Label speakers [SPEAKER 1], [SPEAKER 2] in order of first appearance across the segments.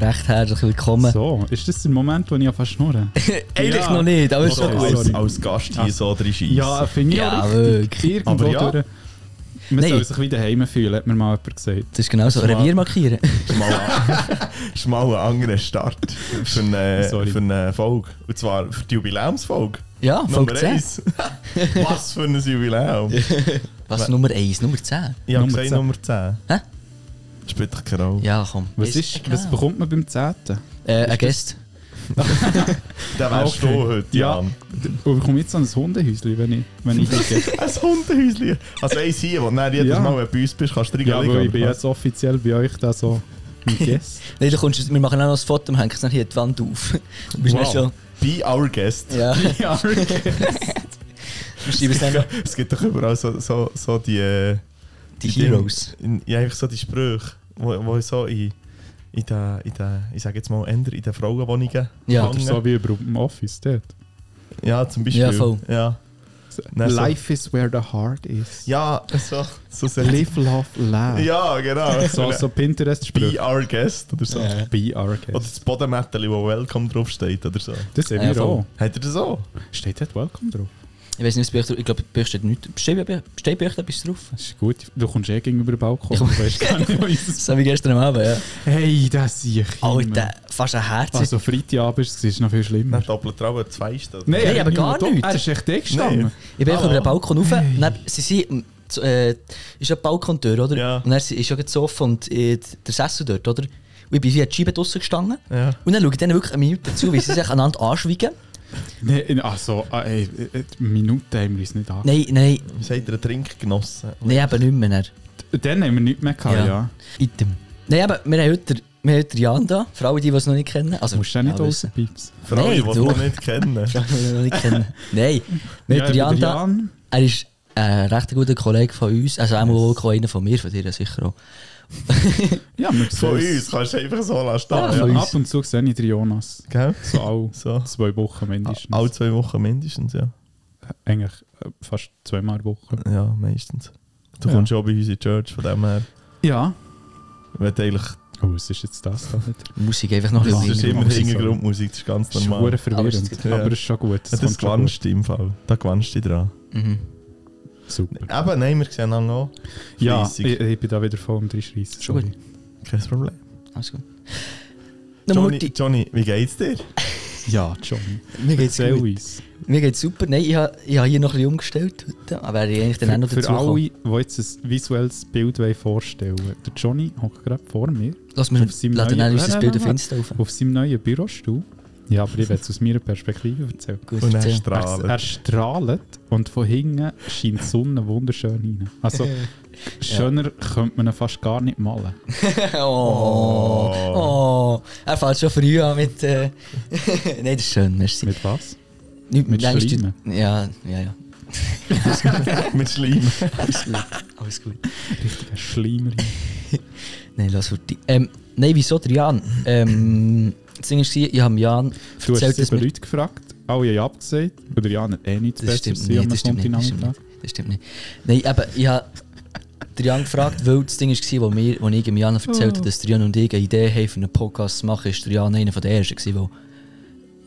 [SPEAKER 1] recht herzlich willkommen.
[SPEAKER 2] So, ist das der Moment, wo ich anfange zu schnurren?
[SPEAKER 1] Eigentlich
[SPEAKER 2] Ja.
[SPEAKER 1] noch nicht, aber ist
[SPEAKER 2] Okay,
[SPEAKER 1] schon
[SPEAKER 2] sorry.
[SPEAKER 1] gut.
[SPEAKER 3] als, als Gast hier
[SPEAKER 2] Ah.
[SPEAKER 3] so drin schiessen.
[SPEAKER 2] Ja, finde ich
[SPEAKER 1] Ja,
[SPEAKER 2] auch richtig.
[SPEAKER 1] wirklich.
[SPEAKER 2] Irgendwo
[SPEAKER 3] Aber ja.
[SPEAKER 2] durch. Man
[SPEAKER 1] Nein.
[SPEAKER 2] soll sich wieder heim fühlen, hat mir mal jemand gesagt.
[SPEAKER 1] Das ist genau so. Revier markieren.
[SPEAKER 3] ist mal, ein- ist mal ein anderer Start für eine,
[SPEAKER 2] Sorry. Ah,
[SPEAKER 3] für eine Folge. Und zwar für die Jubiläumsfolge.
[SPEAKER 1] Ja, Folge 10.
[SPEAKER 3] eins. Was für ein Jubiläum.
[SPEAKER 1] Was, Nummer 1? Nummer 10?
[SPEAKER 3] Ich
[SPEAKER 2] Nummer
[SPEAKER 3] habe gesagt
[SPEAKER 2] zehn.
[SPEAKER 3] Nummer 10.
[SPEAKER 1] Hä?
[SPEAKER 3] Spielt doch keine Rolle.
[SPEAKER 1] Ja, komm.
[SPEAKER 2] Was, ist, was bekommt man beim Zehnten?
[SPEAKER 1] Äh, ein Gast.
[SPEAKER 3] Der wärst
[SPEAKER 2] Okay.
[SPEAKER 3] du heute,
[SPEAKER 2] Ja.
[SPEAKER 3] Jan.
[SPEAKER 2] Und kommt jetzt so ein Hundehäuschen, wenn ich, wenn ich das gebe.
[SPEAKER 3] Ein Hundehäuschen. Also eins hier, wo du dann jedes
[SPEAKER 2] Ja.
[SPEAKER 3] Mal, wenn du bei uns bist, kannst du
[SPEAKER 2] Ja,
[SPEAKER 3] reingehen.
[SPEAKER 2] aber ich bin jetzt offiziell bei euch da so mit Guess.
[SPEAKER 1] Nein, du kommst, wir machen auch noch ein Foto und hängen es dann hier an die Wand auf. Du bist nicht schon.
[SPEAKER 3] Be our guest.
[SPEAKER 1] Ja,
[SPEAKER 2] ja, okay.
[SPEAKER 1] wir schreiben es dann noch.
[SPEAKER 3] Es gibt doch überall so, so, so die... äh,
[SPEAKER 1] Die Heroes.
[SPEAKER 3] Dinge- in- Ja, einfach so die Sprüche, wo, wo so in, in den, in den, ich sage jetzt mal, änder in den Frauenwohnungen
[SPEAKER 1] Ja.
[SPEAKER 2] Oder
[SPEAKER 3] hängen.
[SPEAKER 2] so wie über dem Office dort.
[SPEAKER 3] Ja, zum Beispiel.
[SPEAKER 1] Ja, voll.
[SPEAKER 3] Ja, Nein, so-
[SPEAKER 2] Life is where the heart is.
[SPEAKER 3] ja so, so sehr-
[SPEAKER 2] Live, love, laugh.
[SPEAKER 3] Ja, genau.
[SPEAKER 2] So, so
[SPEAKER 3] Be
[SPEAKER 2] Pinterest-Sprüche.
[SPEAKER 3] our guest oder so.
[SPEAKER 1] Ja.
[SPEAKER 2] Be our
[SPEAKER 3] Oder
[SPEAKER 2] guest.
[SPEAKER 3] das Bodenmätteli, wo Welcome draufsteht oder so.
[SPEAKER 2] Das sehen
[SPEAKER 1] Ja,
[SPEAKER 2] wir
[SPEAKER 1] voll.
[SPEAKER 2] auch.
[SPEAKER 3] Hat ihr das auch?
[SPEAKER 2] Steht dort Welcome drauf?
[SPEAKER 1] Ich weiß nicht, was bei euch- ich glaube, bei euch steht nichts. Steht bei steht bei euch etwas drauf?
[SPEAKER 2] Das ist gut. Du kommst eh gegenüber den Balkon.
[SPEAKER 1] Ich-
[SPEAKER 2] Du weißt gar nicht, wo unser-
[SPEAKER 1] So wie gestern am Abend, ja.
[SPEAKER 2] Hey, das sehe ich. immer.
[SPEAKER 1] Alter, fast ein Herz.
[SPEAKER 2] Also, Freitagabend war es noch viel schlimmer.
[SPEAKER 3] Nein, Doppeltrauen, zwei steht.
[SPEAKER 1] Nein, aber gar
[SPEAKER 2] niemand-
[SPEAKER 1] nicht.
[SPEAKER 2] Er ist echt da gestanden.
[SPEAKER 1] ich bin einfach
[SPEAKER 3] Hallo.
[SPEAKER 1] über den Balkon rauf. Dann, sie sind, ähm, zu- äh, ist ja die Balkontür, oder?
[SPEAKER 3] Ja.
[SPEAKER 1] Und dann ist ja gerade das Sofa und äh, der Sessel dort, oder? Und ich bin wie an die Scheibe draussen gestanden.
[SPEAKER 3] Ja.
[SPEAKER 1] Und dann schaue ich denen wirklich eine Minute zu, wie sie sich einander anschweigen.
[SPEAKER 2] Nein, in- also, ah, ey, äh, die Minuten haben wir uns nicht an.
[SPEAKER 1] Nein, nein,
[SPEAKER 3] Was habt ihr einen Trink genossen?
[SPEAKER 1] nein, eben nicht mehr. Dann.
[SPEAKER 2] Dann haben wir nichts mehr gehabt, Ah, ja.
[SPEAKER 1] Ja. Item. Nein, aber wir haben heute, wir haben heute Jan da, für alle, die die es noch nicht kennen. Also,
[SPEAKER 2] Du musst den nicht
[SPEAKER 1] ja, wissen.
[SPEAKER 2] rauspiepsen.
[SPEAKER 3] Für alle,
[SPEAKER 1] Nein,
[SPEAKER 3] die es
[SPEAKER 1] du.
[SPEAKER 3] noch nicht kennen.
[SPEAKER 1] Für alle, die es noch nicht kennen. Nein, wir haben den
[SPEAKER 2] Ja,
[SPEAKER 1] Jan da.
[SPEAKER 2] Jan.
[SPEAKER 1] Er ist ein recht guter Kollege von uns, also einmal auch einer von mir, von dir sicher auch.
[SPEAKER 2] Ja, wir
[SPEAKER 3] Von
[SPEAKER 2] sehen es.
[SPEAKER 3] uns kannst du einfach so lassen.
[SPEAKER 1] Ja,
[SPEAKER 3] stehen,
[SPEAKER 1] von
[SPEAKER 2] Ja,
[SPEAKER 1] uns.
[SPEAKER 2] ab und zu sehe ich den Jonas.
[SPEAKER 3] Gell?
[SPEAKER 2] So alle
[SPEAKER 3] So.
[SPEAKER 2] zwei Wochen mindestens.
[SPEAKER 3] Alle zwei Wochen mindestens, ja.
[SPEAKER 2] Eigentlich äh, fast zweimal Woche.
[SPEAKER 3] Ja, meistens. Du
[SPEAKER 2] Ja.
[SPEAKER 3] kommst ja auch bei uns in die Church, von dem her.
[SPEAKER 2] Ja.
[SPEAKER 3] Wenn du eigentlich,
[SPEAKER 2] Oh, was ist jetzt das da wieder?
[SPEAKER 1] Musik einfach noch ein
[SPEAKER 2] Ja,
[SPEAKER 3] das ist
[SPEAKER 1] bisschen.
[SPEAKER 3] immer
[SPEAKER 2] muss ich
[SPEAKER 3] Hintergrundmusik, das ist ganz
[SPEAKER 2] Das ist schwer
[SPEAKER 3] normal.
[SPEAKER 1] Aber es
[SPEAKER 2] verwirrend,
[SPEAKER 1] ist-
[SPEAKER 2] aber,
[SPEAKER 3] ja.
[SPEAKER 2] es ist schon gut.
[SPEAKER 3] Das, das
[SPEAKER 2] kommt schon
[SPEAKER 3] gewannst du im Fall. Da gewannst du dich dran.
[SPEAKER 1] Mhm.
[SPEAKER 2] gut. Super.
[SPEAKER 3] Eben, nein, wir sehen dann auch.
[SPEAKER 2] Ja, ich,
[SPEAKER 3] fleissig.
[SPEAKER 2] ich bin da wieder voll im Dreischreissen.
[SPEAKER 1] Schon gut.
[SPEAKER 3] Kein Problem.
[SPEAKER 1] Alles gut.
[SPEAKER 3] Johnny,
[SPEAKER 1] Johnny,
[SPEAKER 3] Johnny, wie geht's dir?
[SPEAKER 2] Ja, Johnny.
[SPEAKER 1] mir geht's
[SPEAKER 2] Erzähl
[SPEAKER 1] gut.
[SPEAKER 2] uns.
[SPEAKER 1] Mir geht's super. Nein, ich habe ich hab hier noch ein bisschen umgestellt heute, aber ich eigentlich dann auch noch
[SPEAKER 2] Für,
[SPEAKER 1] dazu
[SPEAKER 2] für alle,
[SPEAKER 1] komme.
[SPEAKER 2] die jetzt ein visuelles Bild wollen vorstellen wollen. Der Johnny hockt gerade vor mir
[SPEAKER 1] Lass mir
[SPEAKER 2] auf seinem
[SPEAKER 1] laden
[SPEAKER 2] neuen-
[SPEAKER 1] dann unser
[SPEAKER 2] Nein,
[SPEAKER 1] Bild
[SPEAKER 2] nein,
[SPEAKER 1] auf Insta auf.
[SPEAKER 2] auf seinem neuen Bürostuhl. Ja, aber ich werde es aus meiner Perspektive erzählen.
[SPEAKER 1] Gut,
[SPEAKER 3] Und er
[SPEAKER 1] erzähl.
[SPEAKER 2] Er,
[SPEAKER 3] strahlt.
[SPEAKER 2] er strahlt und von hinten scheint die Sonne wunderschön rein. Also schöner könnte man ihn fast gar nicht malen.
[SPEAKER 1] oh, oh. Er fällt schon früh an mit... Äh, Nein, das ist schön, merci.
[SPEAKER 2] Mit was?
[SPEAKER 1] Nicht
[SPEAKER 2] mit
[SPEAKER 1] längst-
[SPEAKER 2] Schleimen.
[SPEAKER 1] Ja, ja, ja.
[SPEAKER 3] Mit Schleim.
[SPEAKER 1] Alles gut. Alles gut.
[SPEAKER 2] Richtig ein Schleimer rein.
[SPEAKER 1] Nein, lass Hurti. Ähm, nein, wieso der Jan? Ähm, das Ding war, ich habe Jan
[SPEAKER 2] Du hast
[SPEAKER 1] erzählt, dass
[SPEAKER 2] sieben
[SPEAKER 1] wir...
[SPEAKER 2] Leute gefragt, alle haben abgesagt. Oder Jan hat eh nichts
[SPEAKER 1] Das
[SPEAKER 2] besser
[SPEAKER 1] stimmt
[SPEAKER 2] zu
[SPEAKER 1] nicht,
[SPEAKER 2] am ne?
[SPEAKER 1] das stimmt nicht, das stimmt
[SPEAKER 2] Sonntagnachmittag.
[SPEAKER 1] nicht. Das stimmt nicht. Nein, eben, ich habe den Jan gefragt, weil das Ding war, wo, wir, wo ich dem Jan erzählt
[SPEAKER 3] Oh.
[SPEAKER 1] habe, dass der Jan und ich eine Idee haben, für einen Podcast zu machen, ist der Jan einer der Ersten, gewesen,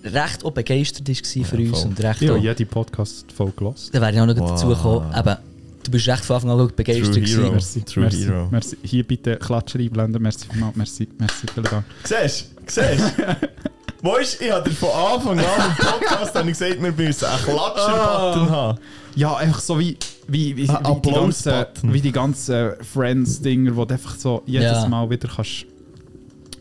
[SPEAKER 1] der recht auch begeistert war für
[SPEAKER 3] Ja,
[SPEAKER 1] uns
[SPEAKER 3] voll.
[SPEAKER 1] und recht
[SPEAKER 2] Ich
[SPEAKER 1] auch...
[SPEAKER 2] habe jede Podcast-Folge gehört.
[SPEAKER 1] Da wäre ich auch noch
[SPEAKER 3] Wow.
[SPEAKER 1] dazu gekommen. Eben, du bist recht von Anfang an wirklich begeistert
[SPEAKER 3] True Hero.
[SPEAKER 1] gewesen.
[SPEAKER 2] Merci,
[SPEAKER 3] True
[SPEAKER 2] merci,
[SPEAKER 3] Hero.
[SPEAKER 2] merci. Hier bitte Klatsch reinblenden, merci vielmals, merci, merci, vielen Dank.
[SPEAKER 3] Siehst du? Siehst du? Weißt du, ich habe dir von Anfang an im Podcast habe ich gesagt, wir müssen einen Klatscher-Button haben.
[SPEAKER 2] Ja, einfach so wie, wie, wie,
[SPEAKER 3] Ein
[SPEAKER 2] wie, die, ganzen,
[SPEAKER 3] Applaus-Button.
[SPEAKER 2] wie die ganzen Friends-Dinger, wo du einfach so jedes
[SPEAKER 1] Ja.
[SPEAKER 2] Mal wieder kannst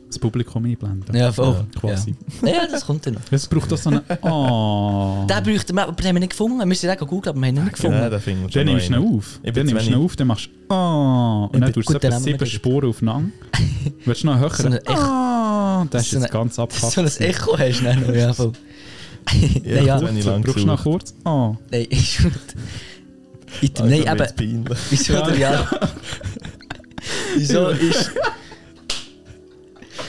[SPEAKER 2] das Publikum einblenden
[SPEAKER 1] Ja, voll.
[SPEAKER 2] quasi.
[SPEAKER 1] Ja. ja, das kommt dann noch.
[SPEAKER 2] Es braucht auch so einen «Ah».
[SPEAKER 1] Den bräuchten wir, aber den haben wir nicht gefunden. Wir müssen den googeln, aber wir haben ihn nicht gefunden.
[SPEAKER 3] Ja, den finden wir schon
[SPEAKER 2] Dann
[SPEAKER 3] noch
[SPEAKER 2] nimmst du ihn
[SPEAKER 3] einen.
[SPEAKER 2] auf.
[SPEAKER 3] Ich bin
[SPEAKER 2] Dann
[SPEAKER 3] zu
[SPEAKER 2] nimmst du ihn
[SPEAKER 3] wenig.
[SPEAKER 2] auf, dann machst du «Ah». Und dann
[SPEAKER 1] bin-
[SPEAKER 2] tust du
[SPEAKER 1] gut, dann
[SPEAKER 2] etwa
[SPEAKER 1] haben wir
[SPEAKER 2] sieben
[SPEAKER 1] den.
[SPEAKER 2] Spuren aufeinander. Willst du noch höher?
[SPEAKER 1] So eine echt-
[SPEAKER 2] «Ah». Das ist
[SPEAKER 1] so eine-
[SPEAKER 2] jetzt ganz abgehackt.
[SPEAKER 1] So ein Echo hast du dann noch, ja. Voll. nein,
[SPEAKER 3] Ja,
[SPEAKER 1] ja, nein,
[SPEAKER 3] gut. Wenn ich lang
[SPEAKER 2] Brauchst du noch kurz «Ah».
[SPEAKER 1] ist gut. Item,
[SPEAKER 3] Alter,
[SPEAKER 1] nein,
[SPEAKER 3] wird's
[SPEAKER 1] eben,
[SPEAKER 3] peinlich.
[SPEAKER 1] wieso der Jan... wieso ist...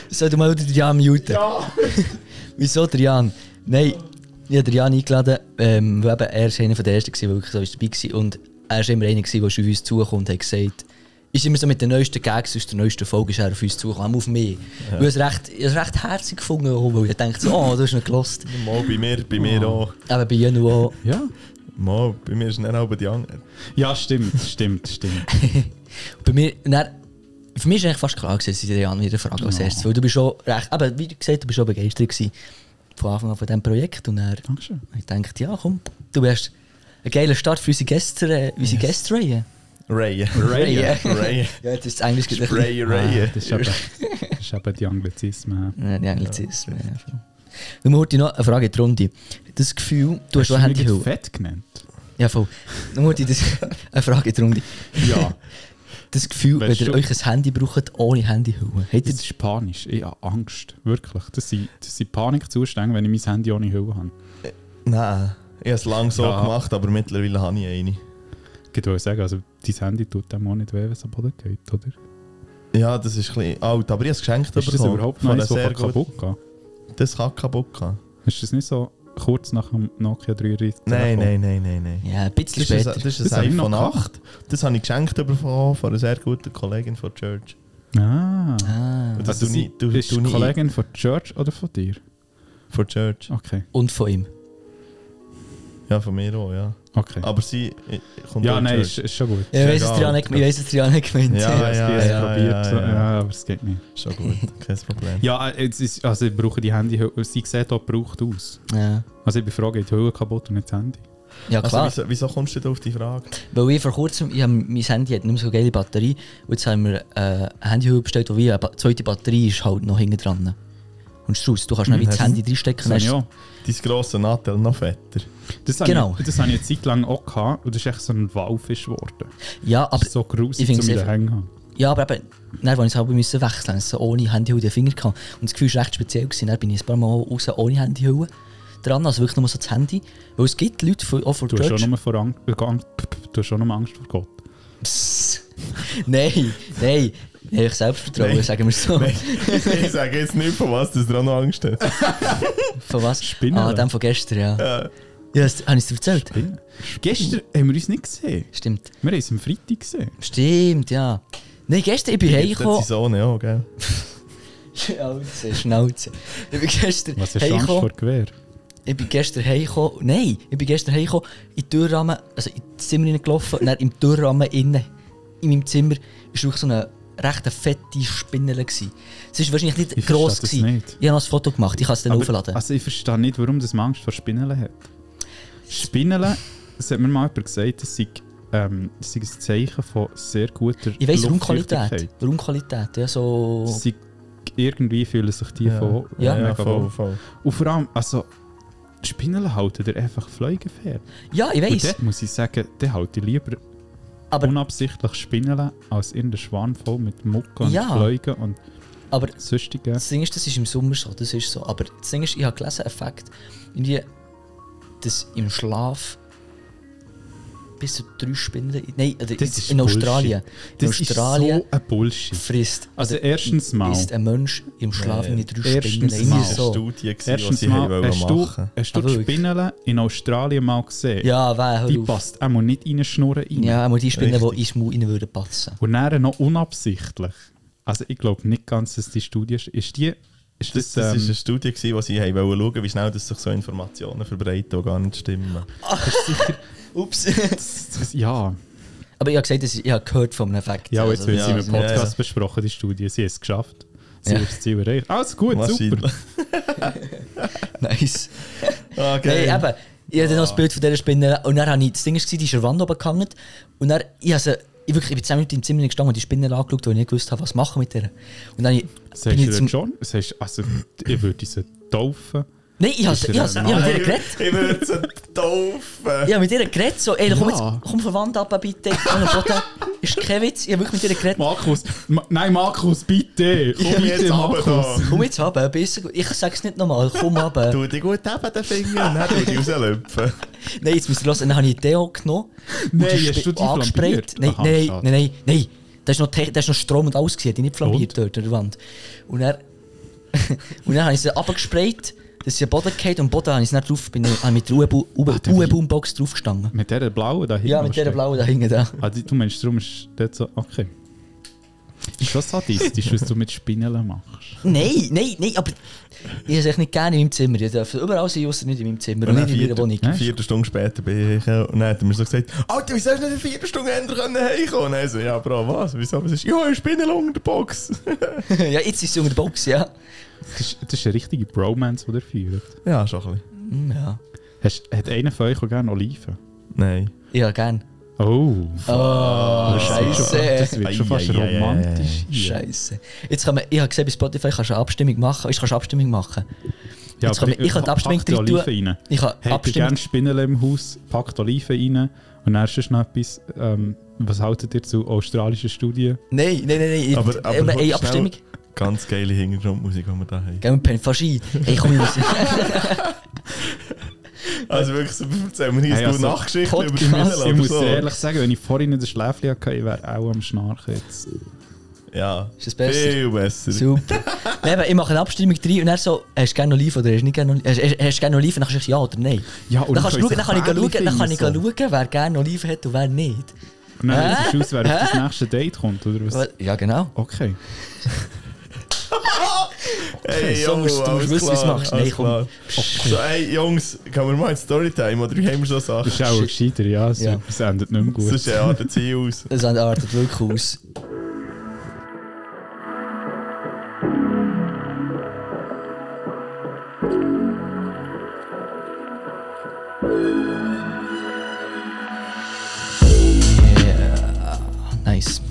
[SPEAKER 1] Soll du mal wieder den Jan muten?
[SPEAKER 3] Ja.
[SPEAKER 1] Wieso der Jan? Nein, ich habe den Jan eingeladen, ähm, weil eben er war einer der Ersten, war, der wirklich so dabei war. Und er war immer einer, gewesen, der schon auf uns zukommt und hat gesagt, ist immer so mit den neuesten Gags aus der neuesten Folge ist er auf uns zugekommen, auf mich. Ja. Ich habe es recht, ich hab's recht herzig gefunden, weil ich dachte so, oh, du hast ihn gelost.
[SPEAKER 3] Mal bei mir, bei mir auch.
[SPEAKER 1] Aber bei Jenu auch.
[SPEAKER 2] Ja.
[SPEAKER 3] Mal, bei mir ist nicht halb die andere.
[SPEAKER 2] Ja, stimmt, stimmt, stimmt.
[SPEAKER 1] Bei mir, dann, für mich war eigentlich fast klar, gewesen, dass ich dir an wieder Frage als erstes, weil du bist schon recht, aber wie gesagt, du bist schon begeistert gewesen von Anfang an von diesem Projekt und dann,
[SPEAKER 2] Dankeschön.
[SPEAKER 1] ich dachte, ja komm, du wärst ein geiler Start für unsere Gäste, äh, unsere Gästreihe.
[SPEAKER 3] Ray.
[SPEAKER 1] Reihe.
[SPEAKER 3] Ray.
[SPEAKER 1] Ja, jetzt ist es Englisch gerade ein bisschen-
[SPEAKER 3] Ray,
[SPEAKER 2] Ah,
[SPEAKER 3] Ray.
[SPEAKER 2] das, ist eben, das ist eben die Anglizismen.
[SPEAKER 1] Nein, die Anglizismen. Ja. Du musst noch eine Frage in die Runde. Das Gefühl, du hast,
[SPEAKER 2] du
[SPEAKER 1] auch
[SPEAKER 2] mich gerade
[SPEAKER 1] Handyhülle.
[SPEAKER 2] fett genannt?
[SPEAKER 1] Ja, voll. Du musst das, eine Frage in die Runde.
[SPEAKER 2] Ja.
[SPEAKER 1] Das Gefühl, wenn
[SPEAKER 2] Weißt
[SPEAKER 1] ihr
[SPEAKER 2] du-
[SPEAKER 1] euch ein Handy braucht, ohne Handyhülle. Habt ihr
[SPEAKER 2] Das ist panisch. Ich habe Angst. Wirklich. Das sind, das sind Panikzustände, wenn ich mein Handy ohne Hülle habe.
[SPEAKER 3] Nein, ich habe es lange so
[SPEAKER 2] Ja.
[SPEAKER 3] gemacht, aber mittlerweile habe ich eine.
[SPEAKER 2] Ich würde sagen, also dein Handy tut dem auch nicht weh, wenn es am Boden geht, oder?
[SPEAKER 3] Ja, das ist ein bisschen alt, aber ich habe es geschenkt
[SPEAKER 2] Ist das
[SPEAKER 3] bekommen.
[SPEAKER 2] überhaupt
[SPEAKER 3] Von
[SPEAKER 2] noch
[SPEAKER 3] einer
[SPEAKER 2] eins, das
[SPEAKER 3] sehr
[SPEAKER 2] kann kaputt gehen?
[SPEAKER 3] guten- Das kann kaputt gehen.
[SPEAKER 2] Ist das nicht so kurz nach dem Nokia 33?
[SPEAKER 3] Nein, nein, nein, nein, nein.
[SPEAKER 1] Ja, ein bisschen
[SPEAKER 3] Das ist,
[SPEAKER 1] später.
[SPEAKER 3] ein, das
[SPEAKER 2] Das
[SPEAKER 3] ist
[SPEAKER 2] habe
[SPEAKER 3] ein
[SPEAKER 2] ich noch
[SPEAKER 3] iPhone
[SPEAKER 2] gehabt.
[SPEAKER 3] 8. Das habe ich geschenkt bekommen von einer sehr guten Kollegin von Church.
[SPEAKER 2] Ah.
[SPEAKER 1] Ah.
[SPEAKER 3] Und das
[SPEAKER 2] Also
[SPEAKER 3] du nie,
[SPEAKER 2] du,
[SPEAKER 3] du,
[SPEAKER 2] bist
[SPEAKER 3] du
[SPEAKER 2] du
[SPEAKER 3] nie
[SPEAKER 2] Kollegin von Church oder von dir?
[SPEAKER 3] von Church.
[SPEAKER 2] Okay,
[SPEAKER 1] Und von ihm.
[SPEAKER 3] Ja, von mir auch, ja.
[SPEAKER 2] okay.
[SPEAKER 3] Aber sie äh, kommt
[SPEAKER 2] ja,
[SPEAKER 3] auch
[SPEAKER 2] nein, ist,
[SPEAKER 3] Church.
[SPEAKER 2] ist schon gut.
[SPEAKER 1] Ich weiß es,
[SPEAKER 3] egal.
[SPEAKER 1] Trianek, ich weiß es, Trianek meint.
[SPEAKER 3] Ja,
[SPEAKER 2] ich
[SPEAKER 3] ja,
[SPEAKER 2] habe es
[SPEAKER 3] ja,
[SPEAKER 2] probiert,
[SPEAKER 3] ja,
[SPEAKER 2] so-
[SPEAKER 3] ja.
[SPEAKER 2] ja, aber es geht nicht.
[SPEAKER 3] Schon gut, kein Problem.
[SPEAKER 2] Ja, äh, jetzt ist, also ich brauche die Handy, sie sieht auch gebraucht aus.
[SPEAKER 1] Ja.
[SPEAKER 2] Also ich bin froh, geht die Hülle kaputt und nicht das Handy.
[SPEAKER 1] ja,
[SPEAKER 3] also,
[SPEAKER 1] klar.
[SPEAKER 3] wieso, wieso kommst du da auf die Frage?
[SPEAKER 1] Weil ich vor kurzem, ich hab, mein Handy hat nicht mehr so geile Batterie. Und jetzt haben wir äh, ein Handyhülle bestellt, wo wie eine ba- zweite Batterie ist halt noch hinten dran. Und Strauss, du kannst nicht wie das
[SPEAKER 3] Mhm.
[SPEAKER 1] Handy reinstecken.
[SPEAKER 2] Das habe
[SPEAKER 1] dann
[SPEAKER 2] ich
[SPEAKER 1] ist-
[SPEAKER 2] auch.
[SPEAKER 3] Dein grosser Nadel noch fetter.
[SPEAKER 2] Das habe
[SPEAKER 1] Genau.
[SPEAKER 2] Ich, das habe ich eine Zeit lang auch gehabt und das ist echt so ein Walfisch geworden.
[SPEAKER 1] Ja,
[SPEAKER 2] Das
[SPEAKER 1] aber
[SPEAKER 2] ist so
[SPEAKER 1] ich
[SPEAKER 2] gruselig,
[SPEAKER 1] finde
[SPEAKER 2] zu
[SPEAKER 1] es
[SPEAKER 2] mir
[SPEAKER 1] einfach-
[SPEAKER 2] hängen haben.
[SPEAKER 1] Ja, aber eben, dann musste ich es halt müssen wechseln, musste, so ohne Handyhülle den Finger hatte. Und das Gefühl war recht speziell. Gewesen. Dann bin ich ein paar Mal raus ohne Handyhülle dran, also wirklich nur so das Handy. Weil es gibt Leute, von, auch von
[SPEAKER 2] Du hast,
[SPEAKER 1] Church...
[SPEAKER 2] auch nur vor Angst, äh, Angst, du hast auch nur Angst vor Gott.
[SPEAKER 1] Psst. nein, nein, nein, ich Selbstvertrauen,
[SPEAKER 3] Nein.
[SPEAKER 1] sagen wir es so.
[SPEAKER 3] ich sage jetzt nicht, von was du da noch Angst hast.
[SPEAKER 1] Von was?
[SPEAKER 2] Spinnen.
[SPEAKER 1] Ah, dem von gestern, ja. Ja, ah, das, habe ich es dir erzählt?
[SPEAKER 2] Bin- Gestern haben wir uns nicht gesehen.
[SPEAKER 1] Stimmt.
[SPEAKER 2] Wir haben uns am Freitag gesehen.
[SPEAKER 1] Stimmt, ja. Nein, gestern, ich bin
[SPEAKER 3] Das
[SPEAKER 1] heimgekommen...
[SPEAKER 3] ist so, ja, gell?
[SPEAKER 1] Schnauze, Schnauze. Ich bin gestern
[SPEAKER 2] Was hast du Angst
[SPEAKER 1] heimgekommen-
[SPEAKER 2] vor Gewehr?
[SPEAKER 1] Ich bin gestern heimgekommen. Nein, ich bin gestern heimgekommen, in die Türrahmen, also in das Zimmer reingelaufen und dann im Türrahmen innen, in meinem Zimmer, war wirklich so eine recht fette Spinnele. gewesen. Es war wahrscheinlich nicht
[SPEAKER 2] Ich
[SPEAKER 1] gross.
[SPEAKER 2] verstehe das
[SPEAKER 1] gewesen.
[SPEAKER 2] nicht.
[SPEAKER 1] Ich habe noch ein Foto gemacht, ich kann es dann
[SPEAKER 2] Aber-
[SPEAKER 1] aufladen.
[SPEAKER 2] Also ich verstehe nicht, warum das man Angst vor Spinneln hat. Spinneln, das hat mir mal jemand gesagt, das sei, ähm, das sei ein Zeichen von sehr guter
[SPEAKER 1] ich weiss, Raumqualität.
[SPEAKER 2] Luftfeuchtigkeit.
[SPEAKER 1] Raumqualität, ja, so.
[SPEAKER 2] Das sei- Irgendwie fühlen sich die
[SPEAKER 3] Ja.
[SPEAKER 2] von äh,
[SPEAKER 1] Ja.
[SPEAKER 2] mega
[SPEAKER 3] voll,
[SPEAKER 2] wohl.
[SPEAKER 3] voll.
[SPEAKER 2] Und vor allem, also Spinneln halten dir einfach Fliegen fair.
[SPEAKER 1] Ja, ich
[SPEAKER 2] Und
[SPEAKER 1] weiss.
[SPEAKER 2] dort muss ich sagen, der halte ich lieber
[SPEAKER 1] Aber-
[SPEAKER 2] unabsichtlich Spinneln als in der Schwarm voll mit Mucke und
[SPEAKER 1] Ja.
[SPEAKER 2] Fliegen und
[SPEAKER 1] Aber
[SPEAKER 2] sonstigen.
[SPEAKER 1] Das Ding ist, das ist im Sommer so, das ist so. Aber das Ding ist, ich habe gelesen, einen Fakt, irgendwie, dass im Schlaf bis zu drei Spinnen, nein, oder in,
[SPEAKER 2] ist
[SPEAKER 1] in Australien,
[SPEAKER 2] Bullshit.
[SPEAKER 1] in
[SPEAKER 2] Das
[SPEAKER 1] Australien
[SPEAKER 2] ist so ein Bullshit.
[SPEAKER 1] frisst,
[SPEAKER 2] Also
[SPEAKER 1] oder
[SPEAKER 2] erstens mal,
[SPEAKER 1] isst ein Mensch im Schlaf
[SPEAKER 3] Nee,
[SPEAKER 1] irgendwie drei
[SPEAKER 2] erstens
[SPEAKER 1] Spinnen.
[SPEAKER 2] mal.
[SPEAKER 1] Irgendwie
[SPEAKER 3] Das war
[SPEAKER 1] so.
[SPEAKER 3] eine Studie, gewesen, die
[SPEAKER 2] erstens
[SPEAKER 3] sie
[SPEAKER 2] mal,
[SPEAKER 3] haben
[SPEAKER 2] hast du,
[SPEAKER 3] machen
[SPEAKER 2] hast du
[SPEAKER 1] Ah,
[SPEAKER 2] die
[SPEAKER 1] wirklich?
[SPEAKER 2] Spinnele in Australien mal gesehen?
[SPEAKER 1] Ja, wer, hör
[SPEAKER 2] Die
[SPEAKER 1] auf.
[SPEAKER 2] passt einmal nicht in eine Schnur rein.
[SPEAKER 1] Ja, aber die Spinnen, die
[SPEAKER 3] Richtig.
[SPEAKER 1] ins Mund rein würden passen.
[SPEAKER 2] Und dann noch unabsichtlich. Also ich glaube nicht ganz, dass die Studie ist. Ist die... Ist
[SPEAKER 3] Das,
[SPEAKER 2] das,
[SPEAKER 3] das ist
[SPEAKER 1] ehm,
[SPEAKER 2] ähm,
[SPEAKER 3] eine Studie, gewesen, wo sie haben wollen schauen, wie schnell dass sich so Informationen verbreiten, die gar nicht stimmen.
[SPEAKER 1] Ups.
[SPEAKER 2] das ist ja...
[SPEAKER 1] aber ich habe gesagt, dass ich, ich habe gehört von einem Fakt.
[SPEAKER 2] Ja, und jetzt
[SPEAKER 1] Also,
[SPEAKER 2] wird sie
[SPEAKER 3] ja,
[SPEAKER 2] im
[SPEAKER 3] ja,
[SPEAKER 2] Podcast
[SPEAKER 3] ja.
[SPEAKER 2] besprochen, die Studie. Sie haben es geschafft. Sie
[SPEAKER 1] Ja.
[SPEAKER 2] haben das Ziel erreicht. Alles gut, super.
[SPEAKER 3] Wahrscheinlich.
[SPEAKER 1] Nice.
[SPEAKER 3] Okay.
[SPEAKER 1] Nein, eben. Ich hatte noch
[SPEAKER 2] Ah.
[SPEAKER 1] das Bild von dieser Spinne und dann habe ich, das Ding war, die ist an der Wand oben gehangen und dann, ich, habe sie, ich, wirklich, ich bin 10 Minuten im Zimmer gestanden und die Spinne angeschaut, weil ich nicht gewusst habe, was machen mit der. Und dann
[SPEAKER 2] Das
[SPEAKER 1] bin
[SPEAKER 2] hast
[SPEAKER 1] ich
[SPEAKER 2] du
[SPEAKER 1] zum...
[SPEAKER 2] schon. Das hast, also, ich würde sie taufen.
[SPEAKER 1] Nein, ich habe
[SPEAKER 2] Ist
[SPEAKER 1] ich
[SPEAKER 2] er
[SPEAKER 1] habe- ich
[SPEAKER 2] ein
[SPEAKER 1] habe mit
[SPEAKER 3] Nein,
[SPEAKER 1] ihr geredet.
[SPEAKER 3] Ich ich würde sie taufen.
[SPEAKER 1] Ich habe mit ihr geredet, so, ey, komm
[SPEAKER 2] Ja.
[SPEAKER 1] jetzt, komm von der Wand ab, bitte. Und am Boden, ist kein Witz, ich habe wirklich mit ihr geredet.
[SPEAKER 2] Markus, Ma nein, Markus, bitte! Komm
[SPEAKER 3] Komm jetzt
[SPEAKER 2] bitte,
[SPEAKER 3] runter da.
[SPEAKER 2] Markus!
[SPEAKER 1] Komm jetzt ab, besser, ich sage es nicht nochmal, komm ab. Nein,
[SPEAKER 3] Tu dich gut eben den Finger und dann tu dich rauslöpfen.
[SPEAKER 1] jetzt müsst ihr hören, dann habe ich Deo genommen. und
[SPEAKER 2] Nein,
[SPEAKER 1] die
[SPEAKER 2] hast du
[SPEAKER 1] Spi-
[SPEAKER 2] die flambiert?
[SPEAKER 1] Nein,
[SPEAKER 2] Aha,
[SPEAKER 1] nein,
[SPEAKER 2] schade.
[SPEAKER 1] nein, nein, nein. Da ist noch, Te- da ist noch Strom und alles gesehen, die nicht flambiert
[SPEAKER 2] Und?
[SPEAKER 1] dort an der Wand. Und dann, und dann habe ich sie abgesprayt, dass sie am Boden geht und am Boden habe ich sie dann drauf, bin ich habe mit der
[SPEAKER 2] Ah, der
[SPEAKER 1] UE-Boombox draufgestanden.
[SPEAKER 2] Mit dieser blauen da hinten?
[SPEAKER 1] Ja, mit dieser blauen
[SPEAKER 2] wahrscheinlich.
[SPEAKER 1] da hinten da.
[SPEAKER 2] Ah, die- du meinst, darum ist das so, okay. Ist schon sadistisch, was du mit Spinneln machst.
[SPEAKER 1] Nein, nein, nein, aber ich habe es echt nicht gerne in meinem Zimmer. Ich darf überall sein, außer nicht in meinem Zimmer und,
[SPEAKER 3] dann
[SPEAKER 1] nicht in meiner
[SPEAKER 3] vierte-
[SPEAKER 1] Wohnung.
[SPEAKER 2] Ja.
[SPEAKER 3] Vierte Stunde später bin ich äh, und dann hat er mir so gesagt, Alter, wieso hast du nicht in vier Stunden endlich können heimkommen? Und dann so, ja Bro, was? Wieso? Was ist? Ja, ich bin in der Box.
[SPEAKER 2] ne?
[SPEAKER 1] ja, jetzt ist es unter der Box, ja.
[SPEAKER 2] Das ist, das ist eine richtige Bromance, die ihr führt.
[SPEAKER 3] ja, schon ein bisschen.
[SPEAKER 1] Hm, ja.
[SPEAKER 2] Hast, hat einer von euch auch gerne Oliven?
[SPEAKER 3] Nein.
[SPEAKER 1] Ja, gern.
[SPEAKER 2] Oh,
[SPEAKER 1] Oh,
[SPEAKER 2] Ah, das
[SPEAKER 1] Scheiße.
[SPEAKER 2] wird schon fast
[SPEAKER 3] Ei, ei, ei, ei.
[SPEAKER 2] romantisch. hier.
[SPEAKER 1] Scheiße. Jetzt kann man, ich habe gesehen, bei Spotify kannst du eine Abstimmung machen. Ich kannst du Abstimmung machen.
[SPEAKER 2] Ja,
[SPEAKER 1] Jetzt kann man- ich kann die Abstimmung
[SPEAKER 2] packt die
[SPEAKER 1] drin tun.
[SPEAKER 2] Oliven rein.
[SPEAKER 1] Ich kann
[SPEAKER 2] Habt ihr
[SPEAKER 1] Abstimmung.
[SPEAKER 2] gerne Spinnen im Haus, packt Oliven rein und dann ist noch etwas, ähm, was haltet ihr zu australischen Studien?
[SPEAKER 1] Nein, nein, nein, nein.
[SPEAKER 3] Aber-
[SPEAKER 1] ich-
[SPEAKER 3] aber
[SPEAKER 1] eben
[SPEAKER 3] schnell-
[SPEAKER 1] eine Abstimmung.
[SPEAKER 3] Ganz geile Hintergrundmusik, die wir da haben.
[SPEAKER 1] Gehen wir pennen fast ein. Hey, komm, ich muss.
[SPEAKER 3] Also wirklich, so erzählen wir hier
[SPEAKER 2] Hey,
[SPEAKER 3] eine
[SPEAKER 2] also,
[SPEAKER 3] Nachgeschichte über
[SPEAKER 1] Äh, Podcast.
[SPEAKER 3] die Mädel
[SPEAKER 2] ich
[SPEAKER 3] oder
[SPEAKER 2] muss
[SPEAKER 3] so.
[SPEAKER 2] dir ehrlich sagen, wenn ich vorhin nicht ein Schläfchen hatte, ich wäre auch am Schnarchen jetzt.
[SPEAKER 3] Ja.
[SPEAKER 1] Ist das besser?
[SPEAKER 3] Viel besser.
[SPEAKER 1] Super. Nein, aber ich mache eine Abstimmung rein und er so, hast du gerne Oliven oder hast du nicht gerne Oliven? Hast, hast, hast du gerne Oliven? Dann kannst du sagen, ja oder nein.
[SPEAKER 2] Ja, und
[SPEAKER 1] Dann, kannst du schauen,
[SPEAKER 2] können
[SPEAKER 1] dann kann ich
[SPEAKER 2] sich
[SPEAKER 1] schauen, dann kann ich
[SPEAKER 2] Bärchen finden, so.
[SPEAKER 1] schauen, wer gerne Oliven hat und wer nicht.
[SPEAKER 2] Und dann
[SPEAKER 1] Hä?
[SPEAKER 2] ist es aus, wer auf das nächste Date kommt, oder was?
[SPEAKER 1] Weil- Ja, genau.
[SPEAKER 2] Okay.
[SPEAKER 3] Hey,
[SPEAKER 1] so
[SPEAKER 3] Jungs,
[SPEAKER 1] musst du- du musst
[SPEAKER 3] alles
[SPEAKER 1] wissen, was
[SPEAKER 3] klar,
[SPEAKER 1] machst.
[SPEAKER 3] alles
[SPEAKER 1] Nein, komm.
[SPEAKER 3] klar. So, hey, Jungs, können wir mal in die Storytime oder haben wir schon Sachen?
[SPEAKER 2] Das ist auch ein gescheiter, ja. Es
[SPEAKER 1] Ja. äh,
[SPEAKER 2] es endet nicht mehr
[SPEAKER 3] Das ist
[SPEAKER 2] gut.
[SPEAKER 3] ja der Ziel aus.
[SPEAKER 1] Das artet wirklich aus. Ja, Nice.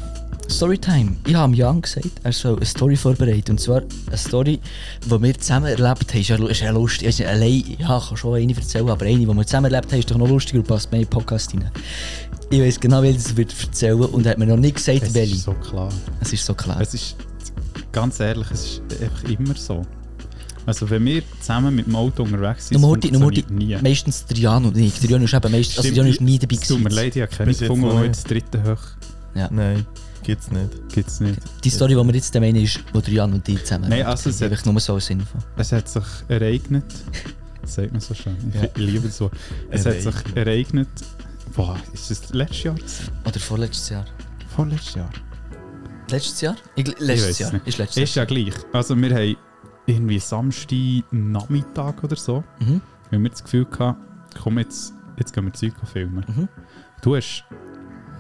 [SPEAKER 1] Storytime. Ich habe Jan gesagt, er soll eine Story vorbereiten. Und zwar eine Story, die wir zusammen erlebt haben. Ist ja, lu- ist ja lustig. Ist ja allein, ja, ich kann schon eine erzählen, aber eine, die wir zusammen erlebt haben, ist doch noch lustiger und passt mehr in den Podcast rein. Ich weiß genau, welches er wird erzählen und er hat mir noch nicht gesagt,
[SPEAKER 2] Es
[SPEAKER 1] welche.
[SPEAKER 2] ist so klar.
[SPEAKER 1] Es ist so klar.
[SPEAKER 2] Es ist, ganz ehrlich, es ist einfach immer so. Also wenn wir zusammen mit dem Auto unterwegs sind,
[SPEAKER 1] Nur Horti, nur Horti,
[SPEAKER 2] funktioniert nie.
[SPEAKER 1] meistens Trian und ich. Trian ist eben meistens, also
[SPEAKER 2] Stimmt,
[SPEAKER 1] Trian ist nie dabei
[SPEAKER 2] Es tut mir
[SPEAKER 1] gewesen.
[SPEAKER 2] leid, ich habe keine
[SPEAKER 3] Bis jetzt
[SPEAKER 2] gefunden,
[SPEAKER 3] noch
[SPEAKER 2] die
[SPEAKER 3] nicht.
[SPEAKER 2] jetzt dritte hoch
[SPEAKER 1] Ja.
[SPEAKER 3] Nein, gibt's nicht.
[SPEAKER 2] gibt es nicht.
[SPEAKER 1] Die Story, die wir jetzt meinen, ist, wo Trian und ich zusammen
[SPEAKER 2] Nein,
[SPEAKER 1] waren.
[SPEAKER 2] also
[SPEAKER 1] Das
[SPEAKER 2] es
[SPEAKER 1] ist einfach
[SPEAKER 2] hat,
[SPEAKER 1] nur so sinnvoll.
[SPEAKER 2] es hat sich ereignet. Das sagt man so schön. Ich,
[SPEAKER 1] Ja.
[SPEAKER 2] ich liebe das Wort. Es hat sich
[SPEAKER 3] Ereignet.
[SPEAKER 2] ereignet. Boah, ist das letztes Jahr? gewesen?
[SPEAKER 1] Oder vorletztes Jahr.
[SPEAKER 2] Vorletztes Jahr?
[SPEAKER 1] Letztes Jahr? Ich, gl-
[SPEAKER 2] Ich
[SPEAKER 1] letztes
[SPEAKER 2] weiss
[SPEAKER 1] Jahr.
[SPEAKER 2] nicht.
[SPEAKER 1] Ist letztes
[SPEAKER 2] Ist ja gleich. Also wir haben irgendwie Samstag Nachmittag oder so,
[SPEAKER 1] Jahr. Mhm.
[SPEAKER 2] weil wir das Gefühl hatten, komm jetzt, jetzt gehen wir Zeug filmen.
[SPEAKER 1] Mhm.
[SPEAKER 2] Du hast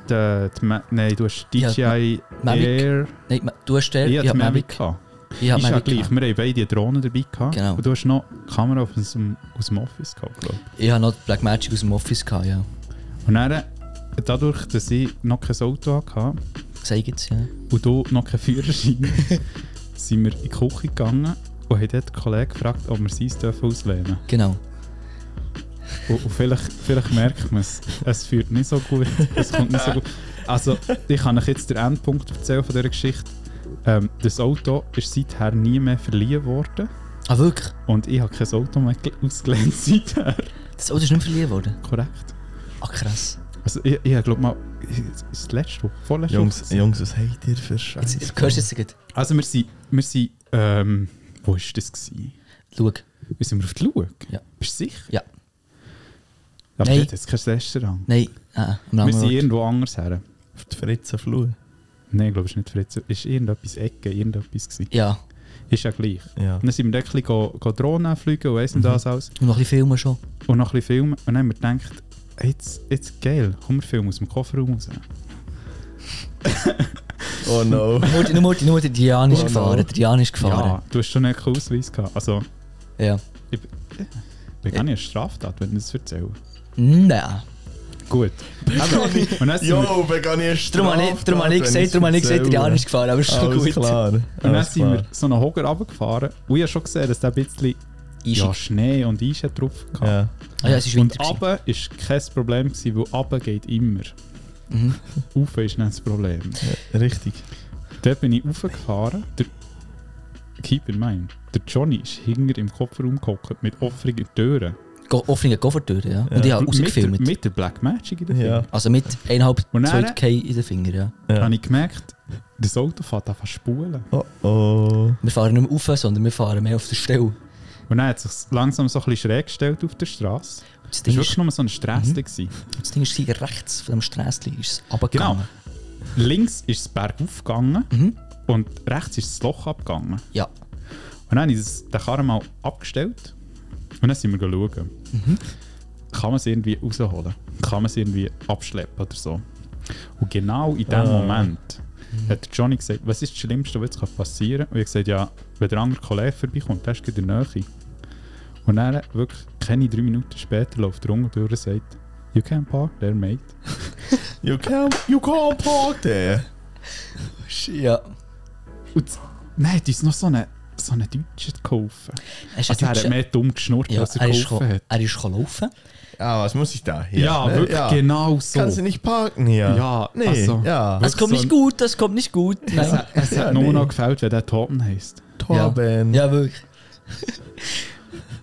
[SPEAKER 2] die, die, Ma- nein, du hast
[SPEAKER 1] Ich hab
[SPEAKER 2] DJI
[SPEAKER 1] Mavic.
[SPEAKER 2] Air.
[SPEAKER 1] Nein, ma- du hast den,
[SPEAKER 2] Ich
[SPEAKER 1] ich,
[SPEAKER 2] hatte
[SPEAKER 1] hab
[SPEAKER 2] die Mavic.
[SPEAKER 1] Mavic.
[SPEAKER 2] gehabt.
[SPEAKER 1] Ich hab
[SPEAKER 2] ist ja
[SPEAKER 1] Mavic.
[SPEAKER 2] gleich,
[SPEAKER 1] gehabt.
[SPEAKER 2] wir haben beide Drohnen dabei gehabt.
[SPEAKER 1] Genau.
[SPEAKER 2] Und du hast noch die Kamera aus dem, aus dem Office gehabt, glaube
[SPEAKER 1] Ich hab noch die Black Magic aus dem Office gehabt, ja.
[SPEAKER 2] ich. Und dann, dadurch, dass ich noch kein Auto hatte
[SPEAKER 1] Sag jetzt, ja.
[SPEAKER 2] und du noch keinen Führerschein, sind wir in die Küche gegangen und haben dort den Kollegen gefragt, ob wir sein dürfen auslehnen dürfen.
[SPEAKER 1] Genau.
[SPEAKER 2] Und, und vielleicht, vielleicht merkt man es, es führt nicht so gut, es kommt nicht so gut. Also, ich kann euch jetzt den Endpunkt erzählen von dieser Geschichte. Ähm, das Auto ist seither nie mehr verliehen worden
[SPEAKER 1] Ah, wirklich?
[SPEAKER 2] und ich habe kein Auto mehr gel- ausgelehnt seither.
[SPEAKER 1] Das Auto ist nicht verliehen worden?
[SPEAKER 2] Korrekt.
[SPEAKER 1] Ah, krass.
[SPEAKER 2] Also, ich, ich glaube mal, es ist die letzte Woche, vorletzte
[SPEAKER 3] Jungs,
[SPEAKER 2] Woche.
[SPEAKER 3] Jungs, was habt ihr für Scheiße?
[SPEAKER 1] Jetzt, du hörst jetzt gut.
[SPEAKER 2] Also, wir sind, wir sind ähm, wo war das? Gewesen?
[SPEAKER 1] Schau.
[SPEAKER 2] Wir sind wir auf die Lueg?
[SPEAKER 1] Ja.
[SPEAKER 2] Bist du sicher?
[SPEAKER 1] Ja.
[SPEAKER 2] Aber
[SPEAKER 1] Nein.
[SPEAKER 2] dort hat es kein Restaurant.
[SPEAKER 1] Nein, ah, am
[SPEAKER 2] Wir sind
[SPEAKER 1] anderen Ort.
[SPEAKER 2] irgendwo anders her.
[SPEAKER 3] Auf die Fritzenflur.
[SPEAKER 2] Nein, ich glaube, es ist nicht Fritz. Es ist irgendetwas Ecke, irgendetwas gewesen.
[SPEAKER 1] Ja,
[SPEAKER 2] Ist ja gleich.
[SPEAKER 3] Ja. Mhm.
[SPEAKER 2] Und dann sind wir dort ein bisschen go- go Drohnen fliegen und weiss nicht das alles.
[SPEAKER 1] und noch ein bisschen filmen schon.
[SPEAKER 2] Und noch ein bisschen filmen. Und dann haben wir gedacht, jetzt, jetzt geil, komm, wir filmen aus dem Kofferraum raus.
[SPEAKER 3] Oh no.
[SPEAKER 1] Nur, die- nur, die- nur die Diane ist
[SPEAKER 3] Oh no.
[SPEAKER 1] gefahren. Die Diane ist gefahren.
[SPEAKER 2] Ja, du hast schon einen coolen Ausweis gehabt. Also,
[SPEAKER 1] Ja.
[SPEAKER 2] ich bin gar nicht eine Straftat, wenn ich das erzähle.
[SPEAKER 1] Nein.
[SPEAKER 2] Gut. Also, Und dann sind wir,
[SPEAKER 3] Jo, begann ich
[SPEAKER 1] Darum habe ich, darum habe ich gesagt, darum habe ich gesagt, die Diane ist gefahren. Aber ist schon
[SPEAKER 3] Alles
[SPEAKER 1] gut.
[SPEAKER 3] klar.
[SPEAKER 2] und dann
[SPEAKER 3] alles
[SPEAKER 2] sind wir
[SPEAKER 3] klar.
[SPEAKER 2] so einen Hocker runtergefahren. Und ich habe schon gesehen, dass der ein bisschen ja,
[SPEAKER 1] Einschickt.
[SPEAKER 2] Schnee und Eis hat drauf hatte.
[SPEAKER 3] Ja.
[SPEAKER 1] Ah ja, es ist
[SPEAKER 2] Und
[SPEAKER 1] Winter. gewesen.
[SPEAKER 2] runter war kein Problem, gewesen, weil runter geht immer.
[SPEAKER 1] Mhm.
[SPEAKER 2] Rauf ist nicht das Problem.
[SPEAKER 3] ja, richtig.
[SPEAKER 2] Dort bin ich raufgefahren. Der, keep in mind, der Johnny ist hinter im Kofferraum gehockt mit offenen Türen.
[SPEAKER 1] Go- Offene Koffertüre, ja. Und
[SPEAKER 3] Ja.
[SPEAKER 1] ich habe
[SPEAKER 2] mit, der,
[SPEAKER 1] rausgefilmt.
[SPEAKER 2] mit der Black Magic in den
[SPEAKER 3] Ja.
[SPEAKER 2] Fingern.
[SPEAKER 1] Also mit eineinhalb,
[SPEAKER 2] Und dann-
[SPEAKER 1] zwei K in den Fingern, ja.
[SPEAKER 3] Ja.
[SPEAKER 2] habe ich gemerkt, das Auto fährt einfach spulen.
[SPEAKER 3] Oh oh.
[SPEAKER 1] Wir fahren nicht mehr rauf, sondern wir fahren mehr auf der Stelle.
[SPEAKER 2] Und dann hat es sich langsam so ein bisschen schräg gestellt auf der Straße.
[SPEAKER 1] Das
[SPEAKER 2] Das
[SPEAKER 1] Ding
[SPEAKER 2] war
[SPEAKER 1] ist,
[SPEAKER 2] wirklich nur so ein Stress. Mhm.
[SPEAKER 1] das Ding ist sicher rechts von dem Stress ist es
[SPEAKER 2] Genau.
[SPEAKER 1] runtergegangen.
[SPEAKER 2] links ist es bergauf gegangen
[SPEAKER 1] Mhm.
[SPEAKER 2] und rechts ist das Loch abgegangen.
[SPEAKER 1] Ja.
[SPEAKER 2] Und dann habe ich das- den Karren mal abgestellt und dann sind wir schauen. Kann man es irgendwie rausholen? Kann man es irgendwie abschleppen oder so? Und genau in dem
[SPEAKER 3] Ah.
[SPEAKER 2] Moment hat Johnny gesagt, was ist das Schlimmste, was jetzt passieren kann? Und ich habe gesagt, ja, wenn der andere Kollege vorbeikommt, der ist gerade in der Nähe. Und dann, wirklich, keine drei Minuten später, läuft er unten durch und sagt, you can park there, mate.
[SPEAKER 3] You can't, you can't park there.
[SPEAKER 1] Ja.
[SPEAKER 2] Und das- dann hat uns noch so einen so eine Deutscher geholfen.
[SPEAKER 1] Er ist
[SPEAKER 2] Also er
[SPEAKER 1] ein
[SPEAKER 2] hat
[SPEAKER 1] Deutscher.
[SPEAKER 2] mehr dumm geschnurrt,
[SPEAKER 1] Ja,
[SPEAKER 2] als er
[SPEAKER 1] er ist
[SPEAKER 2] geholfen
[SPEAKER 1] gekommen-
[SPEAKER 2] hat.
[SPEAKER 1] er ist gekommen laufen.
[SPEAKER 3] Ja, Ah, was muss ich da? Hier,
[SPEAKER 2] Ja,
[SPEAKER 3] ne?
[SPEAKER 2] wirklich genau so.
[SPEAKER 3] Kannst du nicht parken hier?
[SPEAKER 2] Ja,
[SPEAKER 3] nee,
[SPEAKER 2] also-
[SPEAKER 3] ja.
[SPEAKER 1] Das kommt
[SPEAKER 2] so
[SPEAKER 1] nicht
[SPEAKER 2] ein-
[SPEAKER 1] gut, das kommt nicht gut.
[SPEAKER 2] Es,
[SPEAKER 1] Nein.
[SPEAKER 2] es
[SPEAKER 3] Ja,
[SPEAKER 2] hat nur
[SPEAKER 3] nee.
[SPEAKER 2] noch gefällt, wenn der Torben heisst.
[SPEAKER 1] Ja.
[SPEAKER 3] Torben.
[SPEAKER 1] ja, wirklich.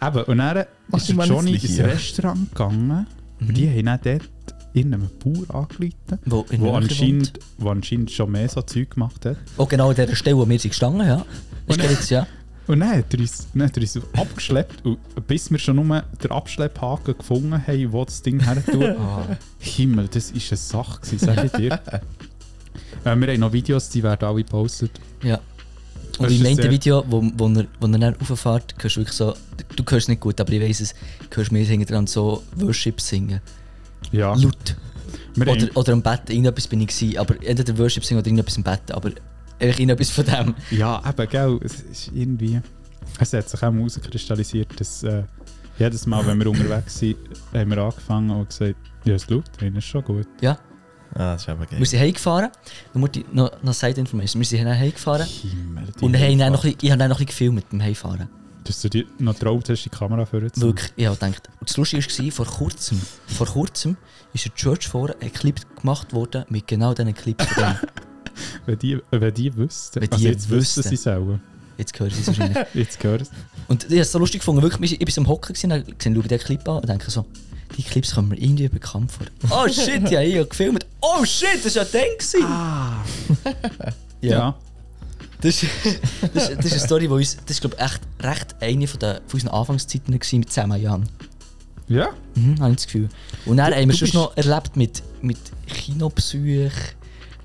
[SPEAKER 2] Eben, und dann
[SPEAKER 3] Mach
[SPEAKER 2] ist
[SPEAKER 3] du mal
[SPEAKER 2] der Johnny
[SPEAKER 3] nützlich
[SPEAKER 2] ins
[SPEAKER 3] hier.
[SPEAKER 2] Restaurant gegangen und die haben dann dort in einem Bauer angeleitet,
[SPEAKER 1] Wo in
[SPEAKER 2] wo
[SPEAKER 1] der Nähe
[SPEAKER 2] anscheinend, wo anscheinend schon mehr so Zeug gemacht hat.
[SPEAKER 1] Oh, genau an dieser Stelle, wo wir sind gestanden, ja. Das geht jetzt, ja.
[SPEAKER 2] Und dann hat er uns, dann hat er uns abgeschleppt, und bis wir schon nur den Abschlepphaken gefunden haben, wo das Ding her tut. Ah. Himmel, das war eine Sache, gewesen, sag ich dir. äh, wir haben noch Videos, die werden alle gepostet.
[SPEAKER 1] ja. Und
[SPEAKER 2] Das
[SPEAKER 1] im
[SPEAKER 2] ist
[SPEAKER 1] einen
[SPEAKER 2] sehr-
[SPEAKER 1] Video, wo, wo, er, wo er dann rauffährt, hörst du wirklich so, du hörst es nicht gut, aber ich weiss es, hörst mir hinten dran so Worship singen.
[SPEAKER 2] Ja,
[SPEAKER 1] Laut.
[SPEAKER 2] wir haben,
[SPEAKER 1] Oder, oder am Bett, irgendetwas bin ich gewesen, aber entweder Worship singen oder irgendetwas im Bett, aber eigentlich irgendetwas von dem.
[SPEAKER 2] ja eben, gell, es ist irgendwie... Es hat sich auch mal herauskristallisiert, dass äh, jedes Mal, wenn wir unterwegs sind, haben wir angefangen und gesagt, ja, es schaut, drin ist schon gut.
[SPEAKER 1] Ja.
[SPEAKER 3] Ah, das ist aber geil.
[SPEAKER 1] Wir sind heimgefahren, dann muss ich noch, noch Side Information, wir sind dann heimgefahren
[SPEAKER 2] Himmel, die
[SPEAKER 1] und haben dann noch,
[SPEAKER 2] Einfahrt.
[SPEAKER 1] ein bisschen- ich habe dann noch ein bisschen gefilmt beim Heimfahren.
[SPEAKER 2] Dass du dir noch getraut hast, die Kamera vorzunehmen.
[SPEAKER 1] Wirklich, ich habe gedacht. Und das Lustige war, vor kurzem, vor kurzem ist in der Church vorne ein Clip gemacht worden mit genau diesen Clips. von denen.
[SPEAKER 2] Wenn die, wenn die wüssten,
[SPEAKER 1] Wenn die
[SPEAKER 2] also jetzt wüssten
[SPEAKER 1] wüssten.
[SPEAKER 2] sie es auch.
[SPEAKER 1] Jetzt hören sie es wahrscheinlich.
[SPEAKER 2] Jetzt gehört es.
[SPEAKER 1] Und ich habe es so lustig gefunden, wirklich, ich bin so am Hocken gewesen, dann gesehen, schaue ich den Clip an und denke so, die Clips kommen mir irgendwie bekannt vor. Oh shit, ja, ich habe gefilmt. Oh shit, das war ja der gewesen.
[SPEAKER 2] Ah. Ja.
[SPEAKER 1] Ja. Das, ist- das, ist- das ist eine Story, die uns, das ist glaube ich echt recht eine von, der, von unseren Anfangszeiten gewesen mit zusammen Jan.
[SPEAKER 2] Ja?
[SPEAKER 1] Mhm, habe ich das Gefühl. Und dann haben wir
[SPEAKER 2] du
[SPEAKER 1] schon
[SPEAKER 2] bist-
[SPEAKER 1] noch erlebt mit, mit Kinopsych,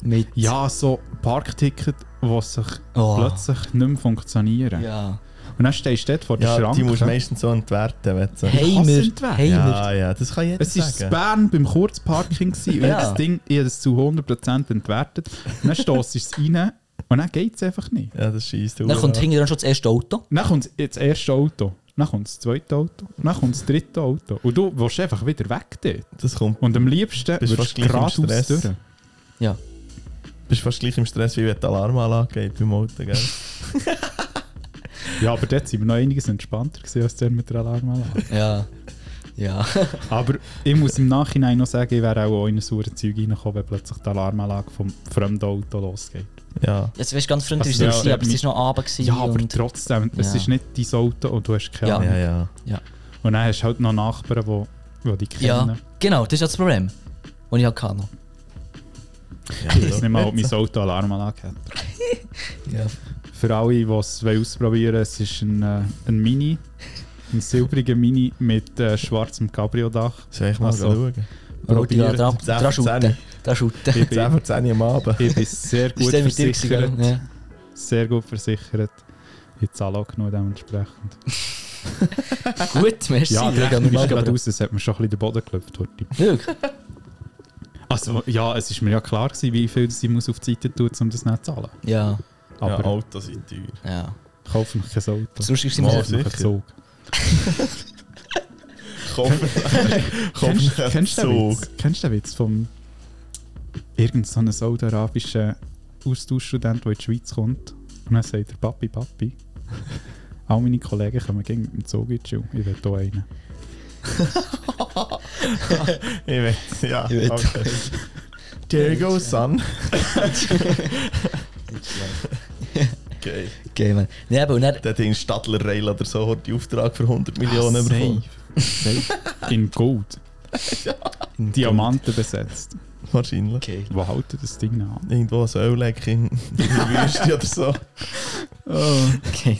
[SPEAKER 1] mit...
[SPEAKER 2] Ja, so Parkticket, die sich
[SPEAKER 1] Oh.
[SPEAKER 2] plötzlich nicht mehr funktionieren.
[SPEAKER 1] Ja.
[SPEAKER 2] Und dann stehst du dort vor der
[SPEAKER 3] ja,
[SPEAKER 2] Schranke.
[SPEAKER 3] die musst du meistens so entwerten, wenn du so-
[SPEAKER 2] Hey,
[SPEAKER 1] Heimer, Heimer.
[SPEAKER 3] Ja, ja, das kann jeder
[SPEAKER 2] es war in
[SPEAKER 3] sagen.
[SPEAKER 2] Bern beim Kurzparking gewesen, und
[SPEAKER 1] Ja.
[SPEAKER 2] das Ding, ich habe es zu 100% entwertet. Und dann stoßt es rein und dann geht es einfach nicht.
[SPEAKER 3] Ja, das schießt
[SPEAKER 1] Dann kommt hinterher schon das erste Auto.
[SPEAKER 2] Dann kommt das erste Auto, dann kommt das zweite Auto, dann kommt das dritte Auto. Und du willst einfach wieder weg dort.
[SPEAKER 3] Das kommt.
[SPEAKER 2] Und am liebsten
[SPEAKER 3] Bist
[SPEAKER 2] würdest
[SPEAKER 3] fast
[SPEAKER 2] du
[SPEAKER 3] gleich im
[SPEAKER 2] geradeaus
[SPEAKER 3] Stress.
[SPEAKER 2] durch.
[SPEAKER 1] Ja.
[SPEAKER 3] Bist fast gleich im Stress, wie wenn die Alarmanlage geht beim Auto, gell?
[SPEAKER 2] Ja, aber dort sind wir noch einiges entspannter gewesen, als dann mit der Alarmanlage.
[SPEAKER 1] Ja. Ja.
[SPEAKER 2] Aber ich muss im Nachhinein noch sagen, ich wäre auch in ein sauren Zeug reingekommen, wenn plötzlich die Alarmanlage vom fremden Auto losgeht.
[SPEAKER 3] Ja.
[SPEAKER 1] Jetzt weißt du, ganz freundlich
[SPEAKER 2] Also,
[SPEAKER 1] war es
[SPEAKER 2] ja,
[SPEAKER 1] nicht, aber es
[SPEAKER 2] mein-
[SPEAKER 1] war noch Abend. gewesen
[SPEAKER 2] Ja, aber
[SPEAKER 1] und-
[SPEAKER 2] trotzdem, es
[SPEAKER 1] Ja.
[SPEAKER 2] ist nicht dein Auto und du hast keine
[SPEAKER 1] Ja.
[SPEAKER 2] Ahnung.
[SPEAKER 3] Ja, ja.
[SPEAKER 2] Und dann hast du halt noch Nachbarn, die die dich
[SPEAKER 1] Ja,
[SPEAKER 2] kennen.
[SPEAKER 1] genau, das ist ja das Problem. Und ich halt hatte noch.
[SPEAKER 2] Ich weiß nicht mal, ob mein Auto Alarmanlage hat.
[SPEAKER 1] Ja.
[SPEAKER 2] Für alle, die es wollen ausprobieren wollen, es ist ein, äh, ein Mini, ein silbriger Mini mit äh, schwarzem Cabrio-Dach.
[SPEAKER 3] Soll ich mal
[SPEAKER 2] Also,
[SPEAKER 3] schauen?
[SPEAKER 1] Wollte ich
[SPEAKER 2] Probiert.
[SPEAKER 1] dran
[SPEAKER 3] es,
[SPEAKER 1] dran shooten.
[SPEAKER 3] 16.
[SPEAKER 1] Dran shooten.
[SPEAKER 2] Ich
[SPEAKER 3] 10
[SPEAKER 2] bin,
[SPEAKER 3] vor 10 Uhr am Abend.
[SPEAKER 2] ich bin sehr gut
[SPEAKER 1] Ist der mit dir gewesen,
[SPEAKER 2] versichert.
[SPEAKER 1] gell? Ja.
[SPEAKER 2] Sehr gut versichert. Ich zahle auch genug dementsprechend.
[SPEAKER 1] Gut, merci.
[SPEAKER 2] Ja,
[SPEAKER 1] Dann
[SPEAKER 2] die
[SPEAKER 1] gehen
[SPEAKER 2] Rechnung
[SPEAKER 1] wir mal
[SPEAKER 2] ist gerade
[SPEAKER 1] aber-
[SPEAKER 2] raus, es hat mir schon ein bisschen den Boden geklopft. Horti.
[SPEAKER 1] Wirklich?
[SPEAKER 2] Also ja, es ist mir ja klar gewesen, wie viel sie muss auf die Seite tun, um das nicht zu zahlen.
[SPEAKER 1] Ja,
[SPEAKER 2] Aber
[SPEAKER 3] ja, oh. Autos sind teuer.
[SPEAKER 1] ja.
[SPEAKER 2] kauf mir kein Auto,
[SPEAKER 1] Sonst ist
[SPEAKER 3] Mal
[SPEAKER 1] es
[SPEAKER 2] kauf mir keinen
[SPEAKER 3] sicher.
[SPEAKER 2] Zug.
[SPEAKER 3] Kauf-
[SPEAKER 2] Kennst,
[SPEAKER 3] Kauf einen
[SPEAKER 2] kennst, du den
[SPEAKER 3] Zug.
[SPEAKER 2] Witz, kennst du den Witz vom irgend so einem saudarabischen Austauschstudent, der in die Schweiz kommt und dann sagt er Papi, Papi, all meine Kollegen kommen gegen mit dem Zug in die Schule, ich will hier einen.
[SPEAKER 3] Ich weiß, ja.
[SPEAKER 1] Ich will.
[SPEAKER 3] Okay. There you go, son. okay.
[SPEAKER 1] okay, man. Nee, aber und dann,
[SPEAKER 3] Der Ding Stadler Rail oder so hat die Auftrag für 100 Millionen bekommen.
[SPEAKER 2] Safe. In Gold. Diamanten besetzt.
[SPEAKER 3] Wahrscheinlich.
[SPEAKER 1] Okay.
[SPEAKER 2] Wo hält das Ding an?
[SPEAKER 3] Irgendwo ein Ölleck in, in der Wüste oder so.
[SPEAKER 1] okay.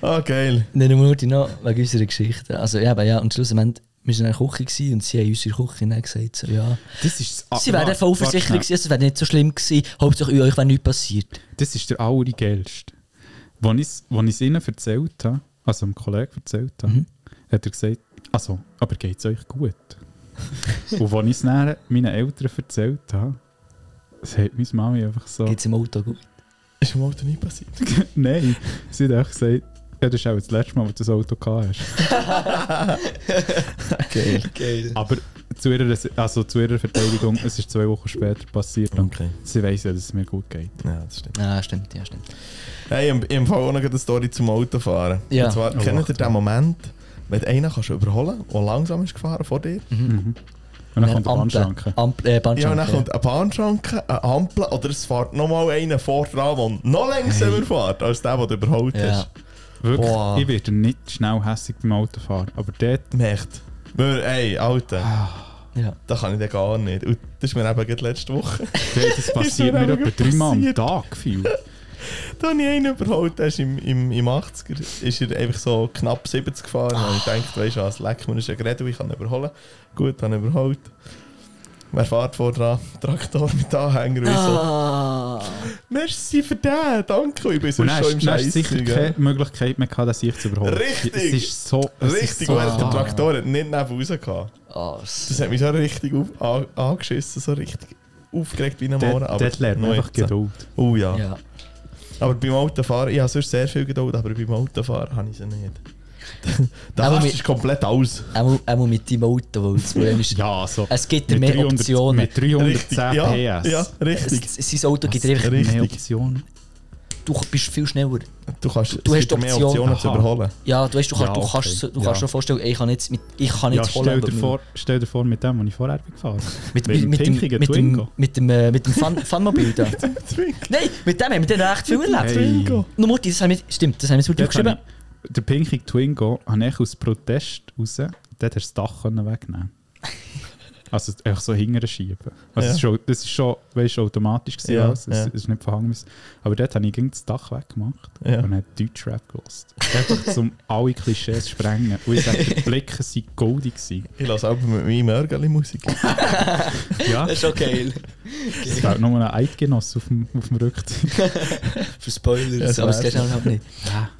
[SPEAKER 3] Ah, geil. Ah,
[SPEAKER 1] Dann muss ich noch wegen unserer Geschichte. Also, ja, aber ja, und schlussendlich wir waren in der Küche gewesen und sie haben uns in der Küche dann gesagt, so, ja.
[SPEAKER 2] Das ist das
[SPEAKER 1] Sie wären voll versichert gewesen, es wäre nicht so schlimm gewesen. Hauptsache euch wäre nichts passiert.
[SPEAKER 2] Das ist der allergeilste. Als ich es ihnen erzählt habe, also einem Kollegen erzählt habe,
[SPEAKER 1] Mhm.
[SPEAKER 2] hat er gesagt, also, aber geht es euch gut? und als ich es dann meinen Eltern erzählt habe, sagt meine Mami einfach so,
[SPEAKER 1] Geht's im Auto gut?
[SPEAKER 3] Ist im Auto nicht passiert.
[SPEAKER 2] nein, sie hat einfach gesagt, ja, das ist auch das letzte Mal, wo du das Auto gehabt hast.
[SPEAKER 3] Geil.
[SPEAKER 1] Geil.
[SPEAKER 2] Aber zu ihrer, also zu ihrer Verteidigung, es ist zwei Wochen später passiert und
[SPEAKER 3] Okay.
[SPEAKER 2] sie weiss ja, dass es mir gut geht.
[SPEAKER 3] Ja, das stimmt.
[SPEAKER 1] Ja, Ah, stimmt, ja, stimmt.
[SPEAKER 3] Hey, im, im Fall auch noch eine Story zum Autofahren.
[SPEAKER 1] Ja.
[SPEAKER 3] Und zwar,
[SPEAKER 2] Oh,
[SPEAKER 3] kennt ihr
[SPEAKER 2] Achtung.
[SPEAKER 3] den Moment, wenn du einen kannst überholen kannst, der langsam ist gefahren vor dir?
[SPEAKER 2] Mhm. Und dann kommt der
[SPEAKER 1] Ampel-
[SPEAKER 2] Bandschranke.
[SPEAKER 1] Ampel- äh,
[SPEAKER 3] Ja, und
[SPEAKER 1] Bandschranke.
[SPEAKER 3] dann kommt eine Bahnschranke, eine Ampel oder es fährt nochmal einer vor dran, der noch langsamer fährt, als der, der du überholt
[SPEAKER 1] Ja.
[SPEAKER 3] hast.
[SPEAKER 2] Wirklich,
[SPEAKER 3] Boah.
[SPEAKER 2] ich werde nicht schnell hässig beim Autofahren, aber dort
[SPEAKER 3] Merkt. Weil, ey, Alter,
[SPEAKER 1] ja.
[SPEAKER 3] das kann ich dann gar nicht. Und das ist mir eben gerade letzte Woche.
[SPEAKER 2] Hey, das passiert
[SPEAKER 3] mir
[SPEAKER 2] mir
[SPEAKER 3] auch
[SPEAKER 2] etwa dreimal am
[SPEAKER 3] passiert.
[SPEAKER 2] Tag viel.
[SPEAKER 3] Da habe ich einen überholt, der ist im, im, im 80er, ist er einfach so knapp 70 gefahren. Und ich dachte, weißt du was, leck mir, das ist ein Gerät, ich kann ihn überholen. Gut, habe ihn überholt. Wer fährt vor dran? Traktor mit Anhänger und ich
[SPEAKER 1] Ah.
[SPEAKER 3] so. Merci für den, danke, ich bin
[SPEAKER 2] Und
[SPEAKER 3] sonst
[SPEAKER 2] dann
[SPEAKER 3] schon im
[SPEAKER 2] hast- dann hast du
[SPEAKER 3] Scheiß.
[SPEAKER 2] sicher keine Möglichkeit mehr gehabt, dass ich zu überholen.
[SPEAKER 3] Richtig.
[SPEAKER 2] Es ist so... Es ist
[SPEAKER 3] Richtig,
[SPEAKER 2] so
[SPEAKER 3] weil der
[SPEAKER 2] hart.
[SPEAKER 3] Traktor hat nicht neben raus gehabt.
[SPEAKER 1] Oh,
[SPEAKER 3] Das hat mich so richtig auf, an, angeschissen, so richtig aufgeregt wie ein Morgen.
[SPEAKER 2] Dort,
[SPEAKER 3] aber
[SPEAKER 2] dort lernt man
[SPEAKER 3] noch
[SPEAKER 2] einfach
[SPEAKER 3] jetzt.
[SPEAKER 2] Geduld.
[SPEAKER 3] Oh ja.
[SPEAKER 1] ja.
[SPEAKER 3] Aber beim Autofahren, ich habe sonst sehr viel Geduld, aber beim Autofahren habe ich sie nicht.
[SPEAKER 1] Aber
[SPEAKER 3] da hast
[SPEAKER 1] mit-
[SPEAKER 3] ist komplett aus.
[SPEAKER 1] Einmal, einmal mit deinem Auto, weil das Problem ist,
[SPEAKER 2] Ja, so...
[SPEAKER 1] es gibt dir mehr Optionen.
[SPEAKER 2] Mit 310
[SPEAKER 3] ja,
[SPEAKER 2] PS.
[SPEAKER 3] ja, richtig.
[SPEAKER 1] Es, sein Auto gibt dir einfach,
[SPEAKER 3] Richtig.
[SPEAKER 2] Mehr Optionen.
[SPEAKER 1] du bist viel schneller.
[SPEAKER 3] Du, kannst,
[SPEAKER 1] Du
[SPEAKER 3] es
[SPEAKER 1] hast
[SPEAKER 3] gibt mehr
[SPEAKER 1] Optionen.
[SPEAKER 3] Optionen zu
[SPEAKER 2] Aha.
[SPEAKER 3] überholen.
[SPEAKER 1] Ja, du weißt, du kannst,
[SPEAKER 2] Ja,
[SPEAKER 1] du
[SPEAKER 2] okay.
[SPEAKER 1] kannst, du
[SPEAKER 2] Ja.
[SPEAKER 1] kannst dir vorstellen, ich kann jetzt mit, ich kann
[SPEAKER 2] Ja,
[SPEAKER 1] jetzt
[SPEAKER 2] stell, dir
[SPEAKER 1] aber mit-
[SPEAKER 2] vor, stell dir vor, mit dem, den ich vorher bin gefahren
[SPEAKER 1] mit,
[SPEAKER 2] mit
[SPEAKER 1] mit,
[SPEAKER 2] dem
[SPEAKER 1] mit, dem,
[SPEAKER 2] pinkigen
[SPEAKER 1] mit, dem,
[SPEAKER 2] Twingo.
[SPEAKER 1] mit dem, äh, mit dem Fun, Funmobil da. Nein, mit dem haben wir dann echt viel erlebt.
[SPEAKER 2] Hey.
[SPEAKER 3] Twingo.
[SPEAKER 1] Nur Mutti, das haben wir, stimmt, das haben wir so
[SPEAKER 2] Dort
[SPEAKER 1] geschrieben.
[SPEAKER 2] habe ich- Der pinkige Twingo habe ich aus Protest raus, dort hast du das Dach können wegnehmen Also einfach so hinterher schieben. Also
[SPEAKER 3] Ja.
[SPEAKER 2] es ist schon, das ist schon, weißt, du, automatisch gewesen,
[SPEAKER 3] Ja,
[SPEAKER 2] alles. Es
[SPEAKER 3] ja.
[SPEAKER 2] ist nicht verhangen. müssen. Aber dort habe ich gegen das Dach weggemacht
[SPEAKER 3] Ja.
[SPEAKER 2] und habe Deutschrap gelost. Einfach um alle Klischees zu sprengen. Und ich sage, die Blicke waren goldig. Gewesen.
[SPEAKER 3] Ich lasse auch mit meinem Örgeli Musik.
[SPEAKER 2] Ja,
[SPEAKER 1] Das ist auch geil.
[SPEAKER 2] es fehlt nur ein Eidgenoss auf dem, auf dem Rückzug.
[SPEAKER 1] Für Spoilers,
[SPEAKER 3] Ja,
[SPEAKER 1] aber es
[SPEAKER 3] das
[SPEAKER 1] geht
[SPEAKER 3] wär's.
[SPEAKER 1] auch nicht.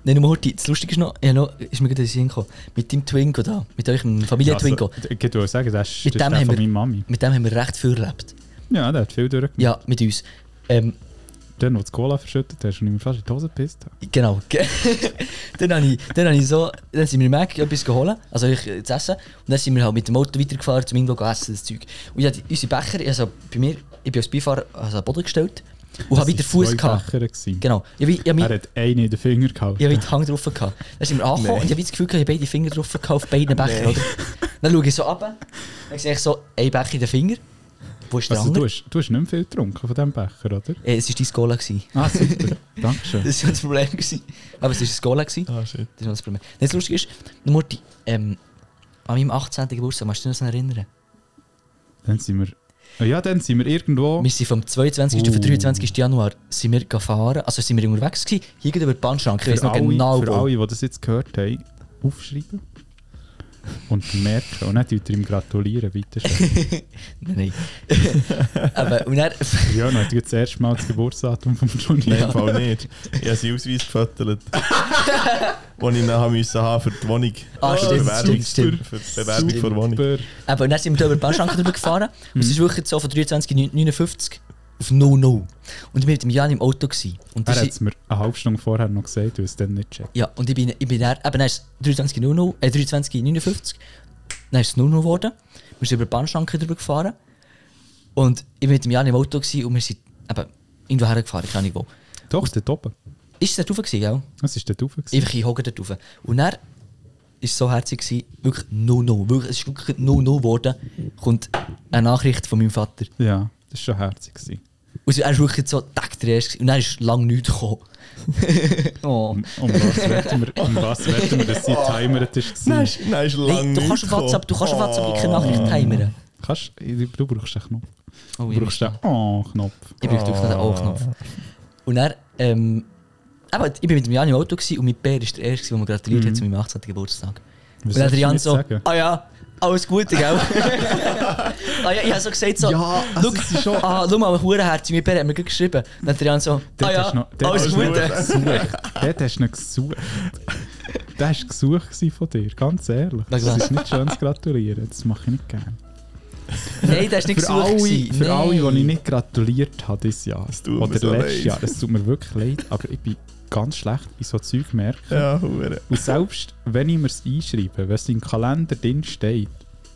[SPEAKER 1] Nein, nur Mutti, das Lustige ist noch, ich hab noch ist mir gerade in den Sinn gekommen, mit dem Twingo da, mit eurem Familien-Twingo,
[SPEAKER 2] Also, ich würde sagen, das ist, das
[SPEAKER 1] Mit
[SPEAKER 2] ist
[SPEAKER 1] dem
[SPEAKER 2] der
[SPEAKER 1] haben
[SPEAKER 2] von
[SPEAKER 1] wir-
[SPEAKER 2] meiner Mami.
[SPEAKER 1] mit dem haben wir recht viel erlebt.
[SPEAKER 2] Ja, der hat viel durchgemacht.
[SPEAKER 1] Ja, mit uns. Ähm,
[SPEAKER 2] Dann, wo du das Cola verschüttet hast und ich mir fast in die Hose gepisst habe.
[SPEAKER 1] Genau. Ge- dann habe ich, dann hab ich so, dann sind wir im Mac etwas geholt, also ich äh, zu essen. Und dann sind wir halt mit dem Auto weitergefahren, zum irgendwo zu essen, das Zeug. Und ich hatte unsere Becher, also bei mir, ich bin als Beifahrer also an den Boden gestellt und habe wieder Fuß gehabt.
[SPEAKER 2] Genau.
[SPEAKER 1] Genau. Ich habe
[SPEAKER 2] Er
[SPEAKER 1] meinen
[SPEAKER 2] hat einen in den Finger gehalten.
[SPEAKER 1] hab den Hang drauf gehabt. Dann sind wir angekommen
[SPEAKER 3] Nein.
[SPEAKER 1] und ich habe das Gefühl, gehabt, ich habe beide Finger drauf gehabt auf beiden Bechern,
[SPEAKER 3] Nein.
[SPEAKER 1] oder? Dann schaue ich so ab, dann sehe ich so, ein Becher in den Finger. Wo ist der
[SPEAKER 2] also, du
[SPEAKER 1] andere?
[SPEAKER 2] hast, du hast nicht mehr viel getrunken von diesem Becher, oder?
[SPEAKER 1] Äh, es war dein Cola. Gewesen.
[SPEAKER 2] Ah, super. Dankeschön.
[SPEAKER 1] Das war das Problem. Gewesen. Aber es war ein Cola. Gewesen.
[SPEAKER 3] Ah, shit.
[SPEAKER 1] Das ist noch das Problem. Nein, Das Lustige ist, die Mutti, ähm, an meinem 18. Geburtstag, kannst du dich noch erinnern?
[SPEAKER 2] Dann sind wir... Ah Ja, dann sind wir irgendwo...
[SPEAKER 1] Wir sind vom 22. auf den
[SPEAKER 2] Uh.
[SPEAKER 1] 23. Januar sind wir gefahren, also sind wir unterwegs gewesen, hier gerade über die Bahnschranke, ich weiß noch genau
[SPEAKER 2] für
[SPEAKER 1] wo.
[SPEAKER 2] alle, die das jetzt gehört haben, aufschreiben. Und merken. Und nicht weiter ihm gratulieren, bitte schön.
[SPEAKER 1] Nein, nein. Aber, und dann,
[SPEAKER 2] Ja, dann hat jetzt das erste Mal das Geburtsdatum von Johnny.
[SPEAKER 3] Nein, im Fall nicht. Ich habe seinen Ausweis gefüttert. Den ich nachher müssen haben für die Wohnung.
[SPEAKER 1] Ah,
[SPEAKER 3] Für die
[SPEAKER 1] stimmt,
[SPEAKER 3] Bewerbung-
[SPEAKER 1] stimmt,
[SPEAKER 3] Für die Bewerbung für die Wohnung.
[SPEAKER 2] Super.
[SPEAKER 1] aber dann sind wir da über die Bahnschranke drüber gefahren und es ist wirklich so von 23.59 auf no no. Und ich war mit dem Jan im Auto. Gewesen. Und
[SPEAKER 2] Er
[SPEAKER 1] das
[SPEAKER 2] hat es mir eine halbe Stunde vorher noch gesagt, weil es dann nicht checkt.
[SPEAKER 1] Ja, und ich bin, ich bin dann, eben, dann ist es 23.00, äh, 23.59, dann ist es 00 geworden. Wir sind über die Bahnschranke drüber gefahren. Und ich war mit dem Jan im Auto gewesen, und wir sind eben irgendwo hergefahren, keine Ahnung wo.
[SPEAKER 2] Doch, dort oben.
[SPEAKER 1] Ist es dort rauf gewesen, gell?
[SPEAKER 2] Es war dort oben. gewesen.
[SPEAKER 1] Einfach in Hogan dort rauf. Und dann war es so herzig, gewesen, wirklich 00, wirklich, es ist wirklich 00 geworden, kommt eine Nachricht von meinem Vater.
[SPEAKER 2] Ja, das war schon herzig. Gewesen.
[SPEAKER 1] Und er war wirklich so, Tag der erste, gewesen. und dann ist lange nichts gekommen. oh.
[SPEAKER 2] Um, um was wetten wir, um was wetten wir, dass sie timert ist?
[SPEAKER 3] Nein,
[SPEAKER 2] gewesen?
[SPEAKER 3] ist- nein, ist
[SPEAKER 1] Hey,
[SPEAKER 3] lang
[SPEAKER 1] du kannst auf WhatsApp, du kannst auf WhatsApp wirklich keine Nachricht timern.
[SPEAKER 2] Kannst, du brauchst einen Knopf.
[SPEAKER 1] Oh,
[SPEAKER 2] Du brauchst einen Oh-Knopf.
[SPEAKER 1] Ich brauchte auch den Anknopf. Und er, ähm, aber ich bin mit dem Jan im Auto gewesen, und mein Bär war der Erste, der mir gratuliert hat zu meinem 18. Geburtstag.
[SPEAKER 2] Was
[SPEAKER 1] und dann der
[SPEAKER 2] hast du
[SPEAKER 1] Jan
[SPEAKER 2] mir
[SPEAKER 1] so,
[SPEAKER 2] sagen?
[SPEAKER 1] ah ja, Alles Gute, gell? ah, ja, ich habe so gesagt, so,
[SPEAKER 2] ja, also
[SPEAKER 1] Look.
[SPEAKER 2] es ist schon...
[SPEAKER 1] ah, schau mal, Hurenherz, mein Bär hat mir gerade geschrieben. Dann hat Adrian so, ah
[SPEAKER 2] Dort
[SPEAKER 1] ja,
[SPEAKER 2] hast du noch- dort
[SPEAKER 1] alles
[SPEAKER 2] hast du noch
[SPEAKER 1] Gute.
[SPEAKER 2] gesucht. Dort hast du noch gesucht. Das war gesucht gewesen von dir, ganz ehrlich.
[SPEAKER 1] Na
[SPEAKER 2] Das
[SPEAKER 1] klar.
[SPEAKER 2] ist nicht schön zu gratulieren, das mache ich nicht gerne.
[SPEAKER 1] Nein, das ist nicht
[SPEAKER 2] Für alle,
[SPEAKER 1] gesucht. gewesen.
[SPEAKER 2] für alle,
[SPEAKER 1] Nein.
[SPEAKER 2] die ich nicht gratuliert habe dieses Jahr.
[SPEAKER 3] Es tut mir
[SPEAKER 2] Oder
[SPEAKER 3] so
[SPEAKER 2] letztes
[SPEAKER 3] leid.
[SPEAKER 2] Jahr. Es tut mir wirklich leid, aber ich bin ganz schlecht in so Zeug merken.
[SPEAKER 3] Ja, Hure.
[SPEAKER 2] Und selbst wenn ich mir es einschreibe, wenn es im Kalender drin steht,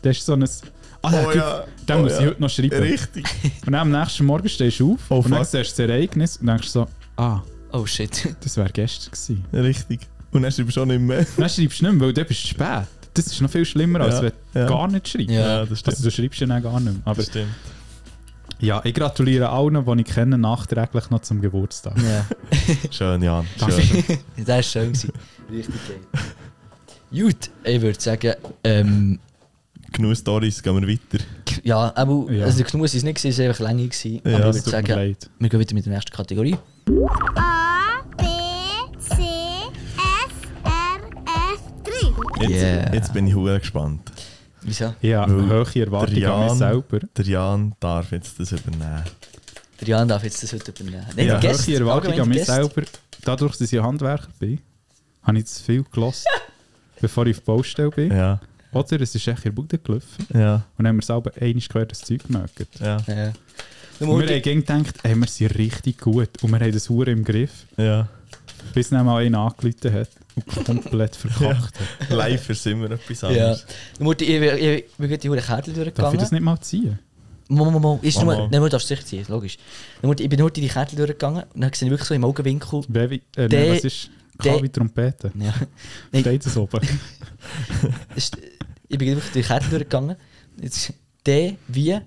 [SPEAKER 2] das ist so ein. Ah,
[SPEAKER 3] Oh
[SPEAKER 2] der Typ,
[SPEAKER 3] ja,
[SPEAKER 2] den
[SPEAKER 3] oh
[SPEAKER 2] muss ich
[SPEAKER 3] ja.
[SPEAKER 2] heute noch schreiben.
[SPEAKER 3] Richtig.
[SPEAKER 2] Und dann am nächsten Morgen stehst du auf
[SPEAKER 3] Oh,
[SPEAKER 2] und dann
[SPEAKER 3] fuck.
[SPEAKER 2] siehst du das Ereignis und denkst so, ah,
[SPEAKER 1] Oh shit.
[SPEAKER 2] das wäre gestern gewesen.
[SPEAKER 3] Richtig. Und dann schreibst du schon nicht mehr.
[SPEAKER 2] Und dann schreibst du nicht mehr, weil du bist zu spät. Das ist noch viel schlimmer, als
[SPEAKER 3] Ja,
[SPEAKER 2] wenn du
[SPEAKER 3] ja.
[SPEAKER 2] gar nicht schreibst.
[SPEAKER 1] Ja,
[SPEAKER 3] das stimmt.
[SPEAKER 2] Also du schreibst ja dann gar nicht mehr. Aber
[SPEAKER 3] das stimmt.
[SPEAKER 2] ja, ich gratuliere allen, die ich kenne, nachträglich noch zum Geburtstag.
[SPEAKER 1] Ja,
[SPEAKER 3] Schön, Jan.
[SPEAKER 2] Danke.
[SPEAKER 3] Schön.
[SPEAKER 1] das war schön. gewesen. Richtig geil. Gut, ich würde sagen, ähm,
[SPEAKER 3] Genug Stories, gehen wir weiter.
[SPEAKER 1] ja, aber
[SPEAKER 2] Ja.
[SPEAKER 1] also genug war es nicht, gewesen, es war einfach länger. Gewesen.
[SPEAKER 3] Ja,
[SPEAKER 1] aber ich
[SPEAKER 3] es
[SPEAKER 1] würde
[SPEAKER 2] tut mir
[SPEAKER 1] sagen,
[SPEAKER 2] leid.
[SPEAKER 1] wir gehen weiter mit der nächsten Kategorie.
[SPEAKER 4] A, B, C, S, R, F, 3.
[SPEAKER 3] Jetzt,
[SPEAKER 1] Yeah.
[SPEAKER 3] jetzt bin ich hure gespannt.
[SPEAKER 1] Wieso?
[SPEAKER 2] Ja,
[SPEAKER 3] Weil
[SPEAKER 2] hohe Erwartungen an mich
[SPEAKER 3] Jan-
[SPEAKER 2] selber.
[SPEAKER 3] Der Jan darf jetzt das übernehmen.
[SPEAKER 1] Der Jan darf jetzt das heute übernehmen. Nein,
[SPEAKER 3] Ja,
[SPEAKER 1] der Gäste,
[SPEAKER 2] Hohe Erwartungen an
[SPEAKER 1] allgemein die
[SPEAKER 2] mich
[SPEAKER 1] Gäste.
[SPEAKER 2] selber. Dadurch, dass ich Handwerker bin, habe ich zu viel gelost, bevor ich auf die Baustelle bin.
[SPEAKER 3] Ja,
[SPEAKER 2] Oder es ist echt in der Bude gelaufen
[SPEAKER 3] ja,
[SPEAKER 2] und haben wir selber einmal gehört, dass das Zeug mögen.
[SPEAKER 3] ja,
[SPEAKER 1] Ja.
[SPEAKER 2] Und wir haben gegen gedacht, hey, wir sind richtig gut und wir haben das Huren im dus Griff, nou
[SPEAKER 3] ja.
[SPEAKER 2] bis dann mal einer angeläutet hat und komplett verkackt hat.
[SPEAKER 3] Live ist immer etwas
[SPEAKER 1] Ja.
[SPEAKER 3] anderes.
[SPEAKER 1] Dann wurde ich, ich, ich, ich bin gerade die hure Kärtel
[SPEAKER 2] Darf ich das
[SPEAKER 1] durchgegangen.
[SPEAKER 2] nicht mal ziehen?
[SPEAKER 1] Mo, mo, mo. Ist
[SPEAKER 3] Mal,
[SPEAKER 1] nur,
[SPEAKER 3] mal.
[SPEAKER 1] nein, du darfst sicher ziehen, logisch. Dann wurde ich bin heute die Kärtel durchgegangen und dann sehe ich wirklich so im Augenwinkel.
[SPEAKER 2] Baby, äh,
[SPEAKER 1] Der-
[SPEAKER 2] nein, was ist?
[SPEAKER 1] der-
[SPEAKER 2] Kavi Trompete.
[SPEAKER 1] Ja. Nein,
[SPEAKER 2] Steht das oben?
[SPEAKER 1] ist, ich bin wirklich die Kärtel durchgegangen. Jetzt D wie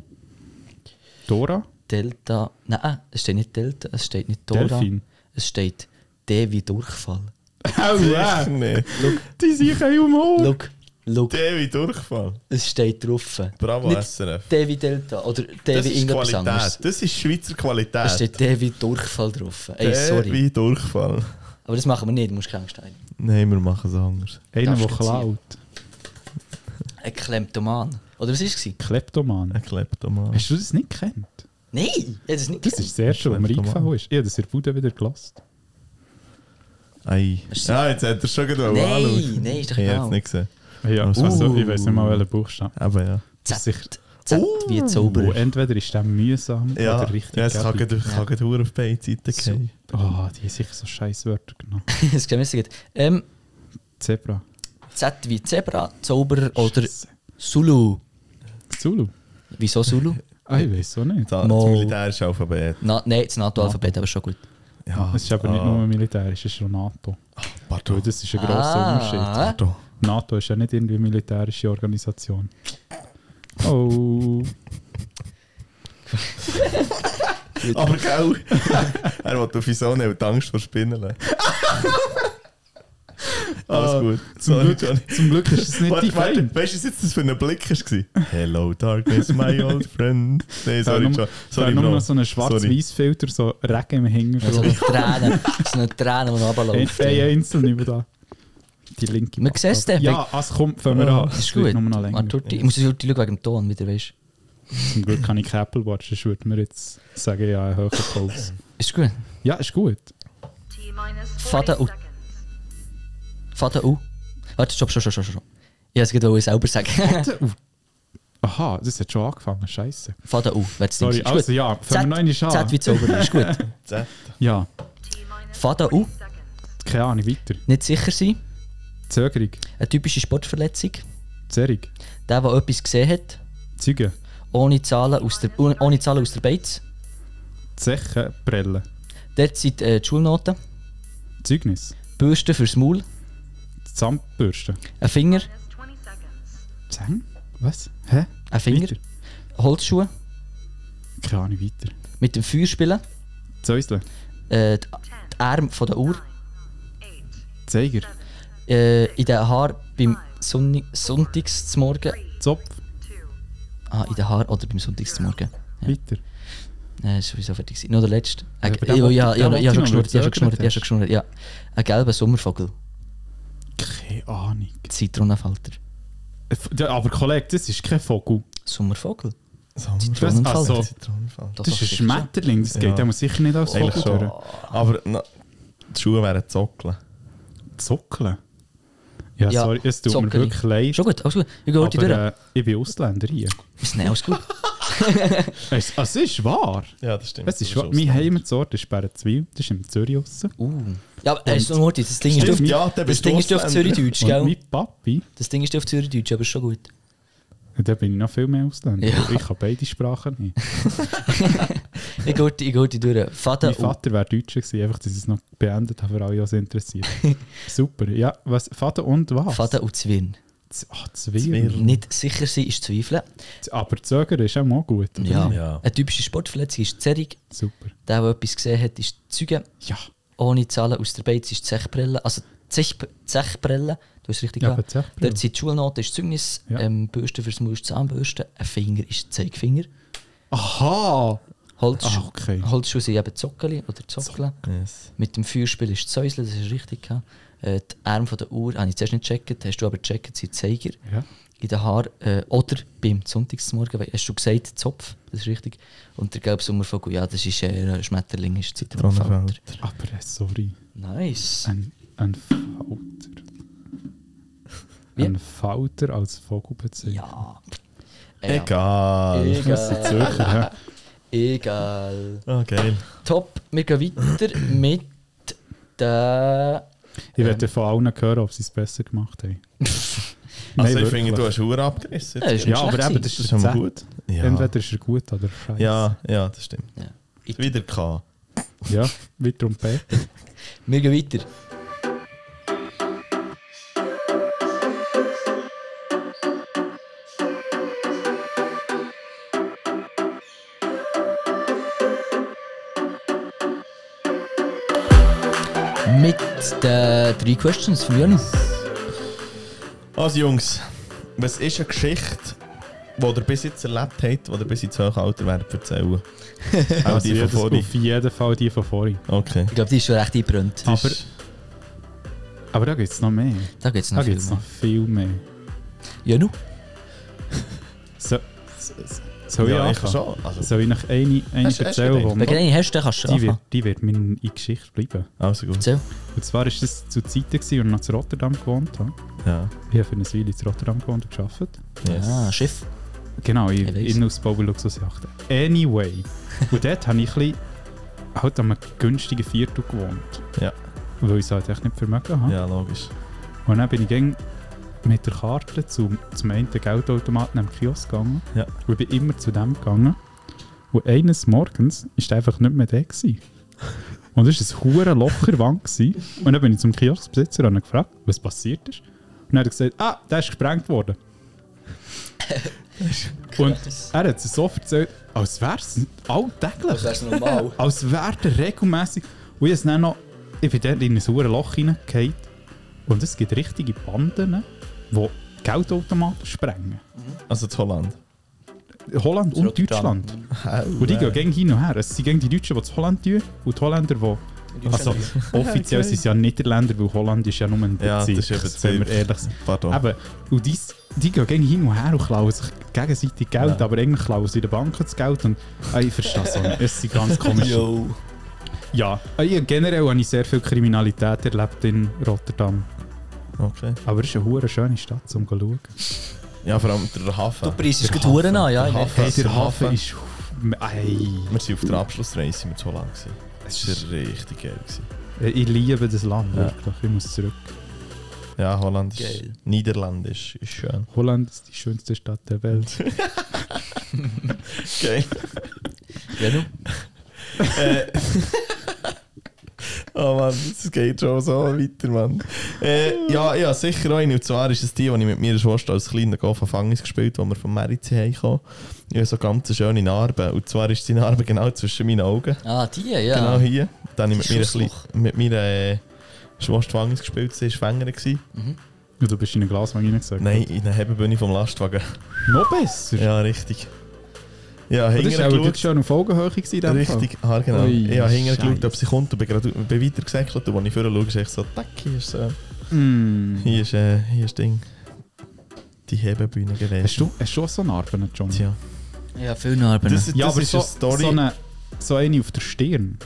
[SPEAKER 2] Dora?
[SPEAKER 1] Delta. Nein, es steht nicht Delta, es steht nicht Dora.
[SPEAKER 2] Delfin.
[SPEAKER 1] Es steht D wie Durchfall.
[SPEAKER 2] Oh,
[SPEAKER 3] Sicher nicht.
[SPEAKER 2] Die sind kein Humor!
[SPEAKER 1] Look, look,
[SPEAKER 3] Davy Durchfall.
[SPEAKER 1] es steht drauf.
[SPEAKER 3] Bravo,
[SPEAKER 1] Nicht
[SPEAKER 3] SRF.
[SPEAKER 1] D wie Delta oder D
[SPEAKER 3] Das
[SPEAKER 1] wie
[SPEAKER 3] ist
[SPEAKER 1] irgendwas
[SPEAKER 3] Qualität.
[SPEAKER 1] anderes.
[SPEAKER 3] Das ist Schweizer
[SPEAKER 1] Es
[SPEAKER 3] Qualität.
[SPEAKER 1] steht D wie Durchfall drauf. Ey, sorry.
[SPEAKER 3] Davy Durchfall.
[SPEAKER 1] Aber das machen wir nicht, du musst keine Angst haben.
[SPEAKER 3] Nein, wir machen es anders.
[SPEAKER 2] Einer,
[SPEAKER 1] Darfst
[SPEAKER 2] der
[SPEAKER 1] nicht ziehen.
[SPEAKER 2] klaut.
[SPEAKER 1] Ein Kleptoman. Oder was war es?
[SPEAKER 2] Kleptoman.
[SPEAKER 3] Ein Kleptoman.
[SPEAKER 2] Hast du das nicht gekannt?
[SPEAKER 1] Nein, ich hab das nicht
[SPEAKER 2] Das ist sehr schön, was mir
[SPEAKER 3] Kleptoman.
[SPEAKER 2] eingefallen ist. Ich habe das in der Bude wieder gelassen.
[SPEAKER 3] Ei.
[SPEAKER 1] Hast du-
[SPEAKER 3] Ah, jetzt hat er schon gerade
[SPEAKER 1] Nein,
[SPEAKER 3] anschauen.
[SPEAKER 1] nein, ist doch
[SPEAKER 3] Ich habe
[SPEAKER 1] genau.
[SPEAKER 3] es nicht gesehen.
[SPEAKER 2] Ja,
[SPEAKER 3] Also-
[SPEAKER 2] also ich
[SPEAKER 3] Uh.
[SPEAKER 2] weiß nicht mal, welchen Buchstaben.
[SPEAKER 3] Aber Ah, ja.
[SPEAKER 1] Z,
[SPEAKER 2] sicher.
[SPEAKER 1] Z, wie Zauberer.
[SPEAKER 2] Oh, entweder ist der mühsam
[SPEAKER 3] Ja,
[SPEAKER 2] oder richtig
[SPEAKER 3] ja es kann
[SPEAKER 2] gäbig.
[SPEAKER 3] gerade ja. auf beide Seiten
[SPEAKER 1] So.
[SPEAKER 3] gehen.
[SPEAKER 2] Oh, die haben sicher so scheiß Wörter genommen.
[SPEAKER 1] das sehen wir jetzt gleich. ähm,
[SPEAKER 2] Zebra.
[SPEAKER 1] Z wie Zebra, Zauberer oder
[SPEAKER 2] Scheisse.
[SPEAKER 1] Zulu.
[SPEAKER 2] Zulu.
[SPEAKER 1] Wieso Zulu?
[SPEAKER 2] Ah, ich weiß auch nicht.
[SPEAKER 3] Da, das
[SPEAKER 1] Mal.
[SPEAKER 3] militärische Alphabet.
[SPEAKER 1] Na, nein, das NATO-Alphabet, aber schon gut.
[SPEAKER 2] Ja, es ist aber nicht
[SPEAKER 3] ah.
[SPEAKER 2] nur militärisch, es ist auch NATO. Weil
[SPEAKER 3] Pardon.
[SPEAKER 2] das ist ein grosser
[SPEAKER 1] Ah.
[SPEAKER 3] Ah.
[SPEAKER 2] Unterschied.
[SPEAKER 3] Pardon.
[SPEAKER 2] NATO ist ja nicht irgendwie eine militärische Organisation. Oh.
[SPEAKER 3] Aber gell, er will auf Isone und hat Angst vor Spinnen. Alles gut.
[SPEAKER 2] Zum,
[SPEAKER 3] Sorry,
[SPEAKER 2] Glück,
[SPEAKER 3] Johnny.
[SPEAKER 2] zum Glück ist es nicht die
[SPEAKER 3] Warte,
[SPEAKER 2] Feinde.
[SPEAKER 3] warte, weißt du, was jetzt das für ein Blick war? Hello, darkness, my old friend.
[SPEAKER 2] Da
[SPEAKER 3] Nein, sorry,
[SPEAKER 2] nur- da
[SPEAKER 3] John. Sorry,
[SPEAKER 2] nur
[SPEAKER 3] Bro.
[SPEAKER 2] noch so einen
[SPEAKER 3] Sorry.
[SPEAKER 2] schwarz-weiß Filter, so Regen im
[SPEAKER 1] So
[SPEAKER 2] Hintergrund.
[SPEAKER 1] eine Träne, so eine Träne, die
[SPEAKER 2] Ein,
[SPEAKER 1] runterläuft.
[SPEAKER 2] ein einzelner, der da die linke
[SPEAKER 1] Man
[SPEAKER 2] Backe
[SPEAKER 1] sieht's
[SPEAKER 2] ab-
[SPEAKER 1] dann.
[SPEAKER 2] Ja, es kommt, fangen wir an.
[SPEAKER 1] Das
[SPEAKER 2] Es
[SPEAKER 1] ist
[SPEAKER 2] wird
[SPEAKER 1] gut. Ah,
[SPEAKER 2] nur noch länger.
[SPEAKER 1] Artuti, ich muss jetzt schauen wegen dem Ton, wieder, weißt du.
[SPEAKER 2] Zum Glück kann ich kein Apple Watch, sonst würde mir jetzt sagen, ja, ich höre Puls.
[SPEAKER 1] Ist gut.
[SPEAKER 2] Ja, ist gut.
[SPEAKER 1] Vater und- Vater U. Warte, stopp, stopp, stopp, stopp. stopp. Ich wollte es gerade selber sagen.
[SPEAKER 2] Uh. Aha, das hat schon angefangen, scheiße.
[SPEAKER 1] Vater U, wenn es
[SPEAKER 2] Sorry, also ja, fangen wir noch
[SPEAKER 1] Z,
[SPEAKER 2] einmal
[SPEAKER 1] Z wie
[SPEAKER 2] an.
[SPEAKER 1] Zauberer, ist gut.
[SPEAKER 3] Z.
[SPEAKER 2] Ja,
[SPEAKER 1] Vater U,
[SPEAKER 2] keine Ahnung, weiter.
[SPEAKER 1] nicht sicher sein.
[SPEAKER 2] Zögerung,
[SPEAKER 1] Eine typische Sportverletzung.
[SPEAKER 2] Zerrung,
[SPEAKER 1] Der, der etwas gesehen hat,
[SPEAKER 2] Züge,
[SPEAKER 1] ohne Zahlen aus der, ohne ohne Zahlen aus der Beiz.
[SPEAKER 2] Zeche, Brille,
[SPEAKER 1] Dort sind äh, die Schulnoten,
[SPEAKER 2] Zeugnis,
[SPEAKER 1] Bürste fürs Maul,
[SPEAKER 2] Zahnbürste,
[SPEAKER 1] ein Finger,
[SPEAKER 2] Zäng? Was? Hä?
[SPEAKER 1] ein Finger,
[SPEAKER 2] Weiter.
[SPEAKER 1] Holzschuhe,
[SPEAKER 2] Keine Ahnung, weiter.
[SPEAKER 1] mit dem Feuer spielen,
[SPEAKER 2] Zäusle,
[SPEAKER 1] äh, die, die Arme von der Uhr,
[SPEAKER 2] Zeiger,
[SPEAKER 1] äh, in den Haar beim Sonnig, Sonntagsmorgen,
[SPEAKER 2] Zopf,
[SPEAKER 1] ah, in den Haar oder beim Sonntagsmorgen. Ja.
[SPEAKER 2] weiter.
[SPEAKER 1] Nein, ist sowieso fertig. gewesen. Nur der letzte. Ein-
[SPEAKER 2] aber
[SPEAKER 1] Ja,
[SPEAKER 2] den
[SPEAKER 1] ja,
[SPEAKER 2] wollte-
[SPEAKER 1] ja,
[SPEAKER 2] den
[SPEAKER 1] ja,
[SPEAKER 2] wollte
[SPEAKER 1] ja,
[SPEAKER 2] ich
[SPEAKER 1] schon
[SPEAKER 2] noch, weil
[SPEAKER 1] geschnurrt,
[SPEAKER 2] du
[SPEAKER 1] ja, schon geschnurrt,
[SPEAKER 2] zögert
[SPEAKER 1] ja, schon geschnurrt, ja. Ein gelber Sommervogel,
[SPEAKER 2] Keine Ahnung. Äh,
[SPEAKER 1] Zitronenfalter.
[SPEAKER 2] Ja, aber Kollege, das ist kein Vogel.
[SPEAKER 1] Sommervogel.
[SPEAKER 3] Sommerfall.
[SPEAKER 2] Das,
[SPEAKER 1] Zitronenfall.
[SPEAKER 2] also,
[SPEAKER 3] Zitronenfall.
[SPEAKER 2] das ist ein
[SPEAKER 1] sicher so.
[SPEAKER 2] Schmetterling, das geht
[SPEAKER 3] Ja.
[SPEAKER 2] aber sicher nicht als Vogel
[SPEAKER 3] Eigentlich schon.
[SPEAKER 2] durch.
[SPEAKER 3] Aber na, die Schuhe wären zockeln.
[SPEAKER 2] Zockeln? Ja,
[SPEAKER 1] Ja,
[SPEAKER 2] sorry, es tut
[SPEAKER 1] Zockerli.
[SPEAKER 2] mir wirklich leid.
[SPEAKER 1] Schon gut, alles gut. Ich gehe die
[SPEAKER 2] aber,
[SPEAKER 1] durch.
[SPEAKER 2] äh, ich bin Ausländer hier.
[SPEAKER 1] Ist nicht alles gut.
[SPEAKER 2] Es, es ist wahr.
[SPEAKER 3] Ja, das stimmt.
[SPEAKER 2] Es ist
[SPEAKER 3] Du
[SPEAKER 2] wahr.
[SPEAKER 3] bist
[SPEAKER 2] Mein
[SPEAKER 3] Ausländer.
[SPEAKER 2] Heimatsort ist Bärenzwil, das ist im Zürich aussen.
[SPEAKER 1] Uh. Ja, aber äh, so, Morty, das Ding ist
[SPEAKER 3] Stimmt,
[SPEAKER 1] auf,
[SPEAKER 2] Ah,
[SPEAKER 3] ja, dann
[SPEAKER 1] das
[SPEAKER 3] bist du
[SPEAKER 1] Ding ist auf
[SPEAKER 3] Ausländer.
[SPEAKER 1] Zürichdeutsch,
[SPEAKER 2] Und
[SPEAKER 1] gell?
[SPEAKER 2] mein Papi,
[SPEAKER 1] Das Ding ist auf Zürichdeutsch, aber ist schon gut.
[SPEAKER 2] da bin ich noch viel mehr Ausländer.
[SPEAKER 1] Ja.
[SPEAKER 2] Ich kann beide Sprachen nicht.
[SPEAKER 1] Ich gehe die, ich gehe die durch. Vater,
[SPEAKER 2] Mein Vater wäre Deutscher gewesen, einfach, dass ich es noch beendet habe, für alle, was interessiert. Super. Ja, was? Vater und
[SPEAKER 1] und,
[SPEAKER 2] was?
[SPEAKER 1] Vater und Zwirn.
[SPEAKER 2] Z- Ah, Zwirn.
[SPEAKER 3] Zwirn.
[SPEAKER 1] Nicht sicher sein ist zweifeln.
[SPEAKER 2] Aber Zögern ist auch mal gut. oder?
[SPEAKER 1] Ja.
[SPEAKER 3] Ja.
[SPEAKER 1] Eine typische Sportverletzung ist die Zerrung.
[SPEAKER 2] Super.
[SPEAKER 1] Der, der etwas gesehen hat, ist die Zeuge.
[SPEAKER 2] Ja.
[SPEAKER 1] Ohne Zahlen aus der Beiz ist die Zechbrille. Also die Zech- Zechbrille, du hast richtig
[SPEAKER 2] Ja,
[SPEAKER 1] gesagt.
[SPEAKER 2] aber die Zechbrille.
[SPEAKER 1] Dort sind die Schulnoten, ist die Zeugnis.
[SPEAKER 2] Ja.
[SPEAKER 1] Ähm, Bürste fürs Maus, Zahnbürste. Ein Finger ist der Zeigefinger.
[SPEAKER 2] Aha!
[SPEAKER 1] Holzschuh,
[SPEAKER 2] Ah, okay.
[SPEAKER 1] Holzschuhe sind eben Zockeli oder Zockeln.
[SPEAKER 3] Yes.
[SPEAKER 1] Mit dem Feuerspiel ist Säusle, das ist richtig. gehabt. Äh, die Arme von der Uhr habe ich zuerst nicht gecheckt, hast du aber gecheckt, sind Zeiger.
[SPEAKER 2] Ja.
[SPEAKER 1] In den Haaren äh, oder beim Sonntagsmorgen, weil- hast du gesagt, Zopf, das ist richtig. Und der gelbe Sommervogel, ja, das ist eher ein Schmetterling, ist Zitronenfalter.
[SPEAKER 3] Zitronenfalter.
[SPEAKER 2] Aber äh, sorry.
[SPEAKER 1] Nice.
[SPEAKER 2] Ein, ein Falter.
[SPEAKER 1] Wie?
[SPEAKER 2] Ein Falter als Vogel bezeichnet.
[SPEAKER 1] Ja. Äh,
[SPEAKER 3] Egal.
[SPEAKER 1] Egal.
[SPEAKER 2] Zürcher,
[SPEAKER 1] Egal.
[SPEAKER 3] Ah, geil.
[SPEAKER 1] Top, wir gehen weiter mit der.
[SPEAKER 2] Ich werde von allen hören, ob sie es besser gemacht haben. Nein,
[SPEAKER 3] Also, ich
[SPEAKER 2] wirklich.
[SPEAKER 3] finde, du hast Uhr abgerissen.
[SPEAKER 1] Ja, ist-
[SPEAKER 2] Ja,
[SPEAKER 1] Schlecht
[SPEAKER 2] aber eben,
[SPEAKER 1] sein.
[SPEAKER 2] das
[SPEAKER 3] Das
[SPEAKER 2] ist
[SPEAKER 3] ist
[SPEAKER 2] der
[SPEAKER 3] aber
[SPEAKER 2] gut.
[SPEAKER 3] gut. Ja.
[SPEAKER 2] Entweder ist er gut oder scheiße.
[SPEAKER 3] Ja, ja, das stimmt.
[SPEAKER 1] Ja.
[SPEAKER 3] Wieder K.
[SPEAKER 2] Ja, wie die Trompete.
[SPEAKER 1] Wir gehen weiter. Mit den drei Questions von Janu.
[SPEAKER 3] Also Jungs, was ist eine Geschichte, die ihr bis jetzt erlebt habt, die ihr bis ins Hochalter werdet erzählen? Auch die von
[SPEAKER 2] jedes-
[SPEAKER 3] vorhin.
[SPEAKER 2] Auf jeden Fall die von vorhin.
[SPEAKER 3] Okay.
[SPEAKER 1] Ich glaube, die ist schon recht eingebrannt.
[SPEAKER 3] Das ist-
[SPEAKER 2] Aber da gibt es noch mehr.
[SPEAKER 1] Da geht es noch
[SPEAKER 2] Da
[SPEAKER 1] viel
[SPEAKER 2] gibt es noch
[SPEAKER 1] mehr.
[SPEAKER 2] viel mehr.
[SPEAKER 1] Janu?
[SPEAKER 2] So, so, so- soll
[SPEAKER 3] ja,
[SPEAKER 2] ich
[SPEAKER 3] ich
[SPEAKER 2] anfangen?
[SPEAKER 3] schon. Also,
[SPEAKER 2] Soll ich noch eine, eine
[SPEAKER 3] Hast- hast du
[SPEAKER 2] erzählen?
[SPEAKER 3] gedacht?
[SPEAKER 2] die
[SPEAKER 1] Wenn du
[SPEAKER 2] mir-
[SPEAKER 1] eine hast, dann kannst du
[SPEAKER 2] die, wird,
[SPEAKER 1] anfangen.
[SPEAKER 2] die wird mir in in Geschichte bleiben.
[SPEAKER 3] also gut.
[SPEAKER 1] Erzähl.
[SPEAKER 2] Und zwar war das zu Zeiten, gewesen, als ich noch zu Rotterdam gewohnt habe.
[SPEAKER 3] Ja.
[SPEAKER 2] Ich habe für eine Weile zu Rotterdam gewohnt und gearbeitet.
[SPEAKER 3] Yes.
[SPEAKER 1] Ah, Schiff.
[SPEAKER 2] Genau,
[SPEAKER 1] Ich
[SPEAKER 2] in
[SPEAKER 1] weiss.
[SPEAKER 2] Innenausbau bei Luxusjachten. Anyway. und dort habe ich ein bisschen halt an einem günstigen Viertel gewohnt.
[SPEAKER 3] Ja.
[SPEAKER 2] Weil ich es halt echt nicht vermögen habe.
[SPEAKER 3] Ja, logisch.
[SPEAKER 2] Und dann bin ich gäng mit der Karte zum, zum einen Geldautomaten am Kiosk gegangen.
[SPEAKER 3] Ja.
[SPEAKER 2] Und ich bin immer zu dem gegangen. Und eines Morgens war der einfach nicht mehr da. Gewesen. Und es war ein hure locher Wand. Gewesen. Und dann bin ich zum Kioskbesitzer und habe ihn gefragt, was passiert ist. Und dann hat er gesagt, ah, der ist gesprengt worden. und er hat es so erzählt, als wäre es alltäglich.
[SPEAKER 1] Das ist normal.
[SPEAKER 2] Als wäre der regelmässig. Und ich, hab's dann noch, ich bin dort in ein sauren Loch reingehauen. Und es gibt richtige Banden, ne, die Geldautomaten sprengen.
[SPEAKER 3] Also zu Holland.
[SPEAKER 2] Holland und
[SPEAKER 1] Rotterdam.
[SPEAKER 2] Deutschland. Und die gehen gegen hin und her. Es sind gegen die Deutschen, die zu Holland tun, und die Holländer, die. Also, offiziell sind es ja Niederländer, weil Holland ist ja nur ein
[SPEAKER 3] Ja, das
[SPEAKER 2] Bezirk.
[SPEAKER 3] ist ein
[SPEAKER 2] wenn wir
[SPEAKER 3] Bezirk.
[SPEAKER 2] ehrlich sind.
[SPEAKER 3] Pardon.
[SPEAKER 2] Eben, und die, die gehen gegen hin und her und klauen sich gegenseitig Geld,
[SPEAKER 3] Ja.
[SPEAKER 2] aber eigentlich klauen sie den Banken das Geld. Und, Ah, ich verstehe es auch nicht. Es sind ganz komische
[SPEAKER 1] Yo.
[SPEAKER 2] Ja, Ah, ich, generell habe ich sehr viel Kriminalität erlebt in Rotterdam.
[SPEAKER 3] Okay.
[SPEAKER 2] Aber es ist eine hure schöne Stadt, um zu schauen.
[SPEAKER 3] Ja, vor allem der Hafen.
[SPEAKER 1] Du preist es gut Huren an, ja. ich
[SPEAKER 3] Der
[SPEAKER 1] weiß.
[SPEAKER 3] Hafen.
[SPEAKER 2] Hey, der
[SPEAKER 3] der
[SPEAKER 2] Hafen
[SPEAKER 3] Hafen.
[SPEAKER 2] ist... Ei,
[SPEAKER 3] Wir sind auf der Abschlussreise sind wir zu Holland. gewesen. Das war richtig geil. Gewesen.
[SPEAKER 2] ich liebe das Land,
[SPEAKER 3] Ja.
[SPEAKER 2] wirklich. Ich muss zurück.
[SPEAKER 3] Ja, Holland ist...
[SPEAKER 1] Geil.
[SPEAKER 3] Niederlandisch ist schön.
[SPEAKER 2] Holland ist die schönste Stadt der Welt.
[SPEAKER 3] Geil.
[SPEAKER 1] Janu?
[SPEAKER 3] Äh, oh Mann, es geht schon so weiter, Mann. Äh, ja, ja, sicher auch eine. Und zwar ist es die, die ich mit meiner Schwester als Kleiner auf Fangis gespielt habe, als wir von Meritz heimkamen. Ich habe so ganz schöne Narben. Und zwar ist die Narbe genau zwischen meinen Augen.
[SPEAKER 1] Ah, die, ja.
[SPEAKER 3] Genau hier. Dann habe ich
[SPEAKER 1] Das
[SPEAKER 3] mit meiner,
[SPEAKER 1] ist
[SPEAKER 3] Kle- mit meiner äh, Schwester Fangis gespielt. Sie war schwanger. gewesen.
[SPEAKER 2] Und du bist in eine Glaswange reingesagt.
[SPEAKER 3] Nein, in der Hebebühne vom Lastwagen.
[SPEAKER 2] Noch besser?
[SPEAKER 3] Ja, richtig. Ja,
[SPEAKER 2] das ist auch
[SPEAKER 3] hinterher
[SPEAKER 2] wirklich schon auf Augenhöhe gewesen. in dem
[SPEAKER 3] Richtig, ah, genau.
[SPEAKER 2] Ui,
[SPEAKER 3] ich habe hinterher geschaut,
[SPEAKER 2] Scheiße.
[SPEAKER 3] ob sie kommt und bin, gerade, bin weiter gesäckelt. Und als ich vorher schaue, ist echt so, tack, hier ist, äh,
[SPEAKER 2] Fall. Mm.
[SPEAKER 3] hier ist, äh, hier ist Ding. die Hebebühne geredet.
[SPEAKER 2] Hast du, hast du auch so Narben, John?
[SPEAKER 3] Tja.
[SPEAKER 1] Ja, viele Narben.
[SPEAKER 3] Das, das
[SPEAKER 2] Ja, aber
[SPEAKER 3] ist
[SPEAKER 2] so,
[SPEAKER 3] eine Story.
[SPEAKER 2] So, eine, so eine auf der Stirn.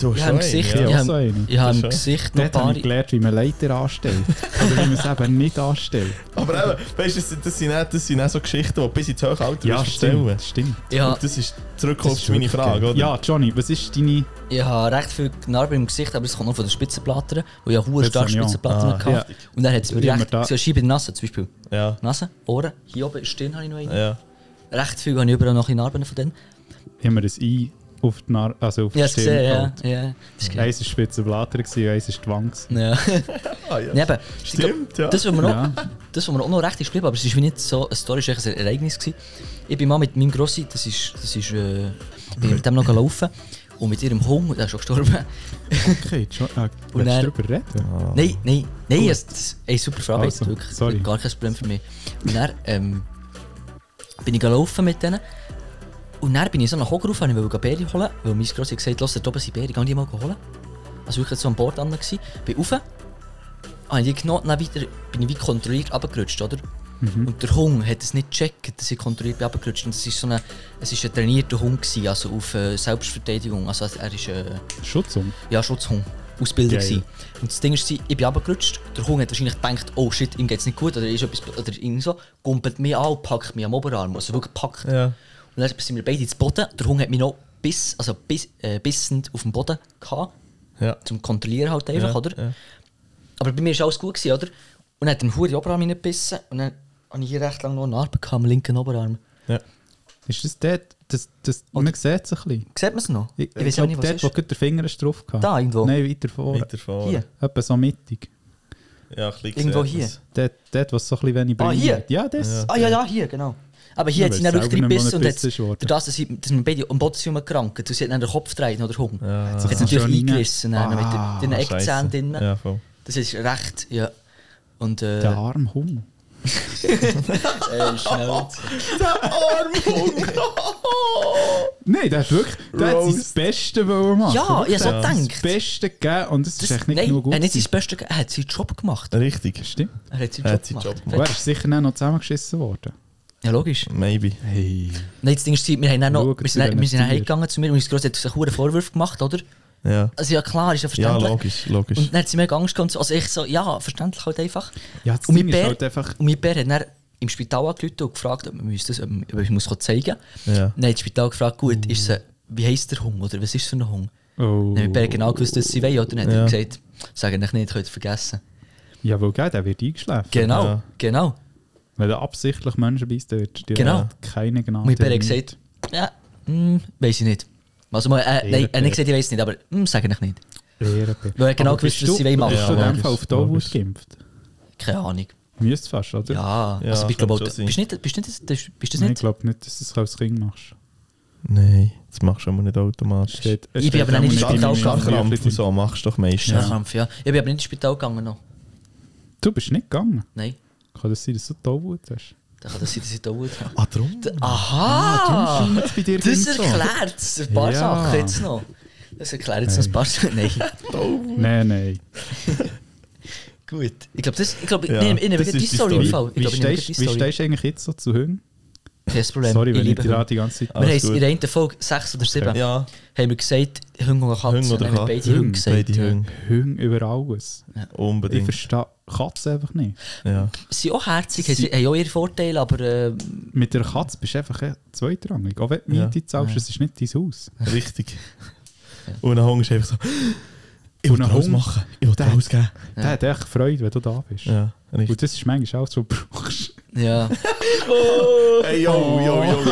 [SPEAKER 3] Du hast
[SPEAKER 1] Ja,
[SPEAKER 3] schon
[SPEAKER 1] im
[SPEAKER 3] eine,
[SPEAKER 1] Gesicht,
[SPEAKER 2] Ja,
[SPEAKER 1] Ja,
[SPEAKER 3] Ja.
[SPEAKER 2] auch so eine.
[SPEAKER 1] Ich habe im
[SPEAKER 3] Das
[SPEAKER 1] Gesicht noch ein
[SPEAKER 2] Dort
[SPEAKER 1] paar...
[SPEAKER 2] habe ich gelernt, wie man Leiter anstellt. Oder wie man es eben nicht anstellt.
[SPEAKER 3] Aber eben, weißt du, das- das sind, auch- das sind auch so Geschichten, die bis ins hohe Alter
[SPEAKER 2] stimmt.
[SPEAKER 3] erzählen.
[SPEAKER 2] stimmt.
[SPEAKER 1] Ja,
[SPEAKER 3] Und das ist zurückgekommen
[SPEAKER 2] Das ist
[SPEAKER 3] auf meine
[SPEAKER 2] wirklich
[SPEAKER 3] Frage,
[SPEAKER 2] geil.
[SPEAKER 3] oder?
[SPEAKER 2] Ja, Johnny, was ist deine...
[SPEAKER 1] ich habe recht viel Narben im Gesicht, aber das kommt noch von den Spitzenplatten, wo ich auch hohe
[SPEAKER 2] Jetzt
[SPEAKER 1] starke
[SPEAKER 2] habe ich auch.
[SPEAKER 1] Spitzenplatten
[SPEAKER 3] Ah,
[SPEAKER 1] hatte. Und dann hat es
[SPEAKER 2] Immer
[SPEAKER 1] mir recht...
[SPEAKER 2] da.
[SPEAKER 1] So eine Scheibe in der Nase zum Beispiel.
[SPEAKER 3] Ja.
[SPEAKER 1] Nase, Ohren, hier oben, Stirn habe ich noch eine.
[SPEAKER 3] ja.
[SPEAKER 1] Recht viel habe ich überall noch in Narben von denen.
[SPEAKER 2] Immer ein Ei auf die, Nar also auf
[SPEAKER 1] Ja,
[SPEAKER 2] die
[SPEAKER 1] hast du gesehen, ja.
[SPEAKER 2] Stirn.
[SPEAKER 1] ja. Das ist
[SPEAKER 2] Ja.
[SPEAKER 1] geil.
[SPEAKER 2] Eins war Spitzenblatter, gewesen, eins war die Wangs.
[SPEAKER 1] Ja.
[SPEAKER 3] Ah, ja.
[SPEAKER 1] Nee, eben, ich glaub,
[SPEAKER 3] Stimmt, ja.
[SPEAKER 1] Das, was mir,
[SPEAKER 2] Ja.
[SPEAKER 1] auch, das, was mir auch noch recht ist geblieben, aber es ist wie nicht so eine Story, es war eigentlich ein Ereignis. Gewesen. Ich bin mal mit meinem Grossi, das ist, das ist, äh, bin mit dem noch gelaufen und mit ihrem Hund, der ist schon gestorben.
[SPEAKER 2] Okay, John, äh,
[SPEAKER 1] Und
[SPEAKER 2] willst
[SPEAKER 1] dann-
[SPEAKER 2] du darüber reden?
[SPEAKER 1] Nein, nein, nein, es, das ist eine super Frage,
[SPEAKER 2] Also,
[SPEAKER 1] wirklich
[SPEAKER 2] sorry.
[SPEAKER 1] gar kein Problem für mich. Und dann ähm, bin ich gelaufen mit denen und dann bin ich so nach oben rauf, weil ich wollte Beeren holen, weil mein Grossi hat gesagt hat, da oben sind Beeren, geh die mal holen. Also ich war so an Bord dran, gewesen, bin rauf, habe Ah, die genommen, dann weiter, bin ich wie kontrolliert runtergerutscht, oder? Und der Hund hat es nicht gecheckt, dass ich kontrolliert bin runtergerutscht. Und es war so eine- es ist ein trainierter Hund, gewesen, also auf äh, Selbstverteidigung, also er ist... Äh,
[SPEAKER 2] Schutzum.
[SPEAKER 1] ja, Schutzhund ausbilden
[SPEAKER 2] Ja, ja.
[SPEAKER 1] ja, Und das Ding ist, ich bin runtergerutscht, der Hund hat wahrscheinlich gedacht, oh shit, ihm geht's nicht gut, oder ist etwas, oder irgendwie so, kumpelt mich an und packt mich am Oberarm, also wirklich packt.
[SPEAKER 3] Ja.
[SPEAKER 1] Und dann sind wir beide ins Boden, der Hund hat mich noch biss, also biss, äh, bissend auf dem Boden gehabt,
[SPEAKER 3] Ja.
[SPEAKER 1] zum Kontrollieren halt einfach,
[SPEAKER 3] ja.
[SPEAKER 1] oder?
[SPEAKER 3] Ja.
[SPEAKER 1] Aber bei mir war alles gut, gewesen, oder? Und dann hat der Hund in den Oberarm hineingebissen und dann habe ich hier recht lange noch eine Narbe gehabt, am linken Oberarm.
[SPEAKER 3] Ja.
[SPEAKER 2] Ist das dort? Das, das, man sieht es ein bisschen.
[SPEAKER 1] Sieht man es noch? Ich,
[SPEAKER 2] glaub,
[SPEAKER 1] weiß auch nicht, was
[SPEAKER 2] dort,
[SPEAKER 1] ist.
[SPEAKER 2] wo gerade der Finger ist drauf gehabt.
[SPEAKER 1] Da irgendwo?
[SPEAKER 2] Nein, weiter vorne.
[SPEAKER 3] Weiter vorne.
[SPEAKER 1] Hier.
[SPEAKER 2] Etwa so mittig.
[SPEAKER 3] Ja, ein bisschen
[SPEAKER 1] Irgendwo
[SPEAKER 3] sieht
[SPEAKER 1] hier.
[SPEAKER 3] man's.
[SPEAKER 2] Dort, dort was so ein bisschen wenig
[SPEAKER 1] Ah, hier?
[SPEAKER 2] hat. Ja, das.
[SPEAKER 1] Ah ja, ja, hier, genau. Aber hier
[SPEAKER 2] Ja,
[SPEAKER 1] hat sie
[SPEAKER 2] weil
[SPEAKER 1] dann wirklich
[SPEAKER 2] es selber
[SPEAKER 1] drei
[SPEAKER 2] nicht mal
[SPEAKER 1] Bisse und
[SPEAKER 2] eine
[SPEAKER 1] jetzt,
[SPEAKER 2] Bisse ist worden.
[SPEAKER 1] durch das, dass, sie, dass wir beide am Boden sind rumgerankt, und sie hat dann den Kopf gedreht, oder Hunger. Ja, hat sie
[SPEAKER 2] Ah,
[SPEAKER 1] natürlich
[SPEAKER 2] schön rein.
[SPEAKER 1] eingerissen, dann
[SPEAKER 2] Ah,
[SPEAKER 1] mit den- den
[SPEAKER 3] Ah,
[SPEAKER 1] Eckzähnen
[SPEAKER 3] scheisse.
[SPEAKER 1] drin.
[SPEAKER 3] Ja, voll.
[SPEAKER 1] Das ist recht, ja. Und äh,
[SPEAKER 2] Der arme Hund.
[SPEAKER 1] äh, schnell.
[SPEAKER 2] Nein, der hat wirklich der hat sein
[SPEAKER 3] Roast.
[SPEAKER 2] Bestes wollen machen.
[SPEAKER 1] Ja, Dus ich
[SPEAKER 2] Wirklich,
[SPEAKER 1] hab so
[SPEAKER 2] der hat
[SPEAKER 1] gedacht.
[SPEAKER 2] Das Beste gegeben und es ist
[SPEAKER 1] Das,
[SPEAKER 2] echt nicht
[SPEAKER 1] nein,
[SPEAKER 2] genug gut.
[SPEAKER 1] er hat nicht
[SPEAKER 2] gewesen.
[SPEAKER 1] sein Bestes gegeben, er hat seinen Job gemacht.
[SPEAKER 3] Richtig.
[SPEAKER 2] Stimmt.
[SPEAKER 1] Er hat seinen
[SPEAKER 3] Er
[SPEAKER 1] Job,
[SPEAKER 3] hat seinen
[SPEAKER 1] gemacht.
[SPEAKER 3] Job
[SPEAKER 2] Und er ist sicher dann noch zusammengeschissen worden.
[SPEAKER 1] Ja, logisch.
[SPEAKER 3] Maybe.
[SPEAKER 2] Hey.
[SPEAKER 1] Nein, das Ding ist, wir, haben dann noch,
[SPEAKER 2] Schaut
[SPEAKER 1] wir sind,
[SPEAKER 2] zu
[SPEAKER 1] dann- wir
[SPEAKER 2] diesen
[SPEAKER 1] sind dann
[SPEAKER 2] Tieren.
[SPEAKER 1] heimgegangen zu mir und mein Gross hat sich einen Vorwurf gemacht, oder?
[SPEAKER 3] Ja.
[SPEAKER 1] Also ja, klar, ist ja
[SPEAKER 3] Ja,
[SPEAKER 1] verständlich.
[SPEAKER 3] logisch, logisch.
[SPEAKER 1] Und dann hat sie mega Angst gehabt. und so. Also ich so, ja, verständlich halt einfach.
[SPEAKER 2] Ja, das
[SPEAKER 1] und
[SPEAKER 2] Ding
[SPEAKER 1] mein
[SPEAKER 2] ist
[SPEAKER 1] Bär,
[SPEAKER 2] halt einfach...
[SPEAKER 1] und mein Bär hat dann im Spital angerufen und gefragt, ob man uns das ob man- ob ich muss das zeigen kann.
[SPEAKER 3] Ja.
[SPEAKER 1] Dann hat das Spital gefragt, gut, ist es, ein- wie heisst der Hund oder was ist es für ein Hund?
[SPEAKER 2] Oh.
[SPEAKER 1] Dann hat mein Bär genau gewusst, dass sie wollen, oder? Dann hat
[SPEAKER 3] Ja.
[SPEAKER 1] er gesagt, sag euch nicht, könnt ihr vergessen.
[SPEAKER 2] Ja, weil gell, der wird eingeschläfert.
[SPEAKER 1] Genau,
[SPEAKER 3] Ja.
[SPEAKER 1] genau.
[SPEAKER 2] Wenn er absichtlich Menschen beißt, dann wird dir
[SPEAKER 1] Genau.
[SPEAKER 2] keine Gnade.
[SPEAKER 1] Und mein Bär hat
[SPEAKER 2] mehr.
[SPEAKER 1] gesagt, ja, hm, weiss ich nicht. Also, mal, äh, nein, er hat
[SPEAKER 2] Bär.
[SPEAKER 1] nicht gesagt, ich weiss nicht, aber hm, sag euch nicht.
[SPEAKER 2] Ehrenbär.
[SPEAKER 1] Weil er genau
[SPEAKER 2] Aber bist
[SPEAKER 1] gewusst, was
[SPEAKER 2] du-
[SPEAKER 1] sie machen
[SPEAKER 2] Bist du
[SPEAKER 3] wollen.
[SPEAKER 2] in
[SPEAKER 3] Ja,
[SPEAKER 2] dem Fall auf
[SPEAKER 3] logisch,
[SPEAKER 2] die Overwatch
[SPEAKER 3] logisch.
[SPEAKER 2] geimpft?
[SPEAKER 1] Keine Ahnung.
[SPEAKER 2] Müsst fast, oder?
[SPEAKER 1] Ja, also
[SPEAKER 3] Ja,
[SPEAKER 1] ich
[SPEAKER 3] könnte
[SPEAKER 1] glaube,
[SPEAKER 3] schon
[SPEAKER 1] bist du
[SPEAKER 3] sein.
[SPEAKER 1] nicht, bist du nicht, bist, bist das
[SPEAKER 2] Nein, ich
[SPEAKER 1] nicht?
[SPEAKER 2] glaube nicht, dass du es als Kind machst.
[SPEAKER 3] Nein, das machst du aber nicht automatisch.
[SPEAKER 2] Steht-
[SPEAKER 1] Ich
[SPEAKER 2] steht
[SPEAKER 1] bin aber noch nicht
[SPEAKER 2] auch
[SPEAKER 1] im
[SPEAKER 2] in
[SPEAKER 1] Spital
[SPEAKER 2] meinem Büchlein.
[SPEAKER 3] Stachelkrampf und so machst du doch meistens.
[SPEAKER 1] Ja. Krampf, ja. Ich bin aber nicht ins Spital gegangen noch.
[SPEAKER 2] Du bist nicht gegangen.
[SPEAKER 1] Nein,
[SPEAKER 2] Kann das sein, dass du Tollwut hast?
[SPEAKER 1] dann kann das sein, dass ich da gut habe.
[SPEAKER 3] Ah, drum?
[SPEAKER 1] Aha!
[SPEAKER 2] Scheint es bei dir
[SPEAKER 1] das
[SPEAKER 2] so?
[SPEAKER 1] erklärt ein paar
[SPEAKER 2] Ja.
[SPEAKER 1] Sachen jetzt noch. Das erklärt jetzt noch ein paar Sachen. Nein,
[SPEAKER 2] Nein, nein.
[SPEAKER 1] gut. Ich glaube, das, ich glaube,
[SPEAKER 3] Ja,
[SPEAKER 1] nein, ich nehme
[SPEAKER 3] das
[SPEAKER 1] gerade
[SPEAKER 3] ist
[SPEAKER 1] die
[SPEAKER 3] die
[SPEAKER 1] Story im
[SPEAKER 3] Story.
[SPEAKER 1] Fall. Ich
[SPEAKER 2] Wie
[SPEAKER 1] glaube, ich nehme gerade
[SPEAKER 2] stehst
[SPEAKER 1] die
[SPEAKER 2] wie
[SPEAKER 1] Story.
[SPEAKER 2] stehst du eigentlich jetzt so zu Hunden?
[SPEAKER 1] Kein Problem.
[SPEAKER 2] Sorry,
[SPEAKER 1] ich
[SPEAKER 2] wenn ich
[SPEAKER 1] liebe
[SPEAKER 2] dir da
[SPEAKER 1] Hunde.
[SPEAKER 2] die ganze Zeit...
[SPEAKER 1] Wir haben
[SPEAKER 3] Alles
[SPEAKER 1] es in
[SPEAKER 3] gut.
[SPEAKER 1] der einen Folge 6 oder 7
[SPEAKER 3] Ja,
[SPEAKER 1] haben wir gesagt, Hunde und Katzen.
[SPEAKER 3] Hunde oder
[SPEAKER 1] Dann haben wir beide
[SPEAKER 3] Katzen.
[SPEAKER 1] Hunde
[SPEAKER 2] Hunde,
[SPEAKER 1] gesagt.
[SPEAKER 3] beide
[SPEAKER 1] ja.
[SPEAKER 3] Hunde.
[SPEAKER 2] Hunde über alles. Ich
[SPEAKER 3] Unbedingt.
[SPEAKER 2] verstehe Katzen einfach nicht.
[SPEAKER 3] Ja.
[SPEAKER 1] Sie sind auch herzig,
[SPEAKER 2] Sie-
[SPEAKER 1] sie haben auch ihre Vorteile, aber äh,
[SPEAKER 2] Mit der Katze bist du einfach eh zweitrangig. Auch wenn du
[SPEAKER 3] Ja.
[SPEAKER 2] Miete zahlst, es ist nicht dein Haus.
[SPEAKER 3] Richtig. Und ein Hunger ist einfach so, ich will
[SPEAKER 2] Und ein
[SPEAKER 3] daraus
[SPEAKER 2] Hunger-
[SPEAKER 3] machen, ich will
[SPEAKER 2] Der-
[SPEAKER 3] daraus geben.
[SPEAKER 2] Der hat echt Freude, wenn du da bist.
[SPEAKER 3] Ja, richtig.
[SPEAKER 2] Und das ist manchmal alles, was du brauchst.
[SPEAKER 1] ja.
[SPEAKER 3] Hey, yo, yo,
[SPEAKER 2] Oh.
[SPEAKER 3] Jungs,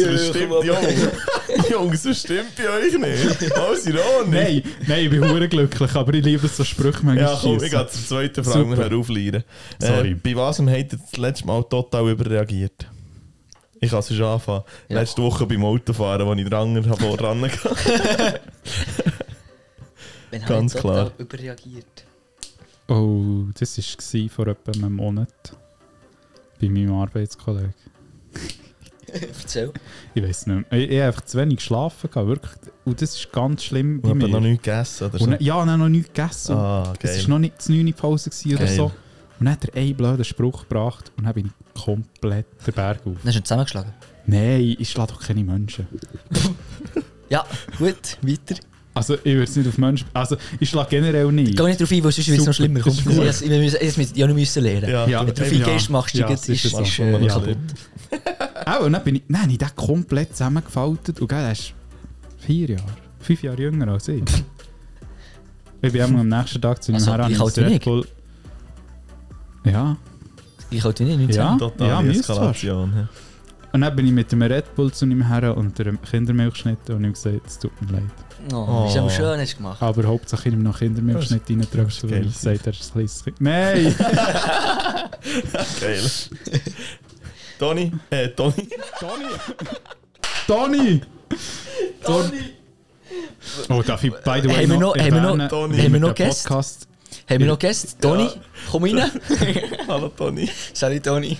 [SPEAKER 3] Jungs, das stimmt,
[SPEAKER 1] komm
[SPEAKER 3] Jungs. Jungs, das stimmt bei euch nicht. Alles ironisch.
[SPEAKER 2] nein, nein, ich bin hure glücklich, aber ich liebe so Sprüche manchmal.
[SPEAKER 3] Ja, komm, ich
[SPEAKER 2] schiessen.
[SPEAKER 3] gehe zur zweiten Frage, wir
[SPEAKER 2] Super.
[SPEAKER 3] hören auf leiden.
[SPEAKER 2] Sorry.
[SPEAKER 3] Äh, bei was habt ihr das letzte Mal total überreagiert? Ich kann es schon anfangen.
[SPEAKER 1] Ja.
[SPEAKER 3] Letzte ah. Woche beim Autofahren, als ich dran habe, ran
[SPEAKER 1] Wenn habe
[SPEAKER 3] Ganz
[SPEAKER 1] ich total
[SPEAKER 3] klar.
[SPEAKER 1] überreagiert.
[SPEAKER 2] Oh, das war vor etwa einem Monat. Bei meinem Arbeitskollegen.
[SPEAKER 1] Erzähl.
[SPEAKER 2] Ich weiß nicht mehr. Ich, ich habe einfach zu wenig geschlafen, gehabt, wirklich. Und das ist ganz schlimm
[SPEAKER 3] Ich
[SPEAKER 2] bei
[SPEAKER 3] habe
[SPEAKER 2] mir.
[SPEAKER 3] noch nichts gegessen oder
[SPEAKER 2] und
[SPEAKER 3] so.
[SPEAKER 2] dann, ja, dann noch nichts gegessen.
[SPEAKER 3] Ah,
[SPEAKER 2] Es
[SPEAKER 3] geil.
[SPEAKER 2] war noch nicht die 9 Uhr Pause gewesen oder
[SPEAKER 3] Geil.
[SPEAKER 2] so. Und dann hat er einen blöden Spruch gebracht und dann bin ich komplett den Berg auf.
[SPEAKER 1] Dann ist er zusammengeschlagen.
[SPEAKER 2] Nein, ich schlage doch keine Menschen.
[SPEAKER 1] Ja, gut, weiter.
[SPEAKER 2] Also ich würde es nicht auf Menschen... Also ich schlage generell nicht.
[SPEAKER 1] Geh nicht drauf ein, weil sonst wird es noch
[SPEAKER 2] Super,
[SPEAKER 1] schlimmer.
[SPEAKER 2] das
[SPEAKER 1] Kommt,
[SPEAKER 2] ist
[SPEAKER 1] ich
[SPEAKER 2] gut.
[SPEAKER 1] müssen- ich müssen- ich müssen- ja, noch müssen lernen.
[SPEAKER 3] Ja.
[SPEAKER 1] Wenn du drauf eingehst, machst du
[SPEAKER 2] ja,
[SPEAKER 1] ja,
[SPEAKER 2] es
[SPEAKER 1] ist, ist,
[SPEAKER 2] so.
[SPEAKER 1] ist äh,
[SPEAKER 2] Ja.
[SPEAKER 1] kaputt.
[SPEAKER 2] Auch, und dann bin ich, dann habe ich den komplett zusammengefaltet. Und gell, er ist vier Jahre, fünf Jahre jünger als ich. ich bin einmal am nächsten Tag zu ihm
[SPEAKER 1] Also,
[SPEAKER 2] heran.
[SPEAKER 1] ich halt
[SPEAKER 2] Red
[SPEAKER 1] nicht.
[SPEAKER 2] Bull- Ja,
[SPEAKER 1] Ich halte ihn nicht.
[SPEAKER 2] ja,
[SPEAKER 3] Totale
[SPEAKER 2] ja, müsst fast.
[SPEAKER 3] Eskalation.
[SPEAKER 2] Und dann bin ich mit dem Red Bull zu ihm heran und einem Kindermilchschnitt und ihm gesagt, es tut mir leid.
[SPEAKER 1] Oh, Ist aber
[SPEAKER 3] Oh.
[SPEAKER 1] schön, hast du gemacht.
[SPEAKER 2] Aber hauptsächlich ihm noch Kindermilchschnitt reindrückst,
[SPEAKER 3] das ist
[SPEAKER 2] weil
[SPEAKER 3] geil.
[SPEAKER 2] ich sagt, er ist ein kleines Kind. Nein!
[SPEAKER 3] Geil. Toni, äh, Toni.
[SPEAKER 2] Toni! Toni! Toni! Oh, darf ich, by the way,
[SPEAKER 1] Haben wir noch- haben wir noch-
[SPEAKER 2] erwähnen,
[SPEAKER 3] haben
[SPEAKER 2] wie
[SPEAKER 3] wir
[SPEAKER 2] mit
[SPEAKER 1] noch
[SPEAKER 2] dem
[SPEAKER 1] Gäste?
[SPEAKER 2] Podcast
[SPEAKER 1] Haben wir noch Gäste? Toni, komm rein.
[SPEAKER 3] Hallo Toni.
[SPEAKER 1] Salut, Toni.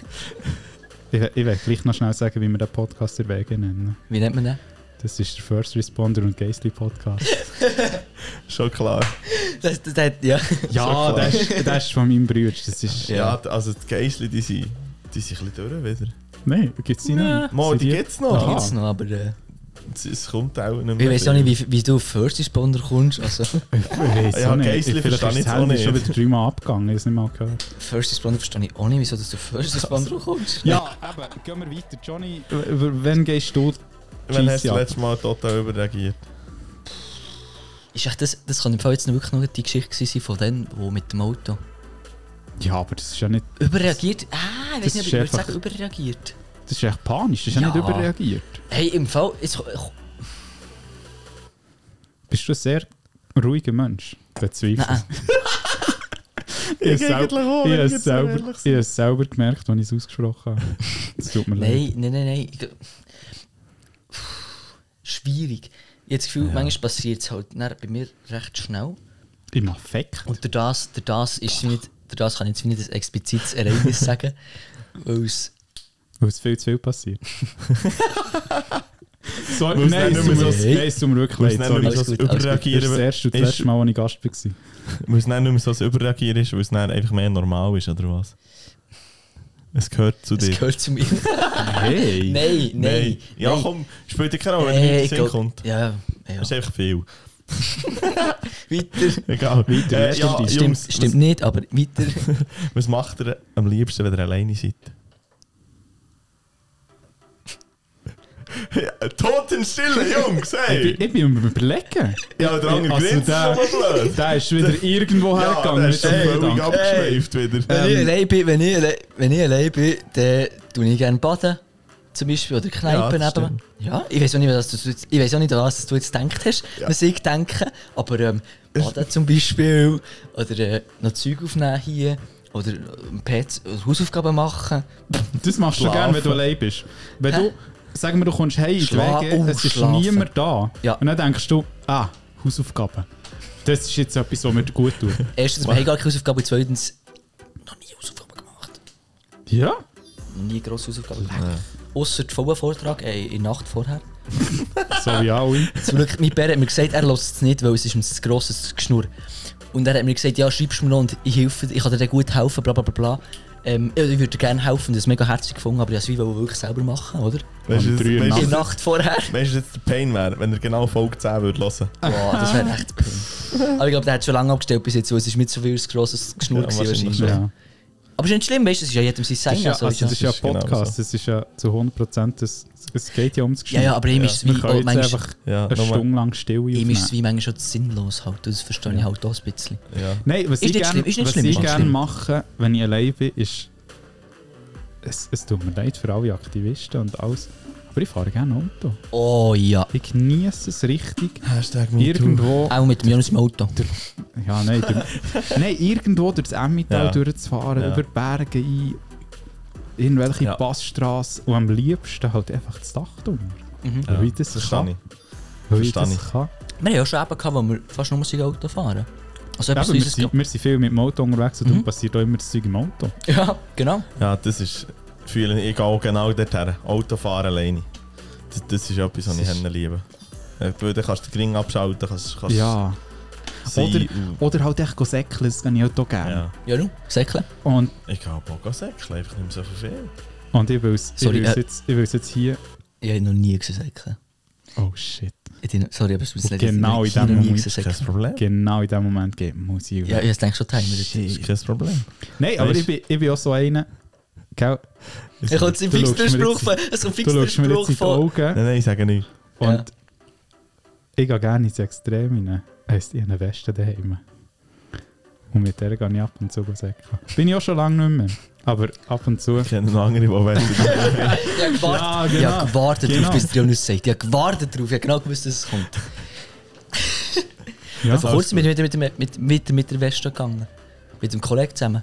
[SPEAKER 2] Ich, we- ich will gleich noch schnell sagen, wie wir den Podcast der Wege nennen.
[SPEAKER 1] Wie nennt man den?
[SPEAKER 2] Das ist der First Responder und Geistli Podcast.
[SPEAKER 3] Schon klar.
[SPEAKER 1] Das, das, das, ja.
[SPEAKER 2] ja,
[SPEAKER 3] So klar.
[SPEAKER 2] das ist, das ist von meinem Bruder. Das ist.
[SPEAKER 3] Ja, also die Geissli, die sind, die sind ein bisschen durch wieder.
[SPEAKER 2] Nein, gibt es die noch?
[SPEAKER 3] Mal,
[SPEAKER 2] Sind
[SPEAKER 3] die gibt's noch.
[SPEAKER 2] Aha.
[SPEAKER 1] Gibt's noch, aber äh,
[SPEAKER 3] Es- Es kommt auch nicht
[SPEAKER 1] ich weiß auch nicht, wie, wie du auf First Responder kommst. Also,
[SPEAKER 2] Ich weiß
[SPEAKER 3] Ja,
[SPEAKER 2] auch nicht. Vielleicht
[SPEAKER 3] Geissli verstehe
[SPEAKER 2] ist
[SPEAKER 3] ich
[SPEAKER 2] das
[SPEAKER 3] jetzt auch
[SPEAKER 2] Handy schon
[SPEAKER 3] nicht.
[SPEAKER 2] wieder dreimal abgegangen. Ich habe es nicht mal gehört.
[SPEAKER 1] First Responder verstehe ich auch nicht, wieso dass du auf First Responder kommst.
[SPEAKER 2] Ja, aber gehen wir weiter. Johnny, wann gehst du?
[SPEAKER 3] Wann hast
[SPEAKER 2] Cheese,
[SPEAKER 3] du
[SPEAKER 2] ja.
[SPEAKER 3] das letzte Mal total überreagiert?
[SPEAKER 1] Ist echt das, das kann im Fall jetzt wirklich noch die Geschichte gewesen sein von denen, die mit dem Auto.
[SPEAKER 2] Ja, aber das ist ja nicht.
[SPEAKER 1] Überreagiert? Ah, ich weiß
[SPEAKER 2] Das
[SPEAKER 1] nicht, ob
[SPEAKER 2] ist
[SPEAKER 1] ich würde
[SPEAKER 2] einfach-
[SPEAKER 1] sagen, überreagiert.
[SPEAKER 2] Das ist echt panisch. Das ist ja,
[SPEAKER 1] Ja.
[SPEAKER 2] nicht überreagiert.
[SPEAKER 1] Hey, im Fall. Jetzt, ich,
[SPEAKER 2] Bist du ein sehr ruhiger Mensch? Bezweifelt.
[SPEAKER 1] nein,
[SPEAKER 2] Ich
[SPEAKER 3] Ich
[SPEAKER 2] habe
[SPEAKER 3] eigentlich auch, wenn ich jetzt
[SPEAKER 2] es
[SPEAKER 3] so
[SPEAKER 2] selber,
[SPEAKER 3] ehrlich
[SPEAKER 2] ich habe es selber gemerkt, als ich es ausgesprochen habe. Es tut mir leid.
[SPEAKER 1] nein, nein, nein, nein. Ich, schwierig. Ich habe das Gefühl, manchmal passiert es halt dann bei mir recht schnell.
[SPEAKER 2] Im Affekt.
[SPEAKER 1] Und durch das, durch das, ist sie nicht, durch das kann ich jetzt wie nicht ein explizites Ereignis sagen. Weil es
[SPEAKER 2] Weil es viel zu viel passiert. sorry,
[SPEAKER 3] Weil es
[SPEAKER 2] nein,
[SPEAKER 3] nicht
[SPEAKER 2] es
[SPEAKER 3] mehr
[SPEAKER 2] tut
[SPEAKER 3] so-
[SPEAKER 2] mir- nein, es tut mir
[SPEAKER 3] Weil
[SPEAKER 2] wirklich
[SPEAKER 3] es
[SPEAKER 2] leid.
[SPEAKER 3] nicht mehr
[SPEAKER 2] Sorry.
[SPEAKER 1] alles
[SPEAKER 3] so
[SPEAKER 2] Das
[SPEAKER 3] das
[SPEAKER 1] gut, alles gut.
[SPEAKER 2] ist das
[SPEAKER 3] Überreagieren
[SPEAKER 2] erste und das
[SPEAKER 3] ist,
[SPEAKER 2] letzte Mal, als ich Gast war.
[SPEAKER 3] weil es dann nicht mehr so das Überreagieren ist, weil es dann einfach mehr normal ist, oder was? Es gehört zu
[SPEAKER 1] es
[SPEAKER 3] dir.
[SPEAKER 1] gehört zu mir.
[SPEAKER 2] Hey!
[SPEAKER 1] nein, nein. nein.
[SPEAKER 3] Ja komm, spielt dir keine Rolle, wenn
[SPEAKER 1] Hey,
[SPEAKER 3] hey,
[SPEAKER 1] ich
[SPEAKER 3] Sinn
[SPEAKER 1] glaub-
[SPEAKER 3] kommt.
[SPEAKER 1] Ja, ja.
[SPEAKER 3] Das ist einfach viel.
[SPEAKER 1] Weiter.
[SPEAKER 3] Egal.
[SPEAKER 2] Weiter,
[SPEAKER 3] Äh, ja,
[SPEAKER 2] stimmt,
[SPEAKER 1] Stimmt,
[SPEAKER 3] Jungs,
[SPEAKER 1] stimmt nicht, aber weiter.
[SPEAKER 3] Was, was macht ihr am liebsten, wenn ihr alleine seid? Ja, Totenstille, Jungs,
[SPEAKER 2] Ich,
[SPEAKER 3] hey!
[SPEAKER 2] ich bin am überlegen.
[SPEAKER 3] Ja, der andere
[SPEAKER 2] Also
[SPEAKER 3] grinst
[SPEAKER 2] der-
[SPEAKER 3] nochmal blöd.
[SPEAKER 2] Der ist wieder irgendwo
[SPEAKER 3] Ja,
[SPEAKER 2] hergegangen.
[SPEAKER 3] der
[SPEAKER 2] mit
[SPEAKER 3] ist
[SPEAKER 2] dem
[SPEAKER 3] völlig
[SPEAKER 2] Gedanken.
[SPEAKER 3] abgeschweift wieder.
[SPEAKER 1] Wenn, ich allein bin, wenn, ich allein, wenn ich allein bin, dann tue ich gerne baden. Zum Beispiel, oder Kneipen
[SPEAKER 3] Ja, das
[SPEAKER 1] eben. Ja, ich weiß auch nicht, was du, jetzt- ich weiss auch nicht, an was du jetzt gedacht hast,
[SPEAKER 3] Ja.
[SPEAKER 1] was ich denke. Aber ähm, baden zum Beispiel, oder äh, noch Zeug aufnehmen hier, oder äh, Pets, oder Hausaufgaben machen.
[SPEAKER 2] Das machst du
[SPEAKER 3] Schlafen.
[SPEAKER 2] gerne, wenn du allein bist. Wenn
[SPEAKER 1] Hä?
[SPEAKER 2] du, sagen wir, du kommst heim in die
[SPEAKER 1] Schla-
[SPEAKER 2] Wege,
[SPEAKER 1] oh,
[SPEAKER 2] es ist
[SPEAKER 1] schlafen.
[SPEAKER 2] niemand da.
[SPEAKER 1] Ja.
[SPEAKER 2] Und dann denkst du, ah, Hausaufgaben. Das ist jetzt etwas, was mir gut tut.
[SPEAKER 1] Erstens, wir haben gar keine Hausaufgabe, und zweitens, noch nie Hausaufgaben gemacht.
[SPEAKER 2] Ja?
[SPEAKER 1] Noch nie grosse Hausaufgaben gemacht. Ausser der VW-Vortrag, äh, in der Nacht vorher.
[SPEAKER 2] So wie alle.
[SPEAKER 1] Zum Glück, mein Bär hat mir gesagt, er lässt es nicht, weil es ist ein zu grosses Geschnurr. Und er hat mir gesagt, ja, schreibst du mir noch und ich helfe dir, ich kann dir dann gut helfen, bla bla bla bla. Ähm, ja, ich würde dir gerne helfen, das ist mega herzig gefunden, aber ich wollte es wie wirklich selber machen, oder?
[SPEAKER 3] Weißt
[SPEAKER 2] Am
[SPEAKER 3] du,
[SPEAKER 2] drei Uhr
[SPEAKER 3] weißt
[SPEAKER 1] Die
[SPEAKER 3] du,
[SPEAKER 1] Nacht vorher.
[SPEAKER 3] weißt du, was jetzt der Pain wäre, wenn er genau Folge 10 würde hören?
[SPEAKER 1] Boah, das wäre echt peinlich. Aber ich glaube, der hat schon lange abgestellt bis jetzt, weil es ist mit so viel ein grosses Geschnurr
[SPEAKER 3] Ja,
[SPEAKER 1] gewesen,
[SPEAKER 3] wahrscheinlich
[SPEAKER 1] wahrscheinlich.
[SPEAKER 3] schon.
[SPEAKER 2] Ja.
[SPEAKER 1] Aber es ist nicht schlimm, weißt du, es ist ja jedem sein
[SPEAKER 2] Das
[SPEAKER 1] Sein.
[SPEAKER 2] ist ja,
[SPEAKER 1] also,
[SPEAKER 2] also,
[SPEAKER 1] ist ja-
[SPEAKER 2] das ist ja ein
[SPEAKER 3] Das ist genau
[SPEAKER 2] Podcast,
[SPEAKER 3] so.
[SPEAKER 2] es ist ja zu 100% das, es geht ja ums
[SPEAKER 1] ja, ja, aber ihm ist es
[SPEAKER 2] Wir
[SPEAKER 1] wie,
[SPEAKER 2] können
[SPEAKER 1] oh,
[SPEAKER 2] jetzt
[SPEAKER 1] manchmal,
[SPEAKER 2] einfach
[SPEAKER 3] Ja,
[SPEAKER 2] eine
[SPEAKER 3] nochmal.
[SPEAKER 2] Stunde lang still
[SPEAKER 1] ihm ist es
[SPEAKER 2] aufnehmen.
[SPEAKER 1] wie manchmal schon sinnlos halt, das verstehe ich halt auch ein bisschen.
[SPEAKER 3] Ja.
[SPEAKER 2] Nein,
[SPEAKER 1] Ist
[SPEAKER 2] was ich
[SPEAKER 1] nicht
[SPEAKER 2] gerne
[SPEAKER 1] schlimm, ist nicht schlimm, ist nicht
[SPEAKER 2] gern
[SPEAKER 1] schlimm.
[SPEAKER 2] mache, wenn ich allein bin, ist, es, es tut mir leid für alle Aktivisten und alles, aber ich fahre gerne Auto.
[SPEAKER 1] Oh ja,
[SPEAKER 2] Ich genieße es richtig.
[SPEAKER 3] Hashtag
[SPEAKER 2] Irgendwo.
[SPEAKER 1] auch mit mir aus dem Auto.
[SPEAKER 2] Ja, nein, der, nein, irgendwo durch das Emmental
[SPEAKER 3] Ja.
[SPEAKER 2] durchzufahren,
[SPEAKER 3] Ja.
[SPEAKER 2] über Berge ein, irgendwelche
[SPEAKER 3] Ja.
[SPEAKER 2] Passstraßen und am liebsten halt einfach das Dach drunter.
[SPEAKER 1] Mhm.
[SPEAKER 2] Ja. Weil ich das
[SPEAKER 3] Verstehe
[SPEAKER 2] kann.
[SPEAKER 3] ich.
[SPEAKER 2] Weil ich
[SPEAKER 3] Verstehe
[SPEAKER 2] das
[SPEAKER 3] ich.
[SPEAKER 2] kann.
[SPEAKER 1] Wir haben ja schon Abend gehabt, wo wir fast nur mit Auto fahren. Also
[SPEAKER 2] Eben,
[SPEAKER 1] etwas
[SPEAKER 2] wir,
[SPEAKER 1] unseres
[SPEAKER 2] sind, wir sind viel mit dem Auto unterwegs und
[SPEAKER 1] Mhm.
[SPEAKER 2] darum passiert auch immer das Zeug im Auto.
[SPEAKER 1] Ja, genau.
[SPEAKER 3] Ja, das ist. Fühlen, ich gehe auch genau dorthin. Autofahren alleine. Das, das ist etwas, was
[SPEAKER 2] Das
[SPEAKER 3] ich
[SPEAKER 2] ist-
[SPEAKER 3] Hände liebe. Äh, Weil dann kannst du den Ring abschalten, kannst, kannst
[SPEAKER 2] Ja. Oder,
[SPEAKER 3] sein. Und-
[SPEAKER 2] oder halt echt go säckeln, das kann ich halt auch gerne.
[SPEAKER 3] Ja.
[SPEAKER 1] Ja, nun, säckeln.
[SPEAKER 2] Und,
[SPEAKER 3] Ich habe Bock auf Sex, einfach nicht mehr so viel.
[SPEAKER 2] und ich will es
[SPEAKER 1] Sorry, äh.
[SPEAKER 2] jetzt, ich will's jetzt hier.
[SPEAKER 1] Ich habe noch nie gesehen säckeln.
[SPEAKER 2] Oh shit.
[SPEAKER 1] Ich hab ihn- Sorry, aber es ist
[SPEAKER 2] Und genau in dem
[SPEAKER 1] nie
[SPEAKER 2] Moment-
[SPEAKER 1] gesehen
[SPEAKER 3] Kein
[SPEAKER 1] säckeln.
[SPEAKER 3] Problem.
[SPEAKER 2] Genau in dem Moment geht die Musik.
[SPEAKER 1] Ja,
[SPEAKER 2] weg.
[SPEAKER 1] ich hab's denke schon Timer.
[SPEAKER 2] Shit.
[SPEAKER 3] Kein Problem.
[SPEAKER 2] Nein, aber
[SPEAKER 3] Weisst-
[SPEAKER 2] ich bin, ich bin auch so einer.
[SPEAKER 1] Ich kann
[SPEAKER 2] Gell?
[SPEAKER 1] jetzt
[SPEAKER 2] Du
[SPEAKER 1] einen fix
[SPEAKER 2] schaust mir
[SPEAKER 1] den Spruch
[SPEAKER 2] jetzt-
[SPEAKER 1] von. Es kommt fix
[SPEAKER 2] Du
[SPEAKER 1] den
[SPEAKER 2] schaust mir
[SPEAKER 1] Spruch
[SPEAKER 2] jetzt in die
[SPEAKER 1] von.
[SPEAKER 2] Augen.
[SPEAKER 3] Nein, nein, ich sage nichts.
[SPEAKER 2] Und
[SPEAKER 1] Ja.
[SPEAKER 2] ich gehe gerne ins Extrem hinein. Heißt, ich habe eine Weste daheim. Und mit der gehe ich ab und zu säckeln. Bin ich auch schon lange nicht mehr. Aber ab und zu.
[SPEAKER 3] Ich kenne noch andere, die wollen.
[SPEAKER 1] Ich habe gewartet,
[SPEAKER 2] Ja,
[SPEAKER 1] ich hab gewartet
[SPEAKER 2] Genau.
[SPEAKER 1] drauf, bis Trianus sagt. Ich habe gewartet drauf, ich habe genau gewusst, dass es kommt.
[SPEAKER 2] Ja.
[SPEAKER 1] Vor kurzem bin ich wieder mit, dem- mit, mit, mit der Weste gegangen. Mit dem Kollegen zusammen.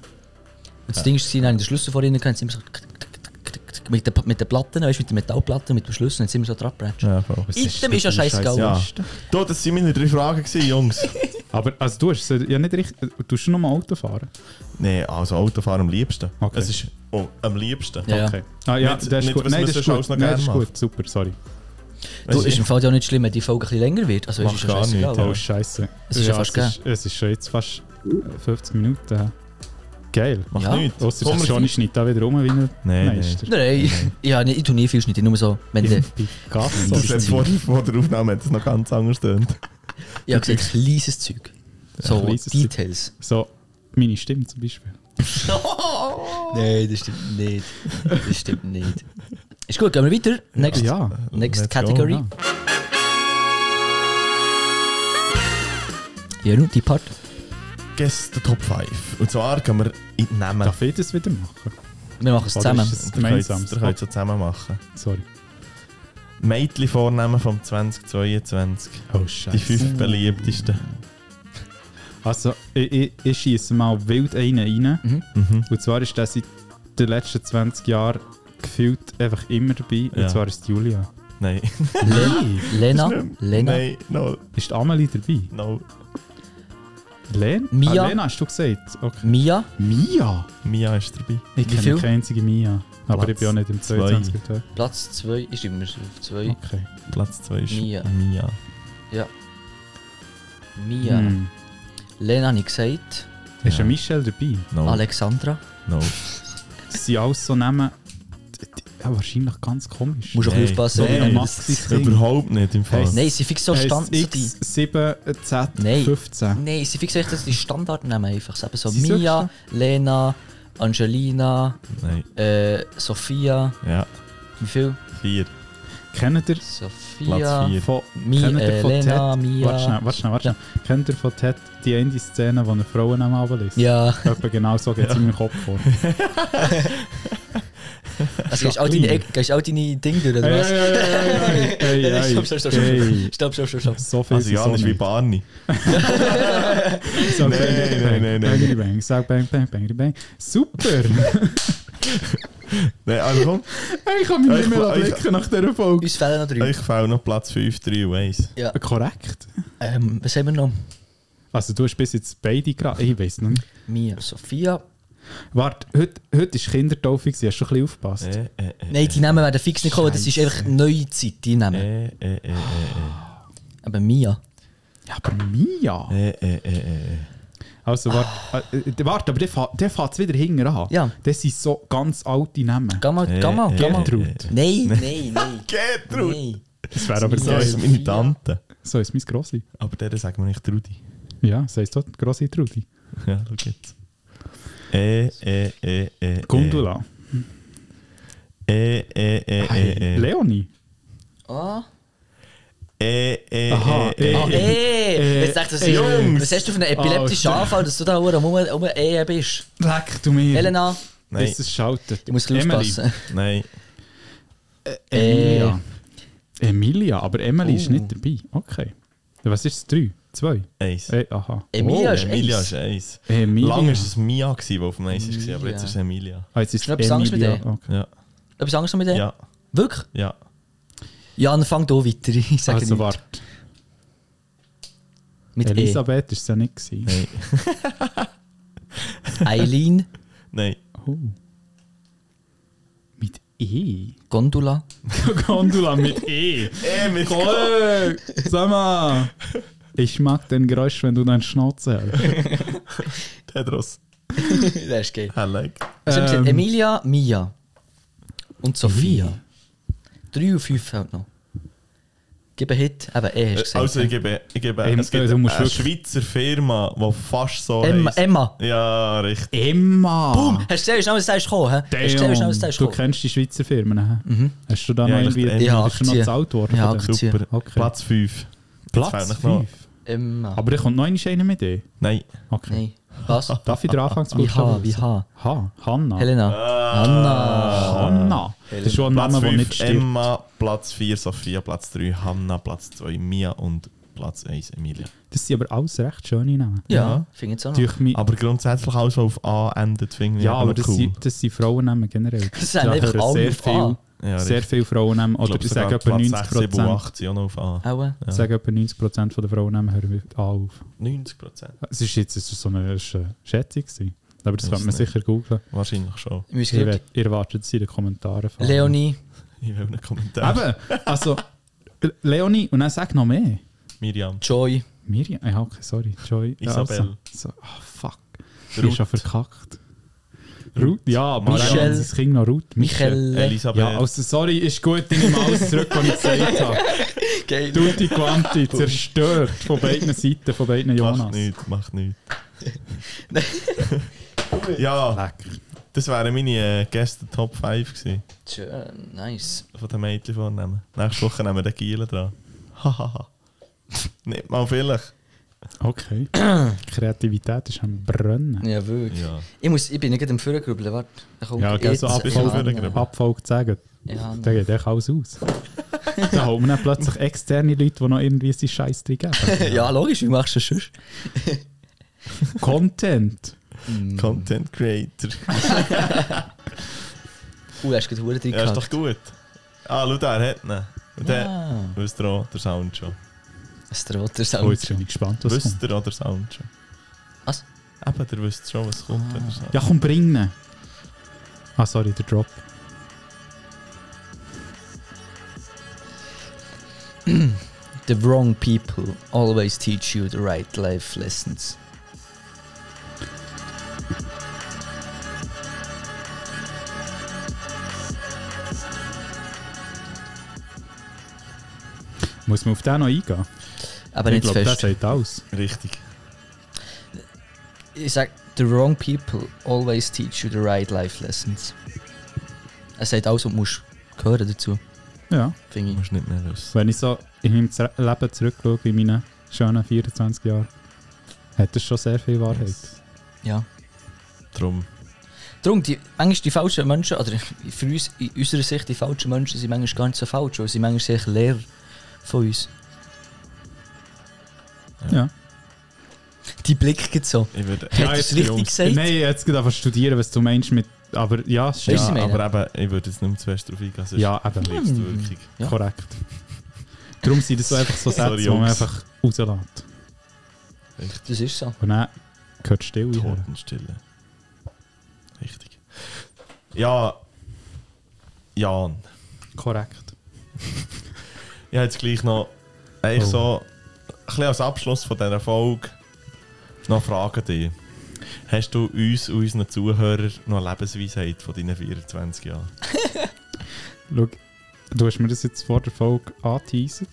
[SPEAKER 1] Und das Ding war, dann haben den Schlüssel vorhin gehabt, sind immer so ktick, ktick, ktick, ktick, mit den, mit den Platten, weißt du, mit den Metallplatten, mit dem Schlüssel, und sind immer so dran gebratscht.
[SPEAKER 3] ja, voll.
[SPEAKER 2] Was
[SPEAKER 1] Item
[SPEAKER 2] das
[SPEAKER 1] ist ja
[SPEAKER 2] für eine
[SPEAKER 1] scheissegal.
[SPEAKER 2] Scheiße?
[SPEAKER 3] Ja. Du, das waren meine drei Fragen, gewesen, Jungs.
[SPEAKER 2] Aber also du hast es ja nicht richtig. Du tust schon nochmal Auto fahren.
[SPEAKER 3] Nein, also Autofahren am liebsten.
[SPEAKER 2] Okay.
[SPEAKER 3] Es ist oh, am liebsten.
[SPEAKER 1] Ja.
[SPEAKER 2] Okay. Ah, ja,
[SPEAKER 3] Nicht-
[SPEAKER 2] das ist
[SPEAKER 3] nicht,
[SPEAKER 2] gut.
[SPEAKER 3] was
[SPEAKER 2] Nein,
[SPEAKER 3] man
[SPEAKER 2] das ist
[SPEAKER 3] sonst
[SPEAKER 2] gut.
[SPEAKER 3] alles noch
[SPEAKER 2] Nein, das
[SPEAKER 3] gerne
[SPEAKER 2] ist
[SPEAKER 3] macht.
[SPEAKER 2] gut. Super, sorry.
[SPEAKER 1] Du,
[SPEAKER 3] Weisst du,
[SPEAKER 1] ist im Fall ja auch nicht schlimm, wenn die Folge ein bisschen länger wird. Also,
[SPEAKER 3] Macht
[SPEAKER 1] es ist
[SPEAKER 3] gar
[SPEAKER 1] ja scheißegal.
[SPEAKER 3] nicht, ja.
[SPEAKER 2] Oh, Scheiße.
[SPEAKER 1] Es ist ja fast
[SPEAKER 2] es, ist, es ist schon jetzt fast äh, 50 Minuten. her. Geil.
[SPEAKER 3] Macht
[SPEAKER 1] Ja.
[SPEAKER 3] nichts.
[SPEAKER 2] Ausser
[SPEAKER 3] Komm,
[SPEAKER 2] der Johnny schneidet da wieder rum wie ein
[SPEAKER 3] Nein,
[SPEAKER 2] Meister.
[SPEAKER 1] Nein, ja, nee, ich tue nie viel Schnitte, nur so, wenn der.
[SPEAKER 2] Im Picasso.
[SPEAKER 3] Das hat vor, vor der Aufnahme hat es noch ganz anders tönt.
[SPEAKER 1] Ich habe gesagt, kleines Zeug. So,
[SPEAKER 2] kleines Zeug.
[SPEAKER 1] Details.
[SPEAKER 2] So, meine Stimme zum Beispiel.
[SPEAKER 1] Nein, das stimmt nicht. Das stimmt nicht. Ist gut, gehen wir weiter. Next,
[SPEAKER 2] Ja.
[SPEAKER 1] next
[SPEAKER 3] Let's go,
[SPEAKER 1] Category.
[SPEAKER 2] ja.
[SPEAKER 1] Ja, nun, die Part.
[SPEAKER 3] Guess the Top 5. Und zwar gehen wir in die Namen.
[SPEAKER 2] Darf ich das wieder machen?
[SPEAKER 1] Wir machen es
[SPEAKER 2] Oder
[SPEAKER 1] zusammen.
[SPEAKER 2] ist es
[SPEAKER 3] Ihr könnt
[SPEAKER 2] gemeinsam?
[SPEAKER 3] es- ihr könnt es so zusammen machen.
[SPEAKER 2] Sorry.
[SPEAKER 3] Mädchen-Vornamen vom 2022.
[SPEAKER 2] Oh,
[SPEAKER 3] Die
[SPEAKER 2] Scheiße.
[SPEAKER 3] fünf beliebtesten.
[SPEAKER 2] Also, ich, ich, ich schieße mal wild einen rein.
[SPEAKER 1] Mhm.
[SPEAKER 3] Mhm.
[SPEAKER 2] Und zwar ist der seit den letzten 20 Jahren gefühlt einfach immer dabei.
[SPEAKER 3] Ja.
[SPEAKER 2] Und zwar ist die Julia.
[SPEAKER 3] Nein.
[SPEAKER 2] Nein!
[SPEAKER 1] Lena, Lena,
[SPEAKER 3] Nein, no,
[SPEAKER 2] Ist die Amelie dabei?
[SPEAKER 3] no.
[SPEAKER 2] Len?
[SPEAKER 1] Mia.
[SPEAKER 2] Ah, Lena hast du gesagt. Okay.
[SPEAKER 1] Mia.
[SPEAKER 2] Mia?
[SPEAKER 3] Mia ist dabei.
[SPEAKER 1] Wie
[SPEAKER 2] Ich kenne
[SPEAKER 1] viel?
[SPEAKER 2] keine einzige Mia. Aber
[SPEAKER 3] Platz
[SPEAKER 2] ich bin auch nicht im
[SPEAKER 3] zwei.
[SPEAKER 2] 22. Teil.
[SPEAKER 1] Platz 2 ist immer so auf 2.
[SPEAKER 2] Okay.
[SPEAKER 3] Platz 2 ist
[SPEAKER 1] Mia.
[SPEAKER 3] Mia.
[SPEAKER 1] Mia.
[SPEAKER 2] Hm.
[SPEAKER 1] Lena habe ich gesagt.
[SPEAKER 2] Ist
[SPEAKER 3] Ja.
[SPEAKER 2] ja Michelle dabei?
[SPEAKER 3] No,
[SPEAKER 1] Alexandra.
[SPEAKER 3] no.
[SPEAKER 2] Das sind alles so Namen. die- die- Ja, wahrscheinlich ganz komisch.
[SPEAKER 1] Musst du
[SPEAKER 3] Nein.
[SPEAKER 1] ein bisschen aufpassen.
[SPEAKER 2] so wie
[SPEAKER 3] Nein.
[SPEAKER 2] ein
[SPEAKER 1] Nein,
[SPEAKER 2] Maxis Ding.
[SPEAKER 3] Überhaupt nicht im Fall.
[SPEAKER 2] Heisst-
[SPEAKER 1] Nein, sie fix so Stand. so die-
[SPEAKER 2] Äh, X, 7, Z,
[SPEAKER 1] Nein.
[SPEAKER 2] 15.
[SPEAKER 1] Nein, sie fix echt, dass die Standardnamen einfach. So, eben so
[SPEAKER 2] Sie sind
[SPEAKER 1] Mia, Lena, Angelina,
[SPEAKER 3] Nein.
[SPEAKER 1] äh, Sophia.
[SPEAKER 3] Ja,
[SPEAKER 1] Wie viel?
[SPEAKER 3] vier.
[SPEAKER 2] Kennt ihr
[SPEAKER 1] Sophia.
[SPEAKER 3] Vier.
[SPEAKER 2] von,
[SPEAKER 1] Mia,
[SPEAKER 2] kennt ihr
[SPEAKER 1] äh,
[SPEAKER 2] von
[SPEAKER 1] Lena,
[SPEAKER 2] Ted?
[SPEAKER 1] Mia.
[SPEAKER 2] Warte schnell, warte schnell, warte schnell. Kennt ihr von Ted die eine Szene, wo eine Frau einen Namen runterlässt?
[SPEAKER 1] Ja,
[SPEAKER 2] Etwa genau so geht es in meinem Kopf vor.
[SPEAKER 1] also gehst du all deine, Eck- gehst du all deine Dinge durch, oder was?
[SPEAKER 2] hey, hey,
[SPEAKER 1] Nein,
[SPEAKER 2] hey,
[SPEAKER 1] stopp, stopp, stopp, stopp.
[SPEAKER 2] hey.
[SPEAKER 1] Stopp, stopp, stopp, stopp.
[SPEAKER 2] So viel
[SPEAKER 3] Also Jan ist wie
[SPEAKER 2] Bang.
[SPEAKER 3] Barney.
[SPEAKER 2] So
[SPEAKER 3] Nein, nein, nein, nein, nein.
[SPEAKER 2] Bang, bang, sag bang, bang, bang, bang. Super!
[SPEAKER 3] Nein, also komm,
[SPEAKER 2] Hey, ich kann mich
[SPEAKER 3] Ich-
[SPEAKER 2] nicht mehr
[SPEAKER 3] ich-
[SPEAKER 2] blicken nach dieser Folge.
[SPEAKER 1] Uns fehlen noch drei.
[SPEAKER 3] ich fehlt noch Platz 5, 3 und 1.
[SPEAKER 1] Ja.
[SPEAKER 2] Korrekt.
[SPEAKER 1] Ähm, was haben wir noch?
[SPEAKER 2] Also du hast bis jetzt beide gerade... Ich weiß nicht.
[SPEAKER 1] Mia, Sophia.
[SPEAKER 2] Warte, heute, heute ist Kindertaufe, gewesen, hast du schon ein bisschen aufgepasst?
[SPEAKER 3] Äh, äh, äh,
[SPEAKER 1] Nein, die Namen werden fix nicht kommen, das ist einfach neue Zeit, die Namen.
[SPEAKER 3] äh, äh, äh,
[SPEAKER 1] Aber Mia.
[SPEAKER 2] Ja, aber Mia!
[SPEAKER 3] äh, äh, äh, äh, äh.
[SPEAKER 2] Also warte, äh, äh, warte aber der, fa- der fährt es wieder hinten an.
[SPEAKER 1] Ja.
[SPEAKER 2] Das sind so ganz alte Namen.
[SPEAKER 1] Geh mal, geh mal,
[SPEAKER 3] Äh,
[SPEAKER 1] geh mal.
[SPEAKER 3] äh,
[SPEAKER 2] Gertrud.
[SPEAKER 1] Nein, nein, nein.
[SPEAKER 3] Gertrud!
[SPEAKER 1] Nein.
[SPEAKER 2] Das wäre aber so.
[SPEAKER 3] So ist meine Tante.
[SPEAKER 2] So ist mein Grossi.
[SPEAKER 3] Aber der sagt man nicht Trudi.
[SPEAKER 2] Ja, so ist dort Grossi Trudi.
[SPEAKER 3] Ja, schau jetzt. Äh, äh, äh, äh, äh.
[SPEAKER 2] Gundula.
[SPEAKER 3] Äh, äh, äh, äh,
[SPEAKER 2] Hey,
[SPEAKER 3] äh.
[SPEAKER 2] Leonie.
[SPEAKER 1] Ah.
[SPEAKER 3] Äh, äh,
[SPEAKER 2] Aha,
[SPEAKER 3] äh,
[SPEAKER 1] Ah,
[SPEAKER 2] äh.
[SPEAKER 3] äh.
[SPEAKER 1] ey. Jetzt sagt das
[SPEAKER 2] äh,
[SPEAKER 1] Jungs.
[SPEAKER 2] Jungs.
[SPEAKER 1] Was hast du für einen epileptischen
[SPEAKER 2] Alter.
[SPEAKER 1] Anfall, dass du da oben um, um eh bist?
[SPEAKER 2] Leck du mir.
[SPEAKER 1] Elena,
[SPEAKER 3] Nein.
[SPEAKER 2] Das ist schaltet.
[SPEAKER 1] du musst ein bisschen aufpassen.
[SPEAKER 3] Nein.
[SPEAKER 2] Emilia. Emilia, aber Emily ist
[SPEAKER 1] Äh. Oh.
[SPEAKER 2] nicht dabei. Okay. Was ist es? Drei? Zwei?
[SPEAKER 3] Eins.
[SPEAKER 2] Ey, aha. Oh.
[SPEAKER 1] Emilia ist
[SPEAKER 3] Emilia
[SPEAKER 1] eins.
[SPEAKER 3] ist eins.
[SPEAKER 2] Emilia.
[SPEAKER 3] Lange war es Mia, gewesen, die auf dem Eis war, aber
[SPEAKER 1] Mia.
[SPEAKER 3] jetzt ist es Emilia.
[SPEAKER 2] Ah, jetzt ist
[SPEAKER 1] Hast du etwas anderes mit
[SPEAKER 2] Emilia.
[SPEAKER 1] ihr?
[SPEAKER 2] Okay.
[SPEAKER 3] Ja,
[SPEAKER 1] Etwas anderes noch mit dir?
[SPEAKER 3] ja,
[SPEAKER 1] Wirklich?
[SPEAKER 3] ja.
[SPEAKER 1] Ja, dann fang hier weiter. Ich sage
[SPEAKER 2] Also
[SPEAKER 1] nichts.
[SPEAKER 2] warte.
[SPEAKER 1] Mit E.
[SPEAKER 2] Elisabeth war es ja nicht. gewesen.
[SPEAKER 3] Nein,
[SPEAKER 1] E. Eileen,
[SPEAKER 3] nein.
[SPEAKER 2] Oh. Mit E?
[SPEAKER 1] Gondola.
[SPEAKER 2] Gondola mit E.
[SPEAKER 3] Ey, mit
[SPEAKER 2] Kolle! Sag mal! Ich mag den Geräusch, wenn du deinen Schnauze hältst.
[SPEAKER 3] Tedros.
[SPEAKER 1] das ist geil.
[SPEAKER 3] I like.
[SPEAKER 1] Also, wir sind
[SPEAKER 2] Ähm.
[SPEAKER 1] Emilia, Mia und Sophia. Drei und fünf halt noch. Gib einen Hit, eben eh hast du gesagt.
[SPEAKER 3] Also ich gebe, ich gebe
[SPEAKER 2] Ey,
[SPEAKER 3] es gibt
[SPEAKER 2] also, du musst
[SPEAKER 3] eine
[SPEAKER 2] wirklich-
[SPEAKER 3] Schweizer Firma, die fast so
[SPEAKER 1] ne? Emma,
[SPEAKER 3] heisst.
[SPEAKER 1] Emma.
[SPEAKER 3] Ja, richtig.
[SPEAKER 2] Emma!
[SPEAKER 1] Boom! Hast du gesehen, wie schnell du gekommen hä? Hast du gesehen, wie schnell du
[SPEAKER 2] Du
[SPEAKER 1] gekommen
[SPEAKER 2] kennst die Schweizer Firmen. Mhm. Hast du da
[SPEAKER 3] Ja,
[SPEAKER 2] noch irgendwie
[SPEAKER 3] ich-
[SPEAKER 2] bist
[SPEAKER 1] Ja,
[SPEAKER 2] du noch
[SPEAKER 1] Aktien.
[SPEAKER 2] gezahlt worden?
[SPEAKER 1] Ja,
[SPEAKER 2] von denen?
[SPEAKER 1] Aktien. Beziehen.
[SPEAKER 3] Super.
[SPEAKER 2] Okay.
[SPEAKER 3] Platz 5.
[SPEAKER 2] Platz 5.
[SPEAKER 1] Emma.
[SPEAKER 2] Aber ich kommt noch eine Scheine mit dir.
[SPEAKER 3] Nein.
[SPEAKER 2] Okay.
[SPEAKER 1] Nein. Was?
[SPEAKER 2] Darf ich den Anfangsbuchstaben?
[SPEAKER 1] Wie H, wie H.
[SPEAKER 2] H. Hanna.
[SPEAKER 3] Ah.
[SPEAKER 1] Helena. Anna.
[SPEAKER 2] Hanna. Das ist schon ein
[SPEAKER 3] Platz
[SPEAKER 2] Name, der nicht
[SPEAKER 3] 5
[SPEAKER 2] stirbt.
[SPEAKER 3] Emma, Platz 4 Sophia, Platz 3 Hanna, Platz 2 Mia und Platz 1 Emilia.
[SPEAKER 2] Das sind aber alles recht schöne Namen.
[SPEAKER 1] Ja, finde ich jetzt auch noch.
[SPEAKER 2] Durch mich,
[SPEAKER 3] Aber grundsätzlich alles, was auf A endet, finde ich
[SPEAKER 2] ja,
[SPEAKER 3] eben
[SPEAKER 2] aber
[SPEAKER 3] noch
[SPEAKER 2] das,
[SPEAKER 3] cool.
[SPEAKER 2] sind, das sind Frauennamen generell.
[SPEAKER 1] Das sind einfach
[SPEAKER 2] hören
[SPEAKER 1] alle
[SPEAKER 2] sehr
[SPEAKER 1] auf
[SPEAKER 2] viel,
[SPEAKER 1] A.
[SPEAKER 3] Ja,
[SPEAKER 2] sehr
[SPEAKER 3] richtig.
[SPEAKER 2] viele Frauennamen.
[SPEAKER 3] Ich
[SPEAKER 2] Oder
[SPEAKER 3] glaube,
[SPEAKER 2] ich
[SPEAKER 3] sogar
[SPEAKER 2] sage etwa
[SPEAKER 3] Platz 6, 7 und
[SPEAKER 2] 90%.
[SPEAKER 3] 8 sind auch noch auf A.
[SPEAKER 1] Aua.
[SPEAKER 3] Ja.
[SPEAKER 2] Sagen etwa 90% von der Frauennamen hören mit A auf.
[SPEAKER 3] 90 Prozent.
[SPEAKER 2] Es ist jetzt es ist so eine es ist eine Schätzung. gewesen. Aber das
[SPEAKER 3] Weiß
[SPEAKER 2] könnte man
[SPEAKER 3] nicht.
[SPEAKER 2] sicher googeln.
[SPEAKER 3] Wahrscheinlich schon.
[SPEAKER 1] Ich muss
[SPEAKER 2] Ihr,
[SPEAKER 1] gleich-
[SPEAKER 2] we- ihr wartet es in den Kommentaren. vor allem.
[SPEAKER 1] Leonie.
[SPEAKER 3] Ich will einen Kommentar.
[SPEAKER 2] Eben, also Leonie und dann sag noch mehr.
[SPEAKER 3] Miriam.
[SPEAKER 1] Joy.
[SPEAKER 2] Miriam, ja, okay, sorry, Joy. Ja,
[SPEAKER 3] Isabel.
[SPEAKER 2] Also, so, ah, fuck.
[SPEAKER 3] Ruth.
[SPEAKER 2] Die ist ja verkackt. Ruth, ja, aber
[SPEAKER 1] Michel.
[SPEAKER 2] Michel. Das Kind noch Ruth.
[SPEAKER 1] Michelle.
[SPEAKER 3] Elisabeth.
[SPEAKER 2] Ja, also sorry, ist gut, ich nehme alles zurück, was ich gesagt habe.
[SPEAKER 1] Geil.
[SPEAKER 2] Tutti quanti, zerstört von beiden Seiten, von beiden
[SPEAKER 3] macht
[SPEAKER 2] Jonas.
[SPEAKER 3] nichts, macht nichts. ja, das wären meine äh, Gäste Top 5 gewesen.
[SPEAKER 1] Schön, nice.
[SPEAKER 3] Von den Mädchen vornehmen. Nächste Woche nehmen wir den Gielen dran. Hahaha. Nicht mal vielleicht.
[SPEAKER 2] Okay. Kreativität ist am Brennen.
[SPEAKER 1] Ja, wirklich.
[SPEAKER 3] Ja.
[SPEAKER 1] Ich, muss, ich bin nicht gerade am Führen grübeln, warte. Da kommt
[SPEAKER 2] Ja, gell, so
[SPEAKER 1] jetzt-
[SPEAKER 3] bist du am
[SPEAKER 2] Abfolge,
[SPEAKER 3] Führen grübeln.
[SPEAKER 2] Abfolge sagen.
[SPEAKER 1] Ja,
[SPEAKER 2] Da geht echt alles aus. da holt man dann plötzlich externe Leute, die noch irgendwie seinen Scheiß drin geben.
[SPEAKER 1] ja, logisch, wie machst du das sonst?
[SPEAKER 2] Content.
[SPEAKER 3] Mm. Content Creator.
[SPEAKER 1] Uh, hast du gerade verdammt drin
[SPEAKER 3] Ja, ist doch
[SPEAKER 1] gehabt.
[SPEAKER 3] gut. Ah, schau, der hat ihn. Und der,
[SPEAKER 1] Ah,
[SPEAKER 3] wisst ihr auch, der Sound schon.
[SPEAKER 1] das ist der Rotter
[SPEAKER 2] Oh, jetzt
[SPEAKER 1] Sound.
[SPEAKER 2] bin ich gespannt, was kommt.
[SPEAKER 3] Wisst ihr auch, der Sound schon.
[SPEAKER 1] Was?
[SPEAKER 3] Eben, der wisst schon, was kommt. wenn ihr sagt.
[SPEAKER 2] Ja, komm, bring ihn. Ah, sorry, der Drop.
[SPEAKER 1] The wrong people always teach you the right life lessons.
[SPEAKER 2] Muss man auf den noch eingehen?
[SPEAKER 1] Aber
[SPEAKER 2] ich
[SPEAKER 1] nicht zu
[SPEAKER 2] glaube, der
[SPEAKER 1] fest.
[SPEAKER 2] sagt alles.
[SPEAKER 3] Richtig.
[SPEAKER 1] Ich sag, the wrong people always teach you the right life lessons. Er sagt alles, was du musst hören dazu,
[SPEAKER 2] Ja.
[SPEAKER 1] finde
[SPEAKER 3] Du
[SPEAKER 1] ich.
[SPEAKER 3] musst nicht mehr wissen.
[SPEAKER 2] Wenn ich so in meinem Zer- Leben zurückschaue, in meinen schönen 24 Jahren, hat das schon sehr viel Wahrheit.
[SPEAKER 1] Ja.
[SPEAKER 3] Drum.
[SPEAKER 1] Darum, die, manchmal die falschen Menschen, oder für uns, in unserer Sicht, die falschen Menschen sind manchmal gar nicht so falsch, weil sie manchmal sehr leer von uns.
[SPEAKER 2] Ja.
[SPEAKER 1] Die Blick geht so.
[SPEAKER 3] Ich würde.
[SPEAKER 1] Hat er es richtig gesagt?
[SPEAKER 2] Nein, jetzt geht einfach studieren, was du meinst mit... Aber ja, stimmt.
[SPEAKER 1] Weißt du, was ich
[SPEAKER 3] Ja,
[SPEAKER 1] meine?
[SPEAKER 3] aber eben, ich würde jetzt nicht mehr zu fest drauf eingehen. sonst
[SPEAKER 2] Ja, eben.
[SPEAKER 3] verlierst du wirklich.
[SPEAKER 1] Ja.
[SPEAKER 2] Korrekt. Darum sind das so einfach so Sätze,
[SPEAKER 3] Sorry,
[SPEAKER 2] die man
[SPEAKER 3] Jungs.
[SPEAKER 2] einfach rauslässt.
[SPEAKER 3] Richtig.
[SPEAKER 1] Das ist so.
[SPEAKER 2] Und dann gehört still her.
[SPEAKER 3] Totenstille. Richtig. Ja. Jan.
[SPEAKER 2] Korrekt.
[SPEAKER 3] Ich habe jetzt gleich noch eigentlich
[SPEAKER 2] Oh.
[SPEAKER 3] so ein bisschen als Abschluss von dieser Folge noch Fragen dich. Hast du uns und unseren Zuhörern noch eine Lebensweisheit von deinen 24 Jahren?
[SPEAKER 2] Schau, du hast mir das jetzt vor der Folge angeteasert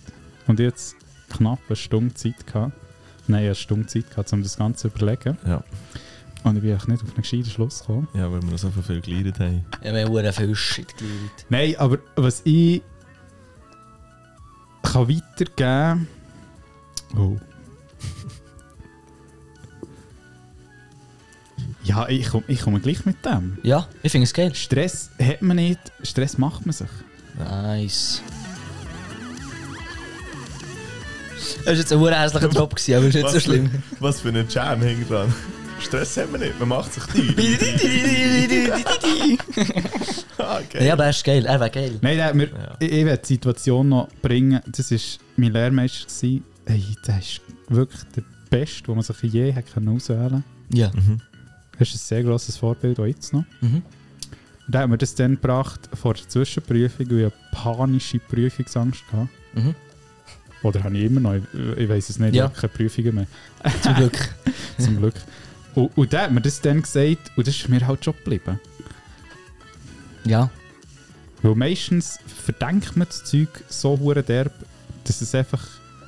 [SPEAKER 2] und jetzt knapp eine Stunde Zeit gehabt. Nein, eine Stunde Zeit gehabt, um das Ganze zu überlegen.
[SPEAKER 3] Ja.
[SPEAKER 2] Und ich bin eigentlich nicht auf einen gescheiten Schluss gekommen.
[SPEAKER 3] Ja, weil wir noch so viel geleitet haben.
[SPEAKER 1] Ja, wir haben verdammt viel Shit gelernt.
[SPEAKER 2] Nein, aber was ich kann weitergeben Oh. ja, ich komme ich komme gleich mit dem.
[SPEAKER 1] Ja, ich finde es geil.
[SPEAKER 2] Stress hat man nicht, Stress macht man sich.
[SPEAKER 1] Nice. Das war jetzt ein verdammt hässlicher Drop, gewesen, aber ist nicht so
[SPEAKER 3] Was
[SPEAKER 1] schlimm.
[SPEAKER 3] Für, was für ein Jam hängt dran. Stress haben wir nicht, man macht sich die. ah, okay.
[SPEAKER 1] Ja, aber er ist geil, er wäre geil.
[SPEAKER 2] Nein, der, mir,
[SPEAKER 3] Ja.
[SPEAKER 2] ich, ich will die Situation noch bringen. Das war mein Lehrmeister. gewesen. Hey, der ist wirklich der Beste, den man sich je hat können auswählen konnte.
[SPEAKER 1] Ja.
[SPEAKER 3] Mhm.
[SPEAKER 2] Er ist ein sehr grosses Vorbild, auch jetzt noch.
[SPEAKER 1] Mhm.
[SPEAKER 2] Und der hat mir das dann gebracht vor der Zwischenprüfung, weil ich eine panische Prüfungsangst hatte.
[SPEAKER 1] Mhm.
[SPEAKER 2] Oder habe ich immer noch? Ich, ich weiß es nicht,
[SPEAKER 1] Ja.
[SPEAKER 2] ich habe keine Prüfungen mehr.
[SPEAKER 1] Zum Glück.
[SPEAKER 2] Zum Glück. Und, und der hat mir das dann gesagt und das ist mir halt schon geblieben.
[SPEAKER 1] Ja.
[SPEAKER 2] Weil meistens verdenkt man das Zeug so hure derb, dass es einfach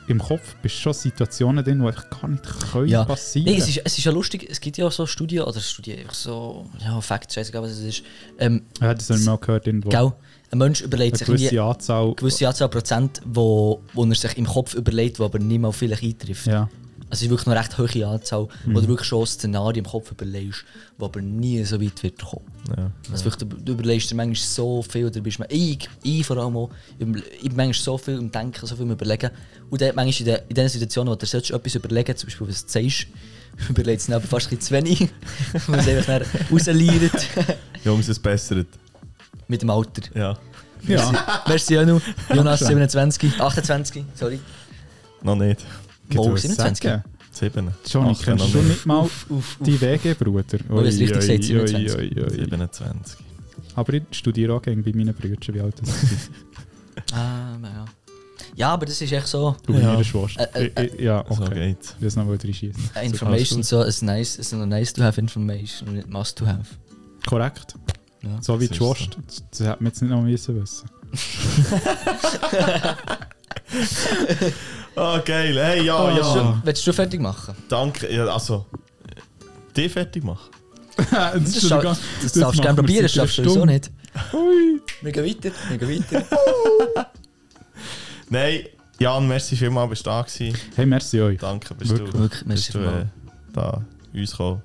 [SPEAKER 2] im Kopf bist schon Situationen drin, die einfach gar nicht können
[SPEAKER 1] Ja.
[SPEAKER 2] passieren.
[SPEAKER 1] Nein, es ist, es ist ja lustig, es gibt ja auch so Studien, oder Studien, einfach so, ja, Facts, scheißegal was es ist. Ähm,
[SPEAKER 2] ja, das habe ich mal gehört irgendwo.
[SPEAKER 1] gell, ein Mensch überlegt
[SPEAKER 2] Eine
[SPEAKER 1] sich irgendwie
[SPEAKER 2] gewisse Anzahl.
[SPEAKER 1] eine gewisse Anzahl Prozent, wo, wo er sich im Kopf überlegt, die aber niemals vielleicht eintrifft.
[SPEAKER 2] Ja.
[SPEAKER 1] Also es ist wirklich eine recht hohe Anzahl,
[SPEAKER 2] Mhm.
[SPEAKER 1] wo du wirklich schon Szenarien im Kopf überlegst, die aber nie so weit wird kommen.
[SPEAKER 3] Ja.
[SPEAKER 1] Also wirklich, du, du überlegst dir manchmal so viel, oder bist man, ich, ich vor allem auch, ich überle- ich bin manchmal so viel im Denken, so viel im Überlegen. Und dann manchmal in, der, in den Situationen, wo du solltest etwas überlegen zum Beispiel was du sagst, überlegst du es dann fast ein bisschen zu wenig, weil es einfach dann rausleiert
[SPEAKER 3] Jungs, es bessert.
[SPEAKER 1] mit dem Alter.
[SPEAKER 3] Ja.
[SPEAKER 2] ja.
[SPEAKER 1] Merci Janu, Jonas
[SPEAKER 2] Dankeschön.
[SPEAKER 1] 27, 28, sorry.
[SPEAKER 3] Noch nicht.
[SPEAKER 1] Mo
[SPEAKER 2] Gibt's was zu
[SPEAKER 1] 27.
[SPEAKER 2] sagen?
[SPEAKER 3] Sieben.
[SPEAKER 2] Johnny,
[SPEAKER 3] Acht,
[SPEAKER 2] kennst
[SPEAKER 3] noch
[SPEAKER 2] du
[SPEAKER 3] nicht.
[SPEAKER 2] nicht mal
[SPEAKER 1] Uff, uff.
[SPEAKER 2] die WG-Bruder?
[SPEAKER 1] Oh, das ist richtig gesagt, 27.
[SPEAKER 2] oi, oi.
[SPEAKER 3] 27.
[SPEAKER 2] Aber ich studiere auch gegen bei meinen Brüdern, wie alt das ist.
[SPEAKER 1] Ah, na ja. ja, aber das ist echt so
[SPEAKER 2] Du bei
[SPEAKER 3] Ja.
[SPEAKER 2] meiner Schwester.
[SPEAKER 1] Ä- äh,
[SPEAKER 2] Ich- ich- Ja,
[SPEAKER 3] So
[SPEAKER 2] okay.
[SPEAKER 3] geht's.
[SPEAKER 2] Ich weiß noch, wo ich reinschieße.
[SPEAKER 1] äh, Information, so ist nice, ist nur nice to have information und nicht must to have.
[SPEAKER 2] Korrekt.
[SPEAKER 1] Ja.
[SPEAKER 2] So wie
[SPEAKER 3] Das
[SPEAKER 2] die
[SPEAKER 3] ist
[SPEAKER 2] Schwester. Das, das hätte man jetzt nicht noch wissen müssen.
[SPEAKER 3] Ah, geil. Hey, ja, ja.
[SPEAKER 2] Ah.
[SPEAKER 1] Willst du fertig machen?
[SPEAKER 3] Danke. Ja, also, die fertig machen.
[SPEAKER 2] das
[SPEAKER 1] Das,
[SPEAKER 2] ist schon
[SPEAKER 1] scha-
[SPEAKER 2] die ganze-
[SPEAKER 1] das darfst du gerne
[SPEAKER 2] machen wir
[SPEAKER 1] probieren, das
[SPEAKER 2] seit einer
[SPEAKER 1] schaffst du sowieso
[SPEAKER 2] Stunde.
[SPEAKER 1] nicht.
[SPEAKER 2] Ui.
[SPEAKER 1] Wir gehen weiter, wir gehen weiter.
[SPEAKER 3] Nein, Jan, merci vielmals, bist du da gewesen.
[SPEAKER 2] Hey, merci euch.
[SPEAKER 3] Danke, bist
[SPEAKER 2] Wirklich.
[SPEAKER 3] du,
[SPEAKER 1] Wirklich, merci
[SPEAKER 3] bist du äh,
[SPEAKER 1] vielmals.
[SPEAKER 3] da uns gekommen.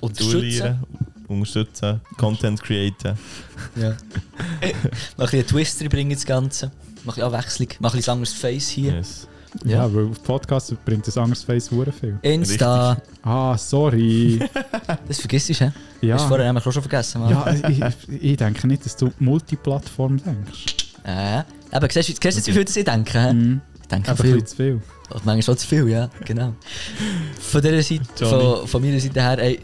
[SPEAKER 2] äh,
[SPEAKER 1] Unterstützen.
[SPEAKER 3] Zuhören, unterstützen, Content createn.
[SPEAKER 1] Ja. Mal ein bisschen einen Twist reinbringen ins Ganze. Mal ein bisschen Abwechslung, mal ein bisschen anderes Face hier.
[SPEAKER 3] Yes.
[SPEAKER 1] Ja.
[SPEAKER 2] Ja, weil auf Podcast bringt das anderes Face hure viel.
[SPEAKER 1] Insta,
[SPEAKER 2] Ah, sorry.
[SPEAKER 1] das vergisst du, hä?
[SPEAKER 2] ja.
[SPEAKER 1] Hast du vorher nämlich auch schon vergessen, Mann.
[SPEAKER 2] ja, ich, ich denke nicht, dass du Multiplattform denkst.
[SPEAKER 1] Äh, aber siehst du, siehst du jetzt, wie viel das ich denke? hä?
[SPEAKER 2] Mhm.
[SPEAKER 1] Ich denke
[SPEAKER 2] Einfach ein
[SPEAKER 1] viel.
[SPEAKER 2] bisschen zu viel.
[SPEAKER 1] Und manchmal schon zu viel, ja, genau. Von dieser Seite, von, von meiner Seite her, ey,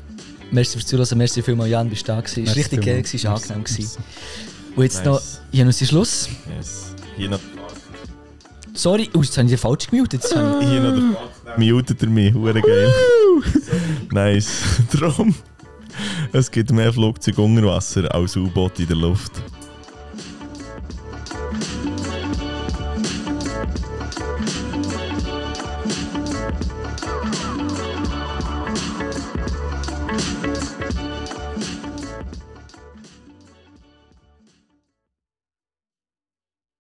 [SPEAKER 1] merci fürs Zuhören, merci vielmals, Jan, bist du da gewesen. Es war
[SPEAKER 2] Merci
[SPEAKER 1] richtig geil,
[SPEAKER 2] vielmals.
[SPEAKER 1] gewesen, es war angenehm.
[SPEAKER 2] Merci.
[SPEAKER 1] gewesen. Und jetzt
[SPEAKER 3] Nice.
[SPEAKER 1] noch, hier noch unseren Schluss.
[SPEAKER 3] Yes. Hier noch,
[SPEAKER 1] Sorry, oh, jetzt habe ich dich falsch gemutet. Jetzt habe
[SPEAKER 3] hier noch der Mutet er mich, hure geil. nice. Drum. Es gibt mehr Flugzeuge unter Wasser als U-Boote in der Luft.